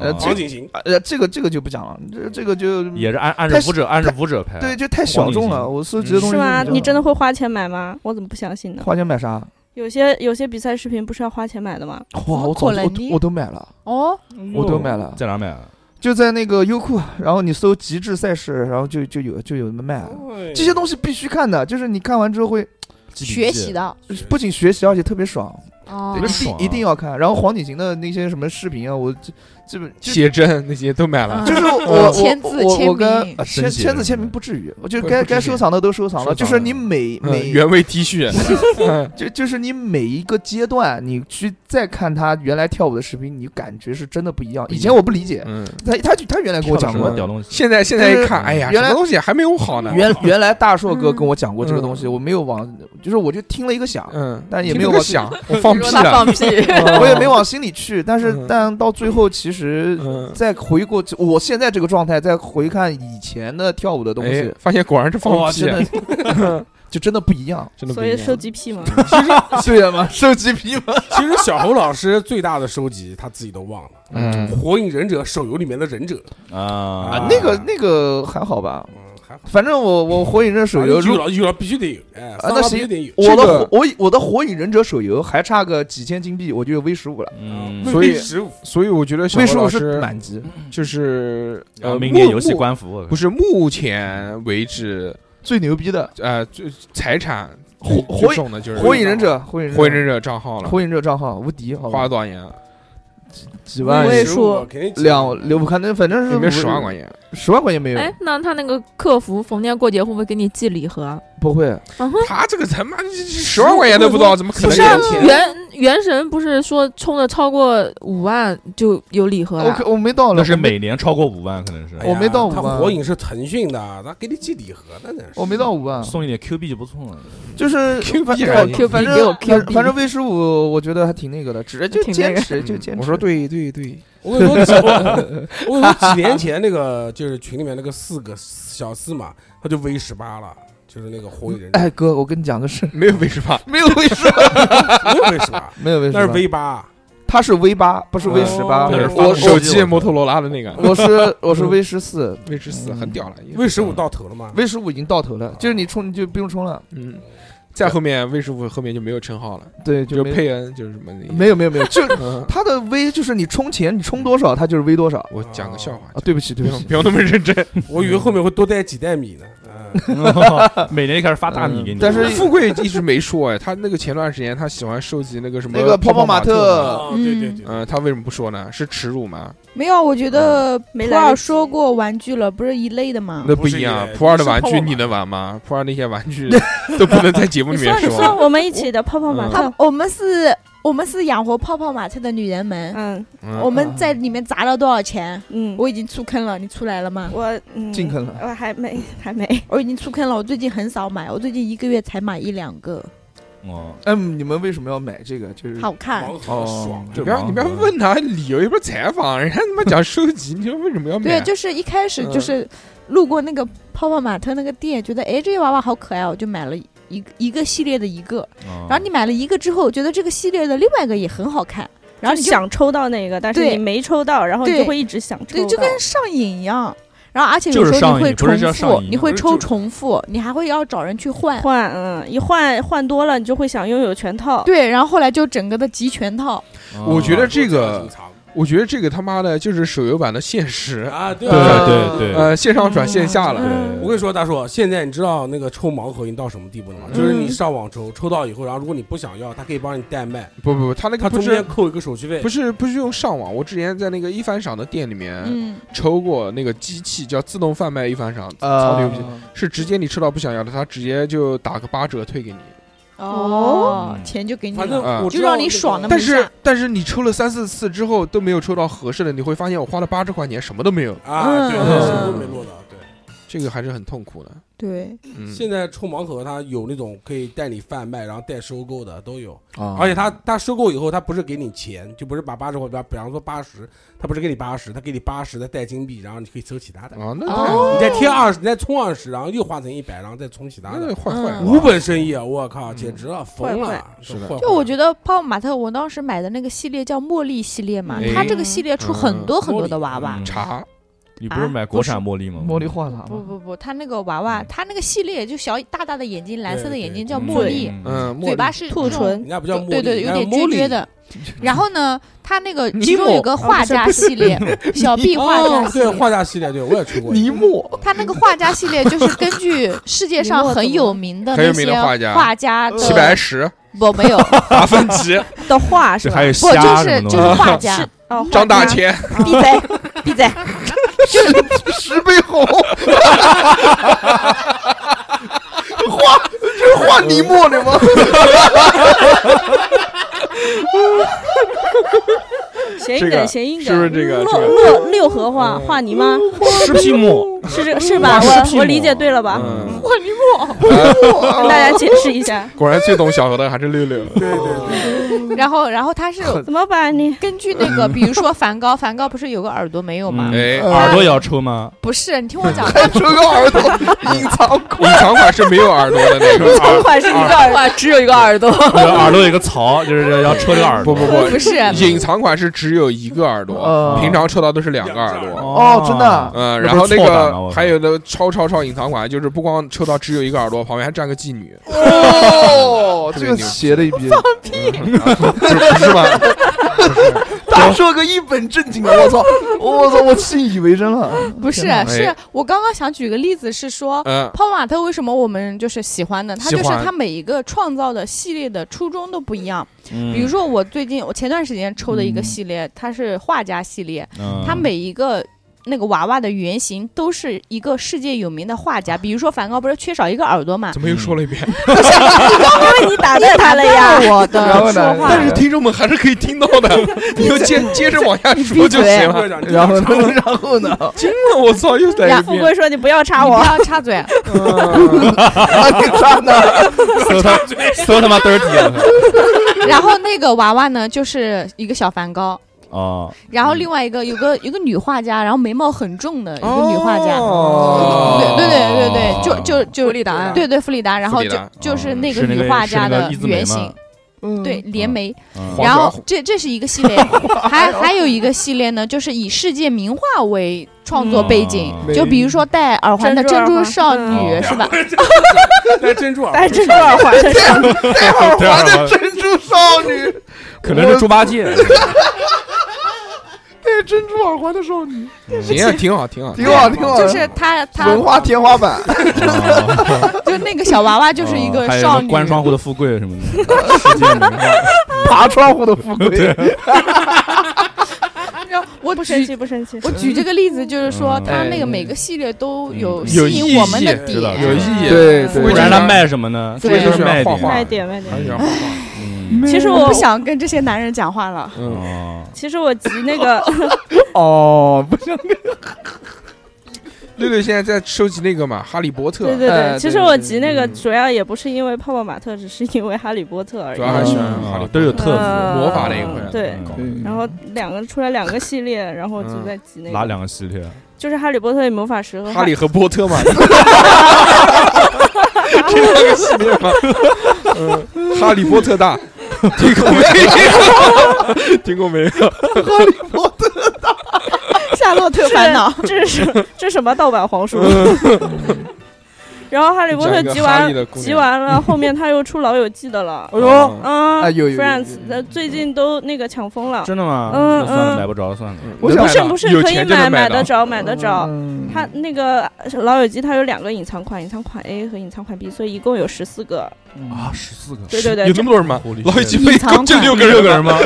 呃嗯哦这黄景行，呃这个这个就不讲了，这这个就也是按按着舞者按着舞者拍，对，就太小众了。我搜集的东西是就吗？比较你真的会花钱买吗？我怎么不相信呢？花钱买啥？有些有些比赛视频不是要花钱买的吗？哇，我早就可能我呢都我都买了， 哦，我都买了，在哪买啊的？嗯就在那个优酷，然后你搜极致赛事，然后就就有就有人卖。哦这些东西必须看的，就是你看完之后会学习的不仅学习，而且特别爽，哦一别定爽啊一定要看。然后黄景行的那些什么视频啊，我基基本就啊写真那些都买了，就是我签字我我签我跟嗯名啊签真写签字真签名不至于，我就不该不至该于收藏的都收藏收了，就藏是了你每嗯每原味 T 恤，就就是你每一个阶段，你去再看他原来跳舞的视频，你感觉是真的不一样。以前我不理解，嗯，他他他原来哎跟我讲什么过，屌东西？现在现在一看，哎呀，原什么来东西还没有好呢？原原来大硕哥跟我讲过这个嗯东西，我没有往，就是我就听了一个响，嗯，但也听没有那个往想， 我放屁啊说他了，放 屁，我也没往心里去。但是哦嗯但到最后，其实嗯，再回过去我现在这个状态，再回看以前的跳舞的东哎西，，发现果然是放哇，屁真， 的就真的不一样。 真的不所一以收样。集癖嘛。对了吗？收集癖吗？其实小侯老师最大的收集他自己都忘了，嗯《火影忍者》手游里面的忍者，啊啊，那个那个还好吧，嗯，还好。反正我我火影忍者手游，啊有如啊了有了必须得有，哎，那必行哦须得有。这我的个火我我的火影忍者手游还差个几千金币，我就有 V 十五了嗯，所以啊十五所以我觉得小，V 何十老五是师满级，就是呃，然后明年目游戏目官服不是目前为止最牛逼的呃最财产火最火最影重的就是火影忍者，火影火影者忍者账号了，火影忍者账号无敌，好花吧了，多少钱啊？几万我也十说五肯定几哎两六，可能反正是有没有五十万块钱？十万块钱没有，哎，那他那个客服逢年过节会不会给你寄礼盒啊？不会，嗯他这个他妈十万块钱都不到，怎么可不能是啊有？ 原原神不是说充了超过五万就有礼盒我了哦啊可？我没到了，那是每年超过五万，可能是哎呀我没到五他万火影是腾讯的，他给你寄礼盒的，那是我没到五万，送一点 Q 币就不错了。就是啊 Q 反币正还反行反给我正 Q 反币反正 V 十五我觉得还挺那个的，只是就挺那坚个持就坚持，我说对对对，我跟你说，我跟你说，几年前那个就是群里面那个四个小四嘛，他就 V 十八了，就是那个火影 忍者哎哥，我跟你讲个事，没有为什么。没有 V 十，没有 V 十八，没有 V 十，那是 V 八，他是 V 八，不是 V 十八哦对，我嗯手机摩托罗拉的那个我 是我是 V 十四，V 十四很屌了，V 十五到头了吗？ ，V 十五已经到头了，就是你充你就不用充了，嗯，再后面 V 十五后面就没有称号了，对，就是没佩恩就是什么的。没有没有没有，就是 嗯，它的 V 就是你充钱，你充多少，它就是 V 多少我讲个笑话啊。，对不起不对不用嗯起，不用那么认真。我以为后面会多带几袋米呢。嗯， 每年就开始发大米给你，嗯但是富贵一直没说哎，他那个前段时间他喜欢收集那个什么那个泡泡玛玛特特嘛，哦对对对，嗯，他为什么不说呢？是耻辱吗？没有，我觉得没普来得洱及说过玩具了，不是一类的吗？那不不是一样也，普洱的玩是泡泡具玛你能玩吗？普洱那些玩具都不能在节目你里说面你说，说。我们一起的泡泡玛特他，我们是，我们是养活泡泡玛特的女人们，嗯嗯我们在里面砸了多少钱？嗯，我已经出坑了，你出来了吗？我 嗯，进坑了我还没还没，我已经出坑了，我最近很少买，我最近一个月才买一两个。哦，嗯，你们为什么要买这个？就是好看，王子爽，你不要你不要问他理由，也不是采访，人家他妈讲收集，你说为什么要买？对，就是一开始就是路过那个泡泡玛特那个店，觉得哎这些娃娃好可爱，我就买了一个一个系列的一个。然然后你买了一个之后，觉得这个系列的另外一个也很好看，然然后后你你就想抽到那个，但是对你没抽到，然后你对就会一直想抽对，到。就跟上瘾一样。然后而且就有是时候你上会瘾不是叫重上复，瘾你会不是抽就重复，你还会要找人去换。换，嗯，一换换多了，你就会想拥有全套。对，然后后来就整个的集全套，嗯我觉得这个挺，长我觉得这个他妈的就是手游版的现实，啊，对对啊对对呃，线上转线下嗯了，对，我跟你说，大叔，现在你知道那个抽盲盒已经到什么地步嗯了吗？就是你上网抽，抽到以后，然后如果你不想要，他可以帮你代卖，不不不，他那他个中不间是扣一个手续费不。是不是用上网，我之前在那个一番赏的店里面嗯，抽过那个机器，叫自动贩卖一番赏，超牛呃逼，，是直接你抽到不想要的，他直接就打个八折退给你。哦嗯，钱就给你反正了，嗯就我知道让你那个爽的但没是下但是你抽了三四次之后都没有抽到合适的，你会发现我花了八十块钱什么都没有，啊，对，嗯对什么都没落到。对，这个还是很痛苦的。对，嗯，现在抽盲盒它有那种可以带你贩卖，然后带收购的都有，啊而且它它收购以后，它不是给你钱，就不是把八十或者比方说八十，它不是给你八十，它给你八十再带金币，然后你可以抽其他的。啊，那哦太你再贴二十，你再充二十，然后又换成一百，然后再充其他那的得，换坏嗯了。无本生意啊！我靠，简直了，疯坏了！是的坏坏就我觉得泡泡玛特，我当时买的那个系列叫茉莉系列嘛哎，它这个系列出很多很多的娃茉娃莉。嗯茶你不是买国产茉莉吗？茉莉花茶不吗？ 不不，它那个娃娃，它那个系列就小大大的眼睛，蓝色的眼睛叫茉对莉，嗯，嗯，茉莉嘴巴是兔那种唇人家不叫茉莉，对对，有点撅撅的。然后呢，它那个尼其中有莫个画家系列，小人壁家画茉莉。家哦，系对列，画家系列，对我也出过。尼莫它那个画家系列就是根据世界上很有名的很有那名些的画家画家齐白的石、不没有达芬奇、的话是这吧？还有不就虾什是么就是东西？画家，哦，画张大家千、闭嘴闭嘴，石飞鸿， 画这画尼莫 的吗？谐这音个梗，谐音是不是梗。这个？这落个落六合画画泥吗？石皮木，是这是吧？画石屁我股我理解对了啊吧？嗯，画尼莫。跟大家解释一下，果然最懂小何的还是六六。对对 对，然后然后它是 怎么办你？根据那嗯个，比如说梵高，梵高不是有个耳朵没有吗？哎，耳朵也要抽 吗？不是，你听我讲，这个耳朵隐藏款，隐藏款是没有耳朵的那种。不管是一个耳哇，只有一个耳朵，这个耳朵有个槽，就是要抽这个耳朵。不不不不是隐藏款是只有一个耳朵哦，平常抽到都是两个耳两个耳朵朵。哦真的嗯，那然不后是那错版吗我个靠还有的超超超隐藏款，就是不光抽到只有一个耳朵，旁边还站个妓女，哦，特别这个牛邪的一逼，嗯不是吗？大硕哥一本正经的，我操，我操，我信以为真了。不是天，哪是我刚刚想举个例子，是说嗯，泡泡玛特为什么我们就是喜欢呢？它喜就是欢它每一个创造的系列的初衷都不一样。比比如，说我最近我前段时间抽的一个嗯系列，它是画家系列，嗯它每一个。那个娃娃的原型都是一个世界有名的画啊家，比如说梵高不是缺少一个耳朵 嘛？怎么又说了一遍？为你打断他 了呀！我然的后说呢话但 是哎听众们还是可以听到的，你就接接着往下说闭就嘴行我了。也讲，然后呢？然后呢？ 惊了，我操，又 来一富遍。贵说：“你不要插你我不，要插嘴，啊，你咋呢？搜他搜他妈 dirty 然后那个娃娃呢，就是一个小梵高， 啊！然后另外一个有个有个女画家，然后眉毛很重的一个女画家，哦对对对对对，就就就弗里达对对弗里达，然后弗里就达就是那那个女画家的原型，型，对莲梅。嗯然黄小后琥这这是一个系 列，还还有一个系列呢，就是以世界名画为创作背景，嗯就比如说戴耳环的珍珍珠珠耳环少嗯女是吧？戴珍珠耳戴哎环，珍珠耳环的上面待会儿玩的珍珠少女，啊可能是猪 八戒，对珍珠耳环的少女，行啊，挺好，挺好，挺好，挺好， 就是她她文化天花板。嗯就那个小娃娃 就是嗯一哦个少女，关窗户的富贵什么 的，世界名画爬窗户的富 贵，我不生举气，不生气。我举这个例子就是说，嗯它哎那个每个系列都嗯有吸有意引我们义的知道点，有意义。对富贵不然他卖什么呢？对就是卖画画卖点，卖还是想点。画画。嗯其实我我不想跟这些男人讲话 了。嗯，哦，其实我集那个，哦，不想六六现在在收集那个嘛，《哈利波特》 对对哎对，其实我集那个嗯主要也不是因为泡泡玛特，只是因为哈利波特而已主。要还喜欢哈利波特嗯啊都有特呃魔法那一块对，嗯然后两个出来两个系列，然后就在集那哪个，两个系列？就是哈利波特与魔法石和嗯哈利和波 特嘛，这两个系列嘛，嗯，哈利波特大，听过没有？ 听过没有？夏洛特这烦恼，这是什这是什么盗版黄书？ 然后哈利波特集嗯讲一个哈利的完姑娘集完了，后面他又出老友记的了。哎呦，嗯啊哎有有有有，Friends，呃最近都那个抢疯了。真的吗？嗯那算了，嗯买不着算了。我能想不买是到不是有可以钱就能买买得到，着买得着。嗯它那个老友记它有两个隐藏款，隐藏款 A 和隐藏款 B，所以一共有十四个。啊，十四个，对对对有，那么多人吗 Holy？老友记隐一藏共就款六个人吗？吗？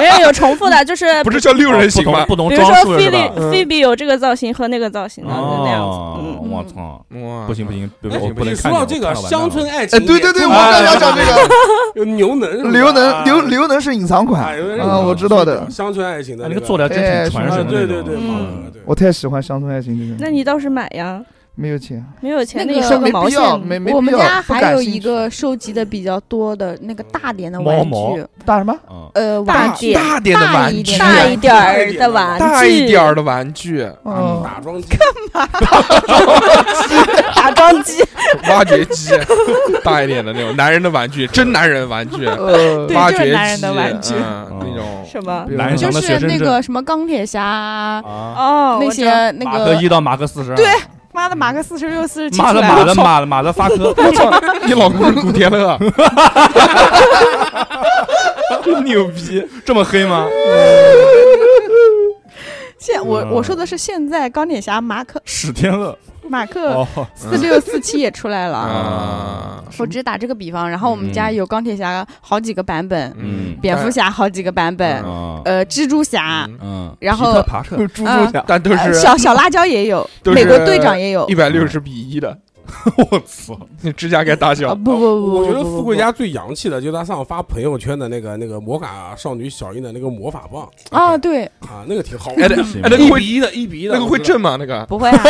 没有有重复的，就是不是叫六人不行同吗？不同比如说装束是 Phoebe 吧？ Phoebe 有这个造型和那个造型的就那样哦，子。嗯，我操！哇不行不，行，不哎我不能你看你说到这个乡啊村，爱哎，情也，对对对，我哎刚想讲这个，有牛能是吧，刘 能刘啊刘能是隐藏啊款，有人啊我知道的乡村爱情的啊那那个个做的真挺传啊神的对那种。对对，嗯对我太喜欢乡村爱情这那个，你倒是买呀，没有钱，没有钱那你个收这个没毛必线。要，没没我必们要。家不还感有兴一趣个收集的比较多的那个大点的猫玩毛具，大什么？嗯，呃，大玩具点大点的大玩一具点，大一点大一儿点的的玩具，大一点儿的玩具，嗯，嗯，打桩机，打桩机， 挖掘机， 大一点的那种男人的玩 具，真男人玩具，呃，对挖就是掘男人机，的玩具哦嗯那种什么？比如蓝说翔就的学是生那证个什么钢铁侠啊，哦，那我知道些那马克个一到马克四十，对妈的马克四十六、四十七马出的来马了，的马的马的发科，我操， 你老公是古天乐，牛逼！这么黑吗？现我嗯我说的是现在钢铁侠马克史天乐马克哦，嗯四六四七也出来了。啊，我只打这个比方，然后我们家有钢铁侠好几个版本，嗯蝙蝠侠好几个版本，啊呃，蜘蛛侠，嗯， 然后皮特 爬车就是猪猪侠，但都呃是小小辣椒也有，都是美国队长也有一。百六十比一的， 我操，你指甲盖大 啊小，不不不不，我觉得不不富贵家 最洋气的就是他上发朋友圈的那个那个魔法少女小樱的那个魔法棒啊，对，啊，那个挺好玩哎，那的，哎，那个会一的，一比一的，那个会震吗？那个不会啊，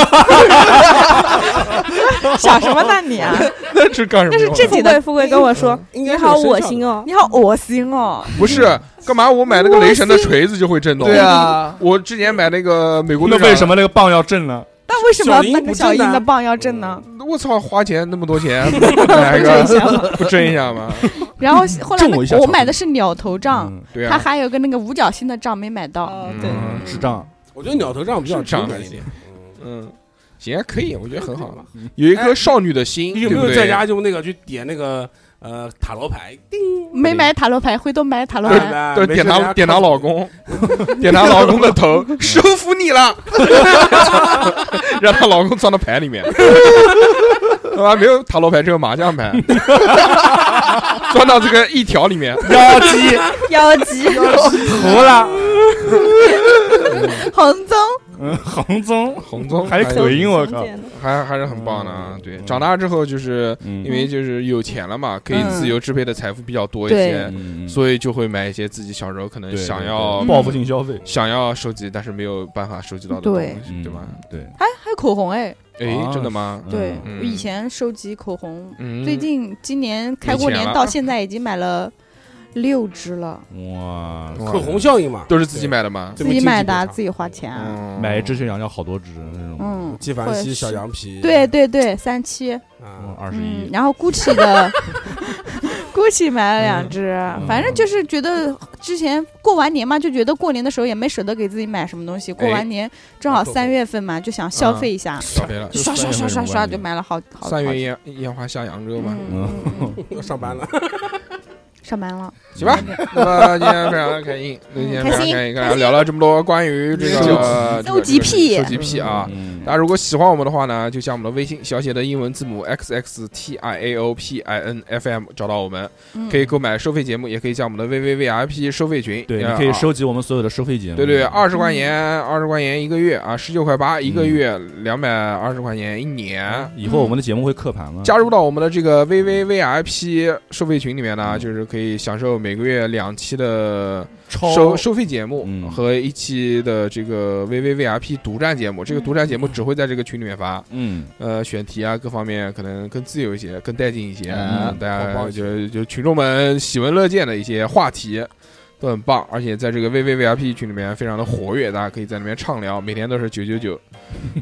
想什么呢你啊？那是干什么那是用的？这富几贵的，富贵跟我说，应你该好恶心哦，你好恶心哦！不是干嘛？我买那个雷神的锤子就会震动。对，啊，我之前 买那个美国那队长，为什么那个棒要震呢？但为什么小樱那不个正小樱呢的棒要震呢？我操，花钱那么多 钱买嗯个 不震一下吗？然后后来中那我一下个我小买心的是鸟头杖，嗯对它啊，还有个那个五角星的杖没买到。哦嗯对，智障，我觉得鸟头杖比较是长直白的一一点。点嗯嗯，行，可以，我觉得很好吧。有一颗少女的心， 你有对没有不对在家用那个去点那个呃塔罗牌？叮，没买塔罗牌，会都买 塔罗对牌。吧都是点他点他老，公，点他老公的头，收服你了，让她老公装到牌里面。啊，没有塔罗牌，只有麻将牌，装到这个一条里面。妖姬妖姬，服了，红棕 嗯，红棕红棕还是还口音，我从靠，简的还还是很棒的啊嗯！对，嗯长大之后就是嗯因为就是有钱了嘛，可以自由支配的财富比较多一些，嗯所以就会买一些自己小时候可能对想对要嗯对报复性消费，想要收集，但是没有办法收集到的东对西，对吧？嗯对，还还有口红哎，哎，啊真的吗？对嗯我以前收集口红，嗯，最近今年开过没钱年了到现在已经买了六支了，哇，嗯口红效应嘛，啊都是自己买的吗？这自不己经买济的，不自己花钱。嗯买一只血羊要好多只那种，嗯，纪或梵者希小是羊皮，对对对，三七，啊，二十嗯，一，然后 GUCCI 的，GUCCI 买了两只，反正就是觉得之前过完年嘛，就觉得过年的时候也没舍得给自己买什么东西，过完年正好三月份嘛，就想消费一下，小飞了，嗯刷刷刷刷刷就买了好好三好月烟烟花下扬州嘛嗯，嗯嗯嗯要上班了，上班了，行吧。嗯那么今天非常开心，那今天非常开开心心，跟大家聊了这么多关于这个搜集癖收集癖啊。嗯大家如果喜欢我们的话呢，就加我们的微信小写的英文字母 x x t i a o p i n f m 找到我们，嗯可以购买收费节目，也可以加我们的 v v v i p 收费群，对，呃你可以啊收集我们所有的收费节目，对对，二十块钱，二十块钱一个月啊，十九块八一个月，两百二十块钱一年。以后我嗯们的节目会刻盘了，加入到我们的这个 VVVIP 收费群里面呢，就是可以享受每个月两期的超收收费节目嗯和一期的这个 VVVIP 独占节目。这个独占节目只会在这个群里面发。嗯，呃，选题啊，各方面可能更自由一些，更带劲一些，嗯大哎好家棒就就群众们喜闻乐见的一些话题都很棒，而且在这个 VVVIP 群里面非常的活跃，大家可以在里面畅聊，每天都是九 九九，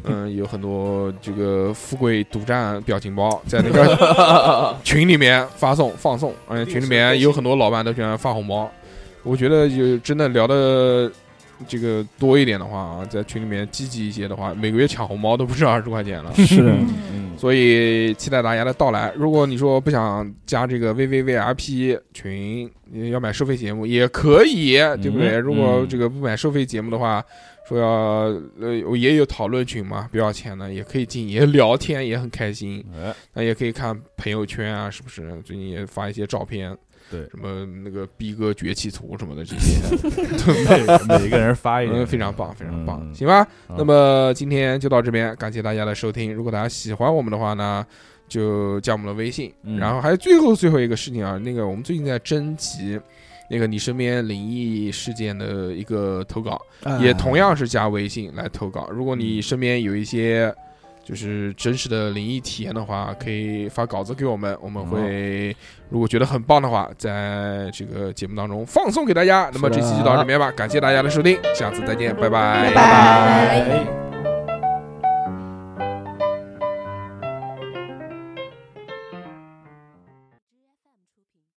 嗯，有很多这个富贵独占表情包在那个 群里面发送放送，而且群里面有很多老板都喜欢发红包，我觉得有真的聊的。这个多一点的话啊，在群里面积极一些的话，每个月抢红包都不是二十块钱了。是的，嗯所以期待大家的到来。如果你说不想加这个 VVVIP 群，你要买收费节目也可以，对不对？嗯如果嗯这个不买收费节目的话，说要呃，我也有讨论群嘛，不要钱的也可以进，也聊天也很开心。哎，那也可以看朋友圈啊，是不是？最近也发一些照片，对什么那个逼哥崛起图什么的这些，每个人发一嗯，点，非常棒，非常棒，嗯行吧。嗯那么今天就到这边，感谢大家的收听。如果大家喜欢我们的话呢，就加我们的微信。嗯然后还有最后最后一个事情啊，那个我们最近在征集。那个你身边灵异事件的一个投稿，也同样是加微信来投稿。如果你身边有一些就是真实的灵异体验的话，可以发稿子给我们，我们会如果觉得很棒的话，在这个节目当中放送给大家。那么这期就到这边吧，感谢大家的收听，下次再见，拜拜拜拜。哎